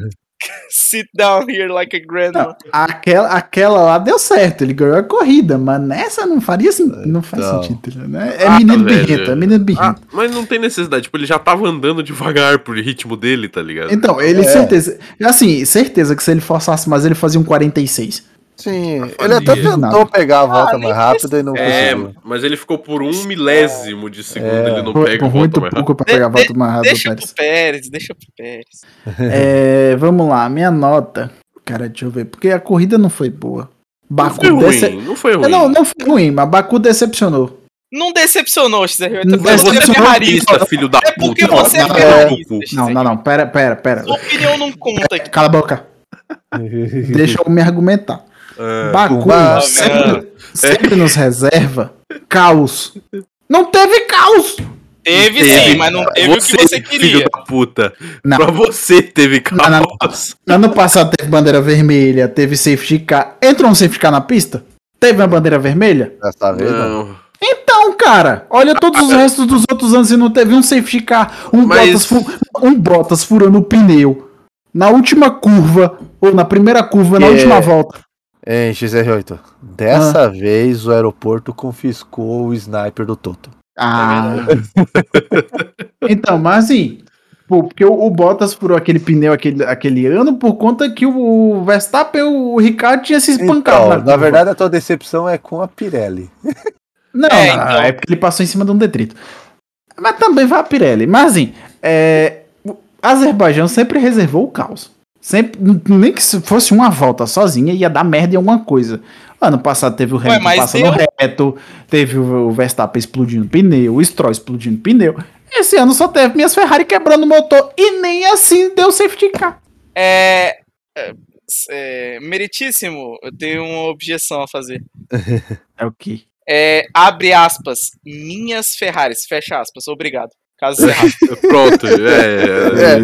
Speaker 5: sit down here like a
Speaker 3: Tá,
Speaker 5: grandma.
Speaker 3: aquela, aquela lá deu certo, ele ganhou a corrida, mas nessa não faria sen- não faz
Speaker 2: Então.
Speaker 3: sentido, né? É
Speaker 4: Ah,
Speaker 3: menino
Speaker 4: velho.
Speaker 3: birreta, é menino
Speaker 4: Ah,
Speaker 3: birreta.
Speaker 4: mas não tem necessidade. Tipo, ele já tava andando devagar pro ritmo dele, tá ligado?
Speaker 3: Então, ele
Speaker 2: É.
Speaker 3: certeza. Assim, certeza que se ele forçasse mais, ele fazia um 46.
Speaker 2: Sim,
Speaker 4: Pra
Speaker 2: ele até
Speaker 4: família.
Speaker 2: tentou pegar a volta
Speaker 5: Ah, nem
Speaker 2: mais rápida e não
Speaker 4: É,
Speaker 3: assim,
Speaker 2: conseguiu.
Speaker 4: mas ele ficou por um milésimo de segundo,
Speaker 2: É.
Speaker 4: ele não
Speaker 3: Foi
Speaker 4: pega o
Speaker 3: muito
Speaker 4: ponto mais rápido.
Speaker 3: pouco pra pegar a volta mais rápida do
Speaker 5: Deixa pro
Speaker 3: Pérez.
Speaker 5: Pérez, deixa pro Pérez.
Speaker 3: É, vamos lá, minha nota. Cara, deixa eu ver, porque a corrida não foi boa.
Speaker 4: Não
Speaker 3: Baku
Speaker 4: foi
Speaker 3: dece...
Speaker 4: ruim, não foi ruim.
Speaker 3: Não, não foi ruim, mas Baku decepcionou.
Speaker 5: Não decepcionou, XR8.
Speaker 3: Não
Speaker 5: porque você é
Speaker 3: decepcionou
Speaker 5: ferrarista.
Speaker 4: Ferrarista, filho da
Speaker 5: É
Speaker 4: puta.
Speaker 5: porque
Speaker 4: vai
Speaker 5: você
Speaker 3: é
Speaker 4: tomar
Speaker 5: ferrarista,
Speaker 4: no cu.
Speaker 5: XR8.
Speaker 3: Não, não, não, pera, pera, pera.
Speaker 5: Sua opinião não conta aqui.
Speaker 3: Cala a boca. Deixa eu me argumentar.
Speaker 4: Ah,
Speaker 3: Baku
Speaker 2: Ah,
Speaker 3: sempre, sempre nos reserva caos. Não teve caos!
Speaker 5: Teve,
Speaker 4: Teve,
Speaker 5: sim, mas não teve o que você
Speaker 4: é Filho
Speaker 5: queria.
Speaker 4: da puta.
Speaker 3: Não.
Speaker 4: Pra você teve
Speaker 3: Não, não,
Speaker 4: caos.
Speaker 3: Ano passado teve bandeira vermelha, teve safety car. Entrou um safety car na pista? Teve uma bandeira vermelha?
Speaker 2: Dessa vez não.
Speaker 4: Não.
Speaker 3: Então, cara, olha todos os restos dos outros anos e não teve um safety car, um,
Speaker 4: Mas-
Speaker 3: Bottas, fu- um Bottas furando o pneu na última curva, ou na primeira curva, na
Speaker 2: É.
Speaker 3: última volta.
Speaker 2: Hein, XR8. Dessa
Speaker 3: Ah.
Speaker 2: vez o aeroporto confiscou o sniper do Toto.
Speaker 3: Ah. então, mas assim, pô, porque o, o Bottas furou aquele pneu aquele, aquele ano por conta que o Verstappen, o Ricardo tinha se espancado. né?
Speaker 2: Então, na
Speaker 3: curva.
Speaker 2: verdade, a tua decepção é com a Pirelli.
Speaker 3: Não,
Speaker 5: É,
Speaker 3: é,
Speaker 5: então.
Speaker 3: é porque ele passou em cima de um detrito. Mas também vai a Pirelli. Mas assim, é, o Azerbaijão sempre reservou o caos. Sempre, n- nem que se fosse uma volta sozinha, ia dar merda em alguma coisa. Ano passado teve o Hamilton
Speaker 5: mas
Speaker 3: passando
Speaker 5: eu-
Speaker 3: reto, teve o o Verstappen explodindo pneu, o Stroll explodindo pneu. Esse ano só teve minhas Ferrari quebrando o motor e nem assim deu safety car.
Speaker 5: É, é, é, meritíssimo, eu tenho uma objeção a fazer.
Speaker 3: É o que?
Speaker 5: É, abre aspas, minhas Ferraris, fecha aspas, obrigado. Caso errado.
Speaker 4: Pronto, é.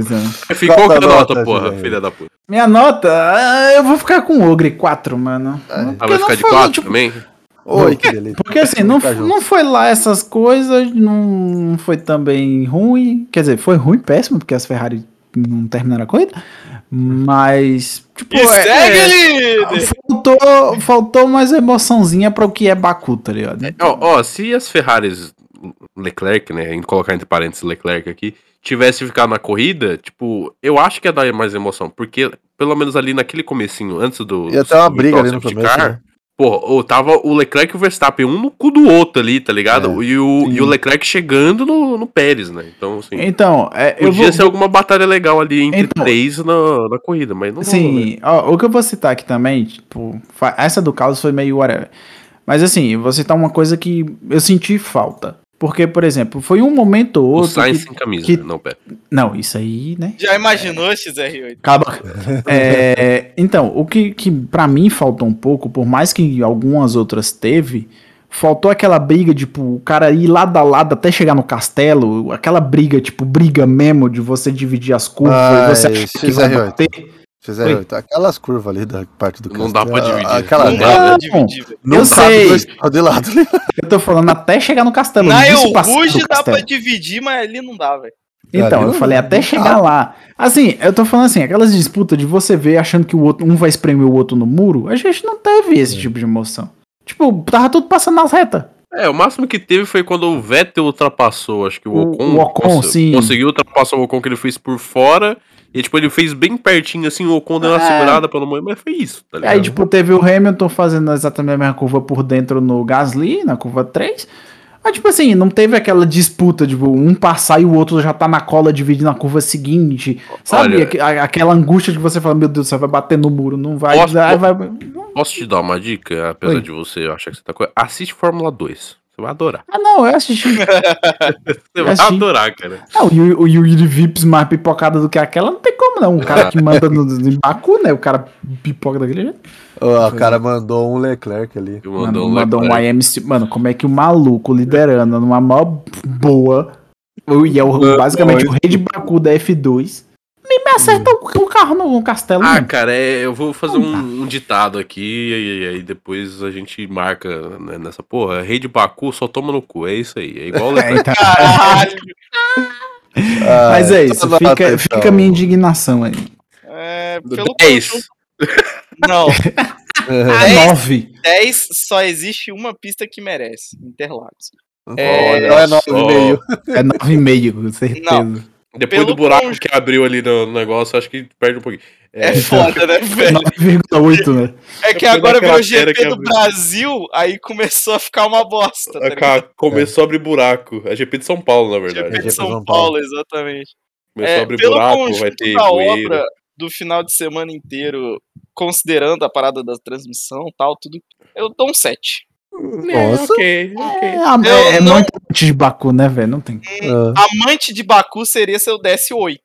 Speaker 4: é. Ficou com
Speaker 2: Nota,
Speaker 4: a nota,
Speaker 2: nota,
Speaker 4: porra,
Speaker 2: filho.
Speaker 4: filha da puta.
Speaker 3: Minha nota, ah, eu vou ficar com o Ogre 4, mano.
Speaker 4: Ah,
Speaker 3: Porque
Speaker 4: vai
Speaker 3: não
Speaker 4: ficar de
Speaker 3: foi,
Speaker 4: quatro
Speaker 3: tipo,
Speaker 4: também?
Speaker 2: Oi, que delícia.
Speaker 3: Porque assim, não,
Speaker 2: Tá junto.
Speaker 3: não foi lá essas coisas, não foi também ruim. Quer dizer, foi ruim, péssimo, porque as Ferrari não terminaram a corrida. Mas, tipo,
Speaker 5: E
Speaker 3: é-
Speaker 5: segue,
Speaker 3: é,
Speaker 5: líder!
Speaker 3: faltou, faltou mais emoçãozinha pra o que é Baku, tá ligado?
Speaker 4: Ó, ó, se as Ferraris Leclerc, né, em colocar entre parênteses Leclerc aqui, tivesse ficado na corrida, tipo, eu acho que ia dar mais emoção, porque pelo menos ali naquele comecinho, antes do
Speaker 2: Ia
Speaker 4: do
Speaker 2: ter uma
Speaker 4: segundo
Speaker 2: briga ali no
Speaker 4: safety
Speaker 2: começo,
Speaker 4: car,
Speaker 2: né?
Speaker 4: Porra, ou tava o Leclerc e o Verstappen, um no cu do outro ali, tá ligado?
Speaker 2: É.
Speaker 4: e, o, e o Leclerc chegando no, no Pérez, né? Então, assim,
Speaker 3: Então, é, eu
Speaker 4: podia
Speaker 3: vou,
Speaker 4: ser alguma batalha legal ali entre
Speaker 3: Então.
Speaker 4: três na, na corrida, mas não rolou, né?
Speaker 3: Sim, ó, o que eu vou citar aqui também, tipo, fa- essa do caos foi meio whatever. Mas assim, eu vou citar uma coisa que eu senti falta. Porque, por exemplo, foi um momento ou
Speaker 4: O
Speaker 3: outro.
Speaker 4: Sainz
Speaker 3: que-
Speaker 4: sem camisa,
Speaker 3: que-
Speaker 4: né? não, pera.
Speaker 3: Não, isso aí, né?
Speaker 5: Já imaginou, XR8?
Speaker 3: Acaba. É, então, o que, que para mim faltou um pouco, por mais que algumas outras teve, faltou aquela briga, tipo, o cara ir lado a lado até chegar no castelo, aquela briga, tipo, briga mesmo de você dividir as curvas
Speaker 2: Ah,
Speaker 3: e você
Speaker 2: isso,
Speaker 3: achar que vai
Speaker 2: isso é
Speaker 3: bater.
Speaker 2: Fizeram tá aquelas curvas ali da parte do
Speaker 4: Não dá pra dividir.
Speaker 2: Aquela
Speaker 5: Não
Speaker 2: reta.
Speaker 5: dá pra
Speaker 3: não.
Speaker 5: dividir, velho.
Speaker 2: Não
Speaker 3: Eu
Speaker 2: dá pra
Speaker 3: sei.
Speaker 2: dois carros de lado ali.
Speaker 3: Eu tô falando até chegar Tá no castelo.
Speaker 5: Na
Speaker 3: não disse
Speaker 5: El
Speaker 3: passar do
Speaker 5: Rouge dá
Speaker 3: castelo.
Speaker 5: pra dividir, mas ali não dá, velho.
Speaker 3: Então,
Speaker 2: Ali
Speaker 3: eu
Speaker 2: não-
Speaker 3: falei até
Speaker 2: não
Speaker 3: chegar
Speaker 2: dá.
Speaker 3: lá. Assim, eu tô falando assim, aquelas disputas de você ver achando que o outro, um vai espremer o outro no muro, a gente não teve
Speaker 2: É.
Speaker 3: esse tipo de emoção. Tipo, tava tudo passando nas retas.
Speaker 4: É, o máximo que teve foi quando o Vettel ultrapassou, acho que o
Speaker 3: O-
Speaker 4: Ocon,
Speaker 3: o Ocon,
Speaker 4: cons-
Speaker 3: sim.
Speaker 4: conseguiu ultrapassar o Ocon que ele fez por fora. E tipo, ele fez bem pertinho, assim, o Ocon deu uma
Speaker 3: É.
Speaker 4: segurada pelo meio, mas foi isso, tá ligado?
Speaker 3: Aí, tipo, teve o Hamilton fazendo exatamente a mesma curva por dentro no Gasly, na curva 3. Mas, tipo assim, não teve aquela disputa, tipo, um passar e o outro já tá na cola dividindo a curva seguinte. Sabe?
Speaker 4: Olha-
Speaker 3: Aque- a- aquela angústia de você falar, meu Deus do céu, vai bater no muro, não vai.
Speaker 4: Posso-
Speaker 3: vai, vai...
Speaker 4: Posso te dar uma dica, apesar
Speaker 3: Oi.
Speaker 4: de você achar que você tá coisa? Assiste Fórmula 2. Você vai adorar.
Speaker 3: Ah, não, eu assisti.
Speaker 4: Você vai
Speaker 3: Assim.
Speaker 4: adorar, cara.
Speaker 3: Ah, o Yuri- o Yuri Vips mais pipocada do que aquela não tem como, não. O cara que manda no, no Baku, né? O cara pipoca daquele jeito.
Speaker 2: Ó, o cara mandou um Leclerc ali.
Speaker 4: Eu
Speaker 3: Mano,
Speaker 4: mandou um
Speaker 3: mandou um
Speaker 4: Leclerc.
Speaker 3: IMC. Mano, como é que o maluco liderando numa mó boa. E é o, basicamente o rei de Baku da F2. Nem me acerta o, o carro no, no castelo.
Speaker 4: Ah,
Speaker 2: Hum.
Speaker 3: mano.
Speaker 4: cara, é, eu vou fazer
Speaker 3: Não dá.
Speaker 4: um, um ditado aqui e, aí depois a gente marca né, nessa porra. Rei de Baku só toma no cu, é isso aí. É igual o Leclerc.
Speaker 5: Caralho!
Speaker 2: Ah,
Speaker 3: Mas é
Speaker 2: só
Speaker 3: isso,
Speaker 2: nota,
Speaker 3: fica,
Speaker 2: então.
Speaker 3: fica a minha indignação aí.
Speaker 5: É, pelo
Speaker 4: Dez.
Speaker 5: Não,
Speaker 3: É
Speaker 5: É.
Speaker 3: 9.
Speaker 5: 10 só existe uma pista que merece, Interlagos.
Speaker 2: Olha
Speaker 5: É,
Speaker 2: Não é
Speaker 4: só.
Speaker 2: 9,5.
Speaker 3: É 9,5, com certeza.
Speaker 4: Depois
Speaker 5: Pelo
Speaker 4: do buraco
Speaker 5: conjunto.
Speaker 4: que abriu ali no no negócio, acho que perde um pouquinho.
Speaker 5: É, foda, né, velho?
Speaker 3: 9,8, né?
Speaker 5: É que
Speaker 4: Eu fui
Speaker 5: agora
Speaker 4: naquela
Speaker 5: virou
Speaker 4: fera que
Speaker 5: GP do
Speaker 4: abriu.
Speaker 5: Brasil, aí começou a ficar uma bosta, tá
Speaker 4: A
Speaker 5: ligado?
Speaker 4: ca- Ah, começou a abrir buraco. A GP de São Paulo, na verdade.
Speaker 5: GP de
Speaker 2: GP
Speaker 5: São Paulo,
Speaker 2: São Paulo.
Speaker 5: exatamente.
Speaker 4: Começou
Speaker 5: É,
Speaker 4: a abrir
Speaker 5: pelo
Speaker 4: buraco,
Speaker 5: conjunto
Speaker 4: vai ter
Speaker 5: da
Speaker 4: poeira.
Speaker 5: obra do final de semana inteiro, considerando a parada da transmissão e tal, tudo, eu dou um 7.
Speaker 2: Nossa.
Speaker 4: ok,
Speaker 3: É,
Speaker 4: ok.
Speaker 3: a-
Speaker 5: Eu
Speaker 3: é, é
Speaker 5: não-
Speaker 3: muito antes de Baku, né, velho? Não tem.
Speaker 2: Ah.
Speaker 5: Amante de Baku seria se eu desse 8.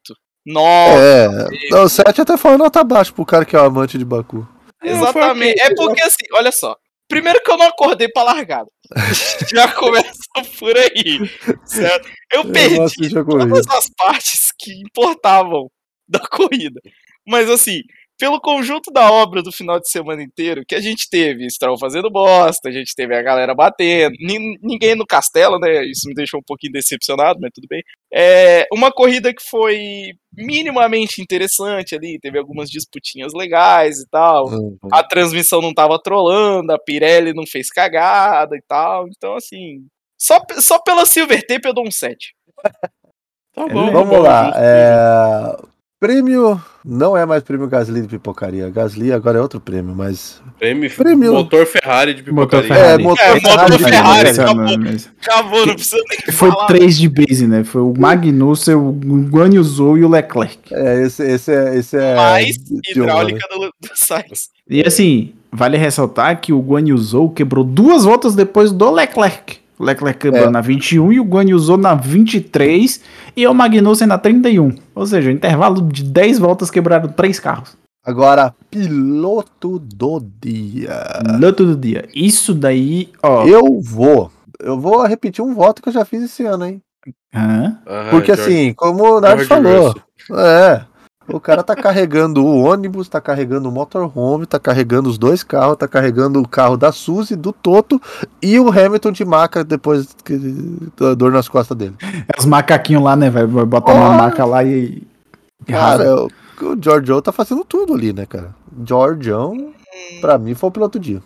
Speaker 5: Nossa,
Speaker 2: É, não, o 7 até foi uma nota baixa pro cara que é o amante de Baku.
Speaker 5: exatamente. É porque assim, olha só. Primeiro que eu não acordei pra largada. Já começa por aí. Certo? Eu
Speaker 2: Eu gosto
Speaker 5: perdi
Speaker 2: de jogo
Speaker 5: todas
Speaker 2: horrível.
Speaker 5: as partes que importavam da corrida. Mas assim, pelo conjunto da obra do final de semana inteiro, que a gente teve Stroll fazendo bosta, a gente teve a galera batendo, nin- ninguém no castelo, né? Isso me deixou um pouquinho decepcionado, mas tudo bem. É, uma corrida que foi minimamente interessante ali, teve algumas disputinhas legais e tal.
Speaker 4: assim?
Speaker 2: Uhum.
Speaker 5: A transmissão não tava trolando, a Pirelli não fez cagada e tal. Então, assim, só, pe- só pela Silver Tape eu dou um 7.
Speaker 4: Tá
Speaker 3: bom,
Speaker 2: Vamos lá. é, Prêmio. Não é mais prêmio Gasly de pipocaria. Gasly agora é outro prêmio, mas.
Speaker 4: Prêmio,
Speaker 2: Prêmio.
Speaker 4: motor Ferrari de
Speaker 3: Motor
Speaker 4: pipocaria.
Speaker 3: Ferrari.
Speaker 2: É, motor
Speaker 5: É, motor
Speaker 2: Ferrari. de pipocaria.
Speaker 5: Ferrari, né?
Speaker 3: Esse
Speaker 5: acabou.
Speaker 3: ano mesmo.
Speaker 5: Acabou, não precisa nem
Speaker 3: Foi
Speaker 5: falar.
Speaker 3: três de base, né? Foi o Magnussen, o Guan Yu Zhou e o Leclerc.
Speaker 2: É, esse, esse é. Esse é
Speaker 5: Mais
Speaker 2: de- de
Speaker 5: Hidráulica do, do Sainz.
Speaker 3: E assim, vale ressaltar que o Guan Yu Zhou quebrou duas voltas depois do Leclerc. O Leclerc quebrou
Speaker 2: É.
Speaker 3: na 21 e o Guan Yu Zhou na 23 e o Magnussen na 31. Ou seja, intervalo de 10 voltas quebraram três carros.
Speaker 2: Agora, piloto do dia.
Speaker 3: No todo dia. Isso daí, ó.
Speaker 2: Eu vou. Eu vou repetir um voto que eu já fiz esse ano, hein?
Speaker 3: Hã?
Speaker 4: Ah,
Speaker 2: Porque
Speaker 4: George-
Speaker 2: assim, como o Nard
Speaker 4: George
Speaker 2: falou,
Speaker 4: Russell.
Speaker 2: é. O cara tá carregando o ônibus, tá carregando o motorhome, tá carregando os dois carros, tá carregando o carro da Suzy, do Toto e o Hamilton de maca depois que da dor nas costas dele.
Speaker 3: É os macaquinhos lá, né? Vai vai botar uma
Speaker 2: Ó.
Speaker 3: maca lá e. e
Speaker 2: Cara,
Speaker 3: rasga.
Speaker 2: é, o, o Georgião tá fazendo tudo ali, né, cara? Georgião, pra mim, foi o piloto do dia.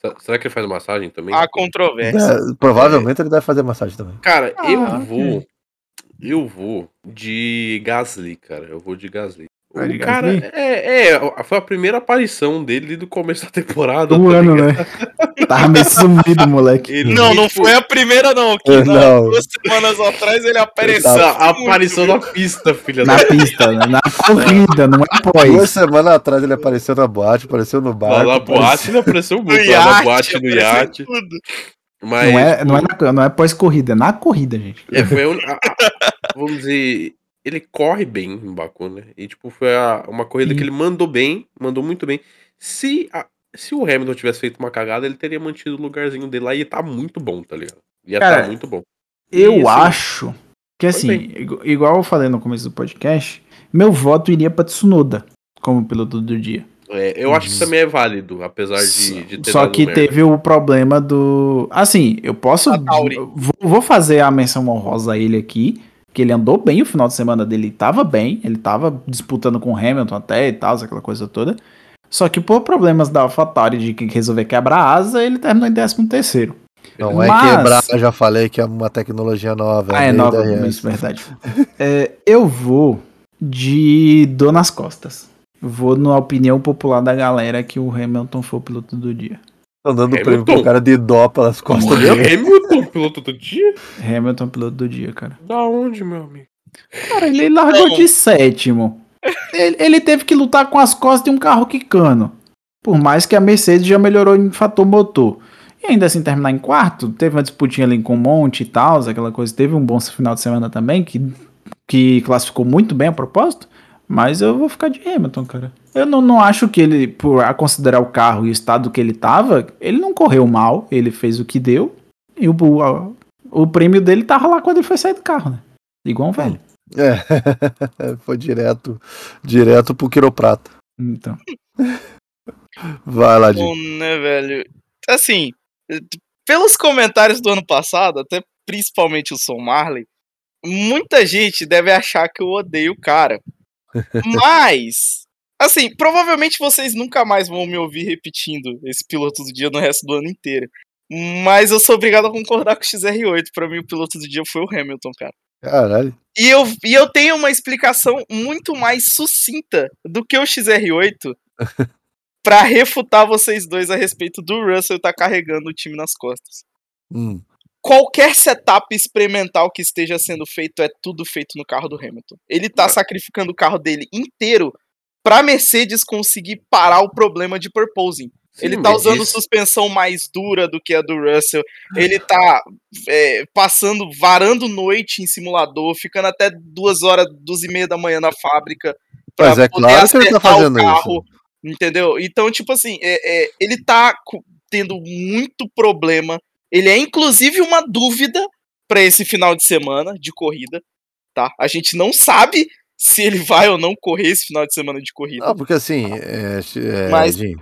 Speaker 4: Se- Será que ele faz massagem também?
Speaker 5: A controvérsia.
Speaker 2: É, provavelmente ele deve fazer massagem também.
Speaker 4: Cara,
Speaker 3: Ah,
Speaker 4: eu
Speaker 3: ok.
Speaker 4: vou. Eu vou de Gasly, cara. Eu vou de Gasly.
Speaker 3: Vai Ah, de
Speaker 4: o cara
Speaker 3: Gasly?
Speaker 4: É, é, foi a primeira aparição dele do começo da temporada.
Speaker 3: Do
Speaker 4: tá
Speaker 3: ano,
Speaker 4: ligado?
Speaker 3: né? Tava meio sumido, moleque.
Speaker 4: Ele-
Speaker 5: Não, não foi a primeira, não. Que
Speaker 2: É,
Speaker 5: na-
Speaker 2: não.
Speaker 5: Duas semanas atrás ele apareceu. Tá
Speaker 4: Essa
Speaker 5: muito,
Speaker 4: aparição
Speaker 5: viu?
Speaker 4: na pista, filha
Speaker 3: Na pista, né? na corrida, não é
Speaker 2: Duas
Speaker 3: pós.
Speaker 2: semanas atrás ele apareceu na boate, apareceu no
Speaker 4: da.
Speaker 2: bar.
Speaker 4: Na boate ele apareceu
Speaker 5: No
Speaker 4: muito. lá na
Speaker 5: iate,
Speaker 4: boate, no
Speaker 5: apareceu
Speaker 4: iate.
Speaker 5: tudo.
Speaker 4: Mas.
Speaker 3: Não é, não é, na- não é pós-corrida, é na corrida, gente.
Speaker 4: É, foi a un- a- a- Vamos dizer. Ele corre bem em Baku, né? E, tipo, foi a- uma corrida
Speaker 3: Sim.
Speaker 4: que ele mandou bem, mandou muito bem. Se, a- se o Hamilton tivesse feito uma cagada, ele teria mantido o lugarzinho dele lá e ia tá muito bom, tá ligado? Ia
Speaker 3: Cara,
Speaker 4: tá muito bom.
Speaker 3: Eu
Speaker 4: Isso.
Speaker 3: acho que assim,
Speaker 4: Foi
Speaker 3: igu- igual eu falei no começo do podcast, meu voto iria pra Tsunoda como piloto do dia.
Speaker 4: É, eu acho que isso também é válido, apesar de, de ter
Speaker 3: uhum. Só
Speaker 4: dado
Speaker 3: que
Speaker 4: merda.
Speaker 3: teve o problema do. Assim, eu posso.
Speaker 5: A Tauri.
Speaker 3: eu Vou, vou fazer a menção honrosa a ele aqui. Que ele andou bem o final de semana dele, tava bem, ele tava disputando com o Hamilton até e tal, aquela coisa toda. Só que por problemas da AlphaTauri de que resolver quebrar a asa, ele terminou em 13 terceiro.
Speaker 2: Não é
Speaker 3: Mas-
Speaker 2: quebrar, eu já falei que é uma tecnologia nova.
Speaker 3: Ah, é
Speaker 2: lei
Speaker 3: nova,
Speaker 2: da IRS.
Speaker 3: isso, verdade. É, eu vou de dor nas costas. Vou na opinião popular da galera que o Hamilton foi o piloto do dia.
Speaker 2: Estão dando
Speaker 4: Hamilton.
Speaker 2: prêmio pro cara de dó pelas costas
Speaker 4: Morreu
Speaker 2: dele.
Speaker 4: Hamilton, piloto do dia?
Speaker 3: Hamilton piloto do dia, cara.
Speaker 4: Da onde, meu amigo?
Speaker 3: Cara, ele largou
Speaker 5: Não.
Speaker 3: de sétimo. Ele, ele teve que lutar com as costas de um carro quicando. Por mais que a Mercedes já melhorou em fator motor. E ainda assim terminar em quarto, teve uma disputinha ali com o Monte e tal, aquela coisa. Teve um bom final de semana também, que, que classificou muito bem a propósito. Mas eu vou ficar de Hamilton, cara. Eu não, não acho que ele, por a considerar o carro e o estado que ele tava, ele não correu mal, ele fez o que deu. E o, o, o prêmio dele tava lá quando ele foi sair do carro, né? Igual um velho.
Speaker 2: É, foi direto, direto pro quiroprata.
Speaker 3: Então.
Speaker 2: Vai lá, Di.
Speaker 5: Bom, né, velho? Assim, pelos comentários do ano passado, até principalmente o Son Marley, muita gente deve achar que eu odeio o cara. Mas, assim, provavelmente vocês nunca mais vão me ouvir repetindo esse piloto do dia no resto do ano inteiro. Mas eu sou obrigado a concordar com o XR8. Pra mim, o piloto do dia foi o Hamilton, cara.
Speaker 2: Caralho.
Speaker 5: E eu, e eu tenho uma explicação muito mais sucinta do que o XR8 pra refutar vocês dois a respeito do Russell tá carregando o time nas costas.
Speaker 2: Hum.
Speaker 5: Qualquer setup experimental que esteja sendo feito é tudo feito no carro do Hamilton. Ele tá sacrificando o carro dele inteiro pra Mercedes conseguir parar o problema de purposing. Ele
Speaker 4: Sim,
Speaker 5: tá
Speaker 4: mas
Speaker 5: usando
Speaker 4: isso-
Speaker 5: suspensão mais dura do que a do Russell. Ele tá é, passando, varando noite em simulador, ficando até duas horas, duas e meia da manhã na fábrica. pra
Speaker 2: Mas é
Speaker 5: poder
Speaker 2: claro que ele tá
Speaker 5: acertar o
Speaker 2: fazendo isso.
Speaker 5: Entendeu? Então, tipo assim, é- é, ele tá co- tendo muito problema. Ele é, inclusive, uma dúvida pra esse final de semana de corrida, tá? A gente não sabe se ele vai ou não correr esse final de semana de corrida.
Speaker 2: Ah, porque assim, é, é,
Speaker 5: Mas-
Speaker 2: Jim,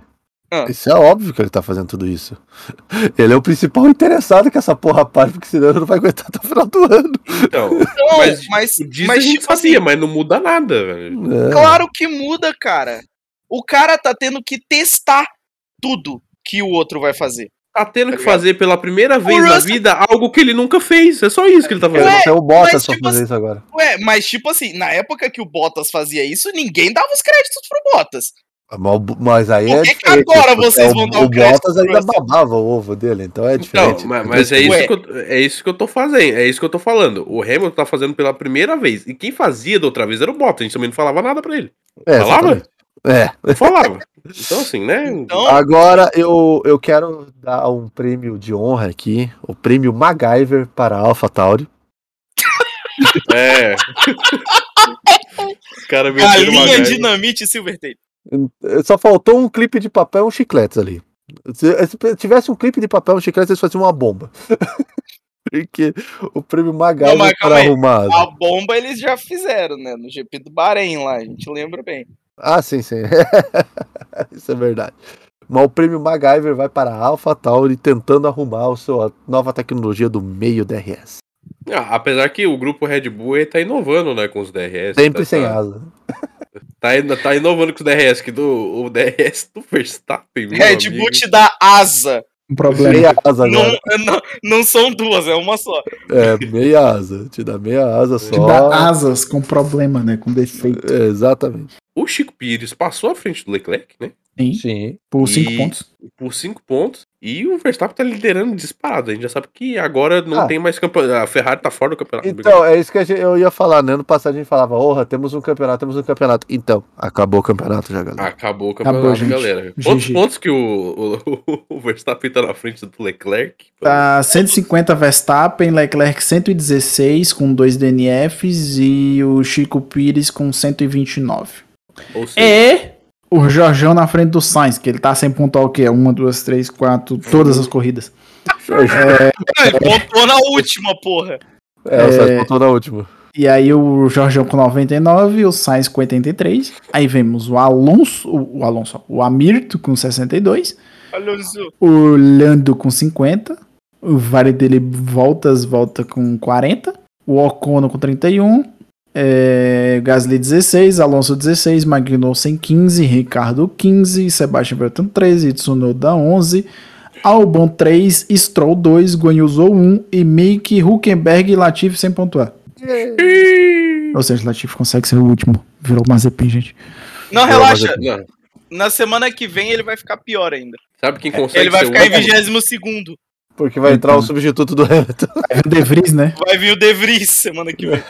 Speaker 5: Ah.
Speaker 2: isso é óbvio que ele tá fazendo tudo isso. Ele é o principal interessado que essa porra pare, porque senão ele não vai aguentar até o final do ano.
Speaker 4: Então,
Speaker 5: Não,
Speaker 4: mas-
Speaker 5: mas, mas,
Speaker 4: diz a gente
Speaker 5: tipo assim,
Speaker 4: sabia, mas não muda nada, velho.
Speaker 2: É.
Speaker 5: Claro que muda, cara. O cara tá tendo que testar tudo que o outro vai fazer.
Speaker 4: Tá tendo que
Speaker 5: ligado?
Speaker 4: fazer pela primeira vez na
Speaker 5: Russell-
Speaker 4: vida algo que ele nunca fez. É só isso que ele tá fazendo.
Speaker 5: Ué,
Speaker 2: Você é o Bottas
Speaker 5: mas,
Speaker 2: só
Speaker 5: tipo
Speaker 2: fazer
Speaker 5: assim-
Speaker 2: isso agora.
Speaker 5: Ué, mas tipo assim, na época que o Bottas fazia isso, ninguém dava os créditos pro Bottas.
Speaker 2: Mas o- Mas aí é
Speaker 5: Por que que
Speaker 2: diferente,
Speaker 5: agora
Speaker 2: porque
Speaker 5: vocês
Speaker 2: o-
Speaker 5: vão dar o
Speaker 2: O
Speaker 5: crédito
Speaker 2: Bottas
Speaker 5: pro
Speaker 2: ainda
Speaker 5: Russell?
Speaker 2: babava o ovo dele, então é
Speaker 4: Então,
Speaker 2: diferente.
Speaker 4: ma- mas é
Speaker 5: Ué.
Speaker 4: isso, que eu, é isso que eu tô fazendo, é isso que eu tô falando. O Hamilton tá fazendo pela primeira vez. E quem fazia da outra vez era o Bottas, a gente também não falava nada pra ele.
Speaker 2: É,
Speaker 4: Falava?
Speaker 2: exatamente. É.
Speaker 4: Não falava. Então, assim, né?
Speaker 5: Então,
Speaker 2: Agora eu, eu quero dar um prêmio de honra aqui, o prêmio MacGyver para a AlphaTauri.
Speaker 4: É. Os caras meteram uma
Speaker 5: galinha,
Speaker 4: gaita.
Speaker 5: é dinamite e silver tape.
Speaker 2: Só faltou um clipe de papel e um chiclete ali. Se, se tivesse um clipe de papel e um chiclete, eles faziam uma bomba. Porque o prêmio MacGyver
Speaker 5: Não, mas
Speaker 2: para
Speaker 5: calma aí.
Speaker 2: arrumar.
Speaker 5: A bomba eles já fizeram, né? No GP do Bahrein lá, a gente lembra bem.
Speaker 2: Ah, sim, sim. Isso é verdade. Mas o prêmio MacGyver vai para a AlphaTauri tentando arrumar a sua nova tecnologia do meio DRS.
Speaker 4: Ah, apesar que o grupo Red Bull ele tá inovando, né, com os DRS.
Speaker 2: Sempre
Speaker 4: tá,
Speaker 2: sem
Speaker 4: tá,
Speaker 2: asa.
Speaker 4: tá, in- tá inovando com os DRS, que do, o DRS do Verstappen. meu
Speaker 5: Red Bull
Speaker 4: amigo.
Speaker 5: te dá asa.
Speaker 3: Um problema.
Speaker 2: Meia asa
Speaker 5: Não,
Speaker 2: agora.
Speaker 5: não, não são duas, é uma só.
Speaker 2: É, meia asa. Te dá meia asa só.
Speaker 3: Te dá asas com problema, né? Com defeito.
Speaker 2: É, exatamente.
Speaker 4: O Chico Pires passou à frente do Leclerc, né?
Speaker 3: Sim.
Speaker 2: Sim.
Speaker 3: Por
Speaker 4: E-
Speaker 3: 5 pontos.
Speaker 4: por 5 pontos. E o Verstappen tá liderando disparado. A gente já sabe que agora não
Speaker 2: Ah.
Speaker 4: tem mais campeonato. A Ferrari tá fora do campeonato.
Speaker 2: Então, é isso que a gente- eu ia falar, né? Ano passado a gente falava, porra, temos um campeonato, temos um campeonato. Então, acabou o campeonato já,
Speaker 3: Ah,
Speaker 2: galera.
Speaker 4: Acabou o
Speaker 3: Acabou,
Speaker 4: campeonato,
Speaker 3: gente.
Speaker 4: galera. Quantos
Speaker 3: GG.
Speaker 4: pontos que o, o- o Verstappen tá na frente do Leclerc?
Speaker 3: Tá 150 Verstappen, Leclerc 116 com dois DNFs e o Chico Pires com 129.
Speaker 4: Ou seja,
Speaker 3: E o Jorjão na frente do Sainz, que ele tá sem pontuar o quê? Uma, duas, três, quatro, todas as corridas.
Speaker 5: Não, ele pontuou na última, porra.
Speaker 2: É, o Sérgio botou na última.
Speaker 3: E aí o Jorjão com 99, o Sainz com 83. Aí vemos o Alonso, o o Alonso, ó, o Amirto com 62,
Speaker 5: Olha isso.
Speaker 3: o Lando com 50, o Vale dele voltas, volta com 40, o Ocono com 31, é, Gasly 16, Alonso 16, Magnussen 15, Ricardo 15, Sebastian Vettel 13, Tsunoda 11, Albon 3, Stroll 2, Guanyuzo 1 e Mick Huckenberg e Latifi sem pontuar. Ou seja, Latif consegue ser o último. Virou Mazepin, gente.
Speaker 5: Não,
Speaker 2: Não, mas
Speaker 5: É, relaxa.
Speaker 4: Não,
Speaker 5: Na semana que vem ele vai ficar pior ainda.
Speaker 4: sabe quem consegue
Speaker 5: É, Ele vai
Speaker 4: ser o
Speaker 5: ficar em
Speaker 4: último?
Speaker 5: 22
Speaker 2: Porque vai entrar o
Speaker 3: Uhum.
Speaker 2: substituto do Hamilton.
Speaker 3: É o De Vries, né?
Speaker 5: Vai vir o De Vries semana que vem.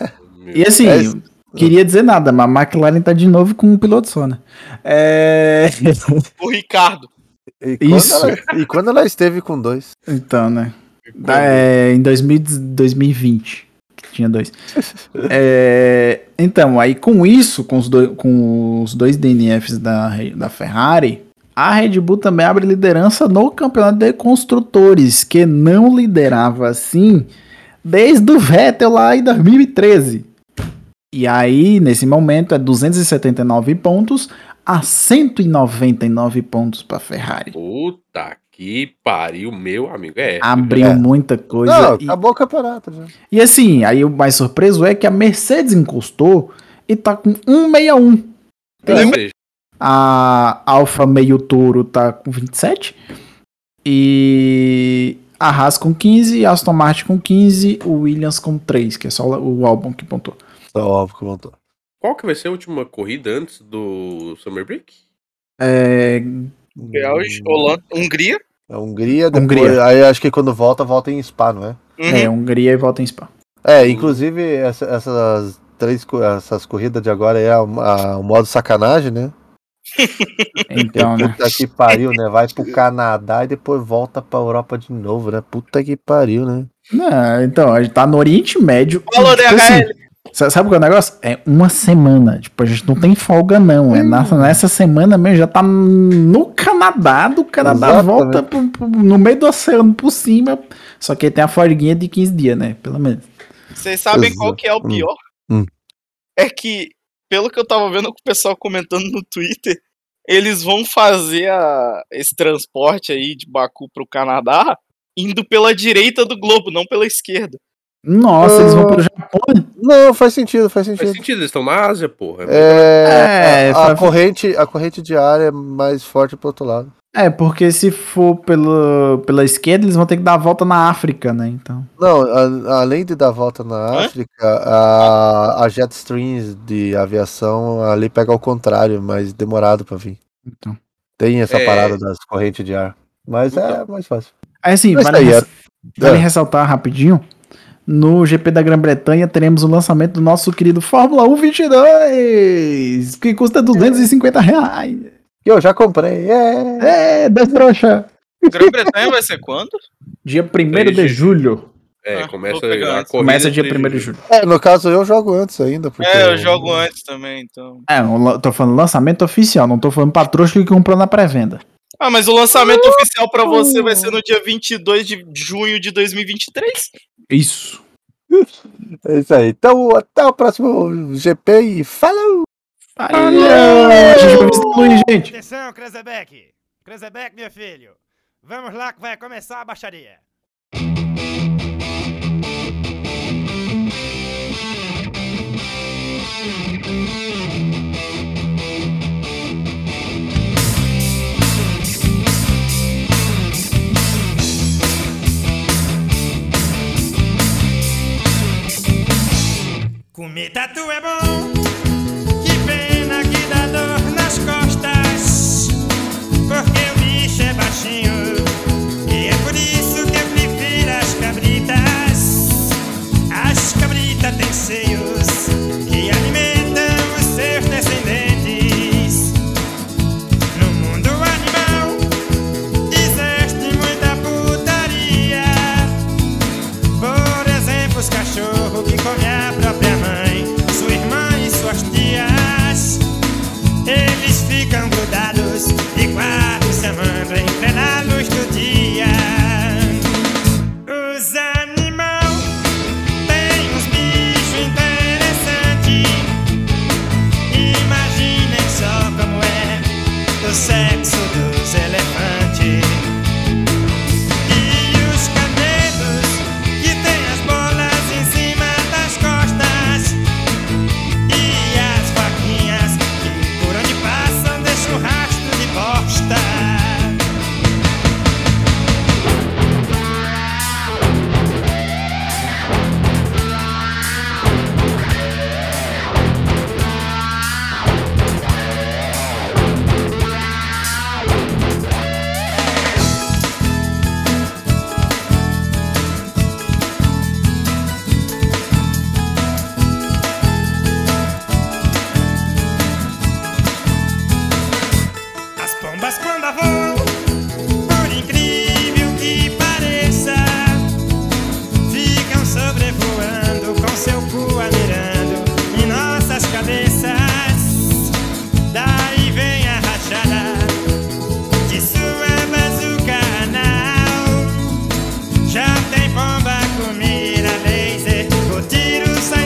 Speaker 3: E assim,
Speaker 2: É isso.
Speaker 3: eu queria dizer nada, mas a McLaren tá de novo com um piloto só, né? É...
Speaker 5: O Ricardo.
Speaker 2: E quando,
Speaker 3: Isso.
Speaker 2: Ela, e quando ela esteve com dois?
Speaker 3: Então, né? Da- é, em 2000 2020. que Tinha dois. É, então, aí com isso, com os, do- com os dois DNFs da, Re- da Ferrari, a Red Bull também abre liderança no campeonato de construtores, que não liderava assim desde o Vettel lá em 2013. E aí, nesse momento, é 279 pontos a 199 pontos para Ferrari.
Speaker 4: Puta que pariu, meu amigo. É.
Speaker 3: Abriu
Speaker 2: É.
Speaker 3: muita coisa.
Speaker 2: Não,
Speaker 3: e-
Speaker 2: acabou o campeonato já.
Speaker 3: E assim, aí o mais surpreso é que a Mercedes encostou e tá com 161.
Speaker 4: Ou
Speaker 3: Tem
Speaker 4: seja,
Speaker 3: a Alfa meio touro tá com 27. E a Haas com 15, a Aston Martin com 15, o Williams com 3, que é só o álbum que pontou.
Speaker 2: Só óbvio que voltou.
Speaker 4: Qual que vai ser a última corrida antes do Summer Break?
Speaker 3: É,
Speaker 2: Hum.
Speaker 5: Bélgica, Holanda, Hungria.
Speaker 2: É Hungria, depois,
Speaker 3: Hungria.
Speaker 2: aí acho que quando volta, volta em Spa, não é?
Speaker 5: Uhum.
Speaker 3: é, Hungria e volta em Spa.
Speaker 2: É, inclusive essa- essas três co- essas corridas de agora aí é o a- o modo sacanagem, né? Que
Speaker 3: Então, né?
Speaker 2: puta que pariu, né? Vai pro Canadá e depois volta pra Europa de novo, né? Puta que pariu, né?
Speaker 3: Não, então, a gente tá no Oriente Médio. e,
Speaker 5: Falou, DHL.
Speaker 3: sa- sabe qual é o negócio? É uma semana. Tipo, a gente não tem folga, não. É na- nessa semana mesmo, já tá no Canadá. Do Canadá
Speaker 2: Exatamente.
Speaker 3: volta pro- pro- no meio do oceano por cima. Só que aí tem a folguinha de 15 dias, né? Pelo menos.
Speaker 5: Vocês sabem
Speaker 2: Exato.
Speaker 5: qual que é o
Speaker 2: Hum.
Speaker 5: pior?
Speaker 2: Hum.
Speaker 5: É que, pelo que eu tava vendo o pessoal comentando no Twitter, eles vão fazer a- esse transporte aí de Baku pro Canadá indo pela direita do globo, não pela esquerda.
Speaker 3: Nossa, eles vão pro Japão.
Speaker 2: Não, faz sentido, faz
Speaker 4: Faz
Speaker 2: sentido.
Speaker 4: sentido, eles estão na Ásia, porra.
Speaker 2: É, a,
Speaker 3: É,
Speaker 2: a
Speaker 3: faz-
Speaker 2: corrente, a corrente diária é mais forte pro outro lado.
Speaker 3: É, porque se for pela, pela esquerda, eles vão ter que dar a volta na África, né? Então.
Speaker 2: Não, a- além de dar volta na
Speaker 5: Hã?
Speaker 2: África, a, a jet streams de aviação ali pega ao contrário, mas demorado pra vir.
Speaker 3: então.
Speaker 2: Tem essa
Speaker 4: É.
Speaker 2: parada das correntes de ar. Mas
Speaker 5: Então.
Speaker 2: é mais fácil.
Speaker 3: Aí assim,
Speaker 2: Mas
Speaker 3: vale,
Speaker 2: aí,
Speaker 3: res-
Speaker 2: é-
Speaker 3: vale
Speaker 2: é.
Speaker 3: ressaltar rapidinho. No GP da Grã-Bretanha teremos o lançamento do nosso querido Fórmula 1 22, que custa 250 reais.
Speaker 2: E eu já comprei. É.
Speaker 3: É, das trouxa.
Speaker 5: Grã-Bretanha vai ser quando?
Speaker 3: Dia 1
Speaker 4: Três
Speaker 3: de
Speaker 4: de
Speaker 3: julho.
Speaker 4: É,
Speaker 5: Ah,
Speaker 4: começa
Speaker 5: vou pegar
Speaker 4: a
Speaker 5: antes.
Speaker 4: corrida.
Speaker 3: Começa dia
Speaker 4: entre-
Speaker 3: 1 de julho.
Speaker 2: É, no caso eu jogo antes ainda. Porque
Speaker 5: É, eu jogo antes também, então.
Speaker 3: É, eu la- tô falando lançamento oficial, não tô falando pra trouxa que comprou na pré-venda.
Speaker 5: Ah, mas o lançamento oficial pra você vai ser no dia 22 de junho de 2023?
Speaker 3: Isso.
Speaker 2: É isso aí. Então, até o próximo GP e falou!
Speaker 3: Valeu! A gente vai ver se Luiz, gente.
Speaker 1: Atenção, Krezebeck! Krezebeck, meu filho! Vamos lá que vai começar a baixaria! Comer tatu é bom, que pena que dá dor nas costas. Porque o bicho é baixinho, e é por isso que eu prefiro as cabritas. As cabritas têm seios que alimentam os seus descendentes. No mundo animal, existe muita putaria. Por exemplo, os cachorros que comem a própria mãe, sua irmã e suas tias. Eles ficam grudados e quase se amando em plena luz do é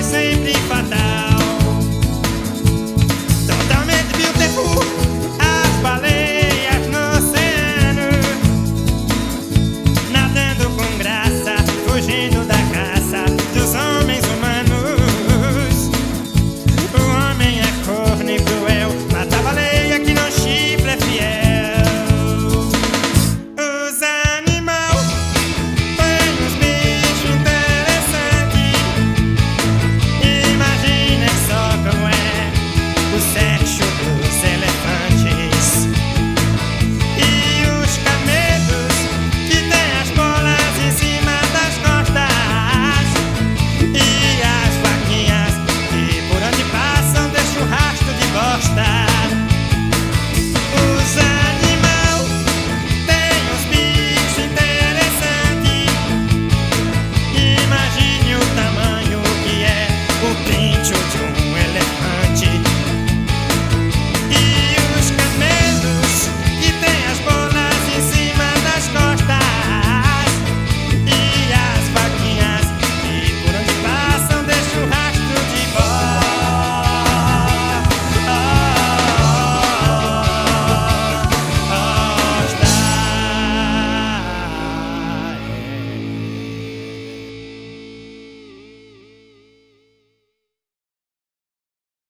Speaker 1: fatal. Totalmente beautiful, as baleias no oceano. Nadando com graça, fugindo da caça dos homens humanos. O homem é corno e cruel, mata a baleia que não chifre é fiel. Os animais têm uns bichos interessantes. Imaginem só como é o sexo dos elefantes. E os camelos que têm as bolas em cima das costas E as vaquinhas que por onde passam deixam o rastro de bosta Os animais têm um os bichos interessantes Imagine o tamanho que é o pincho de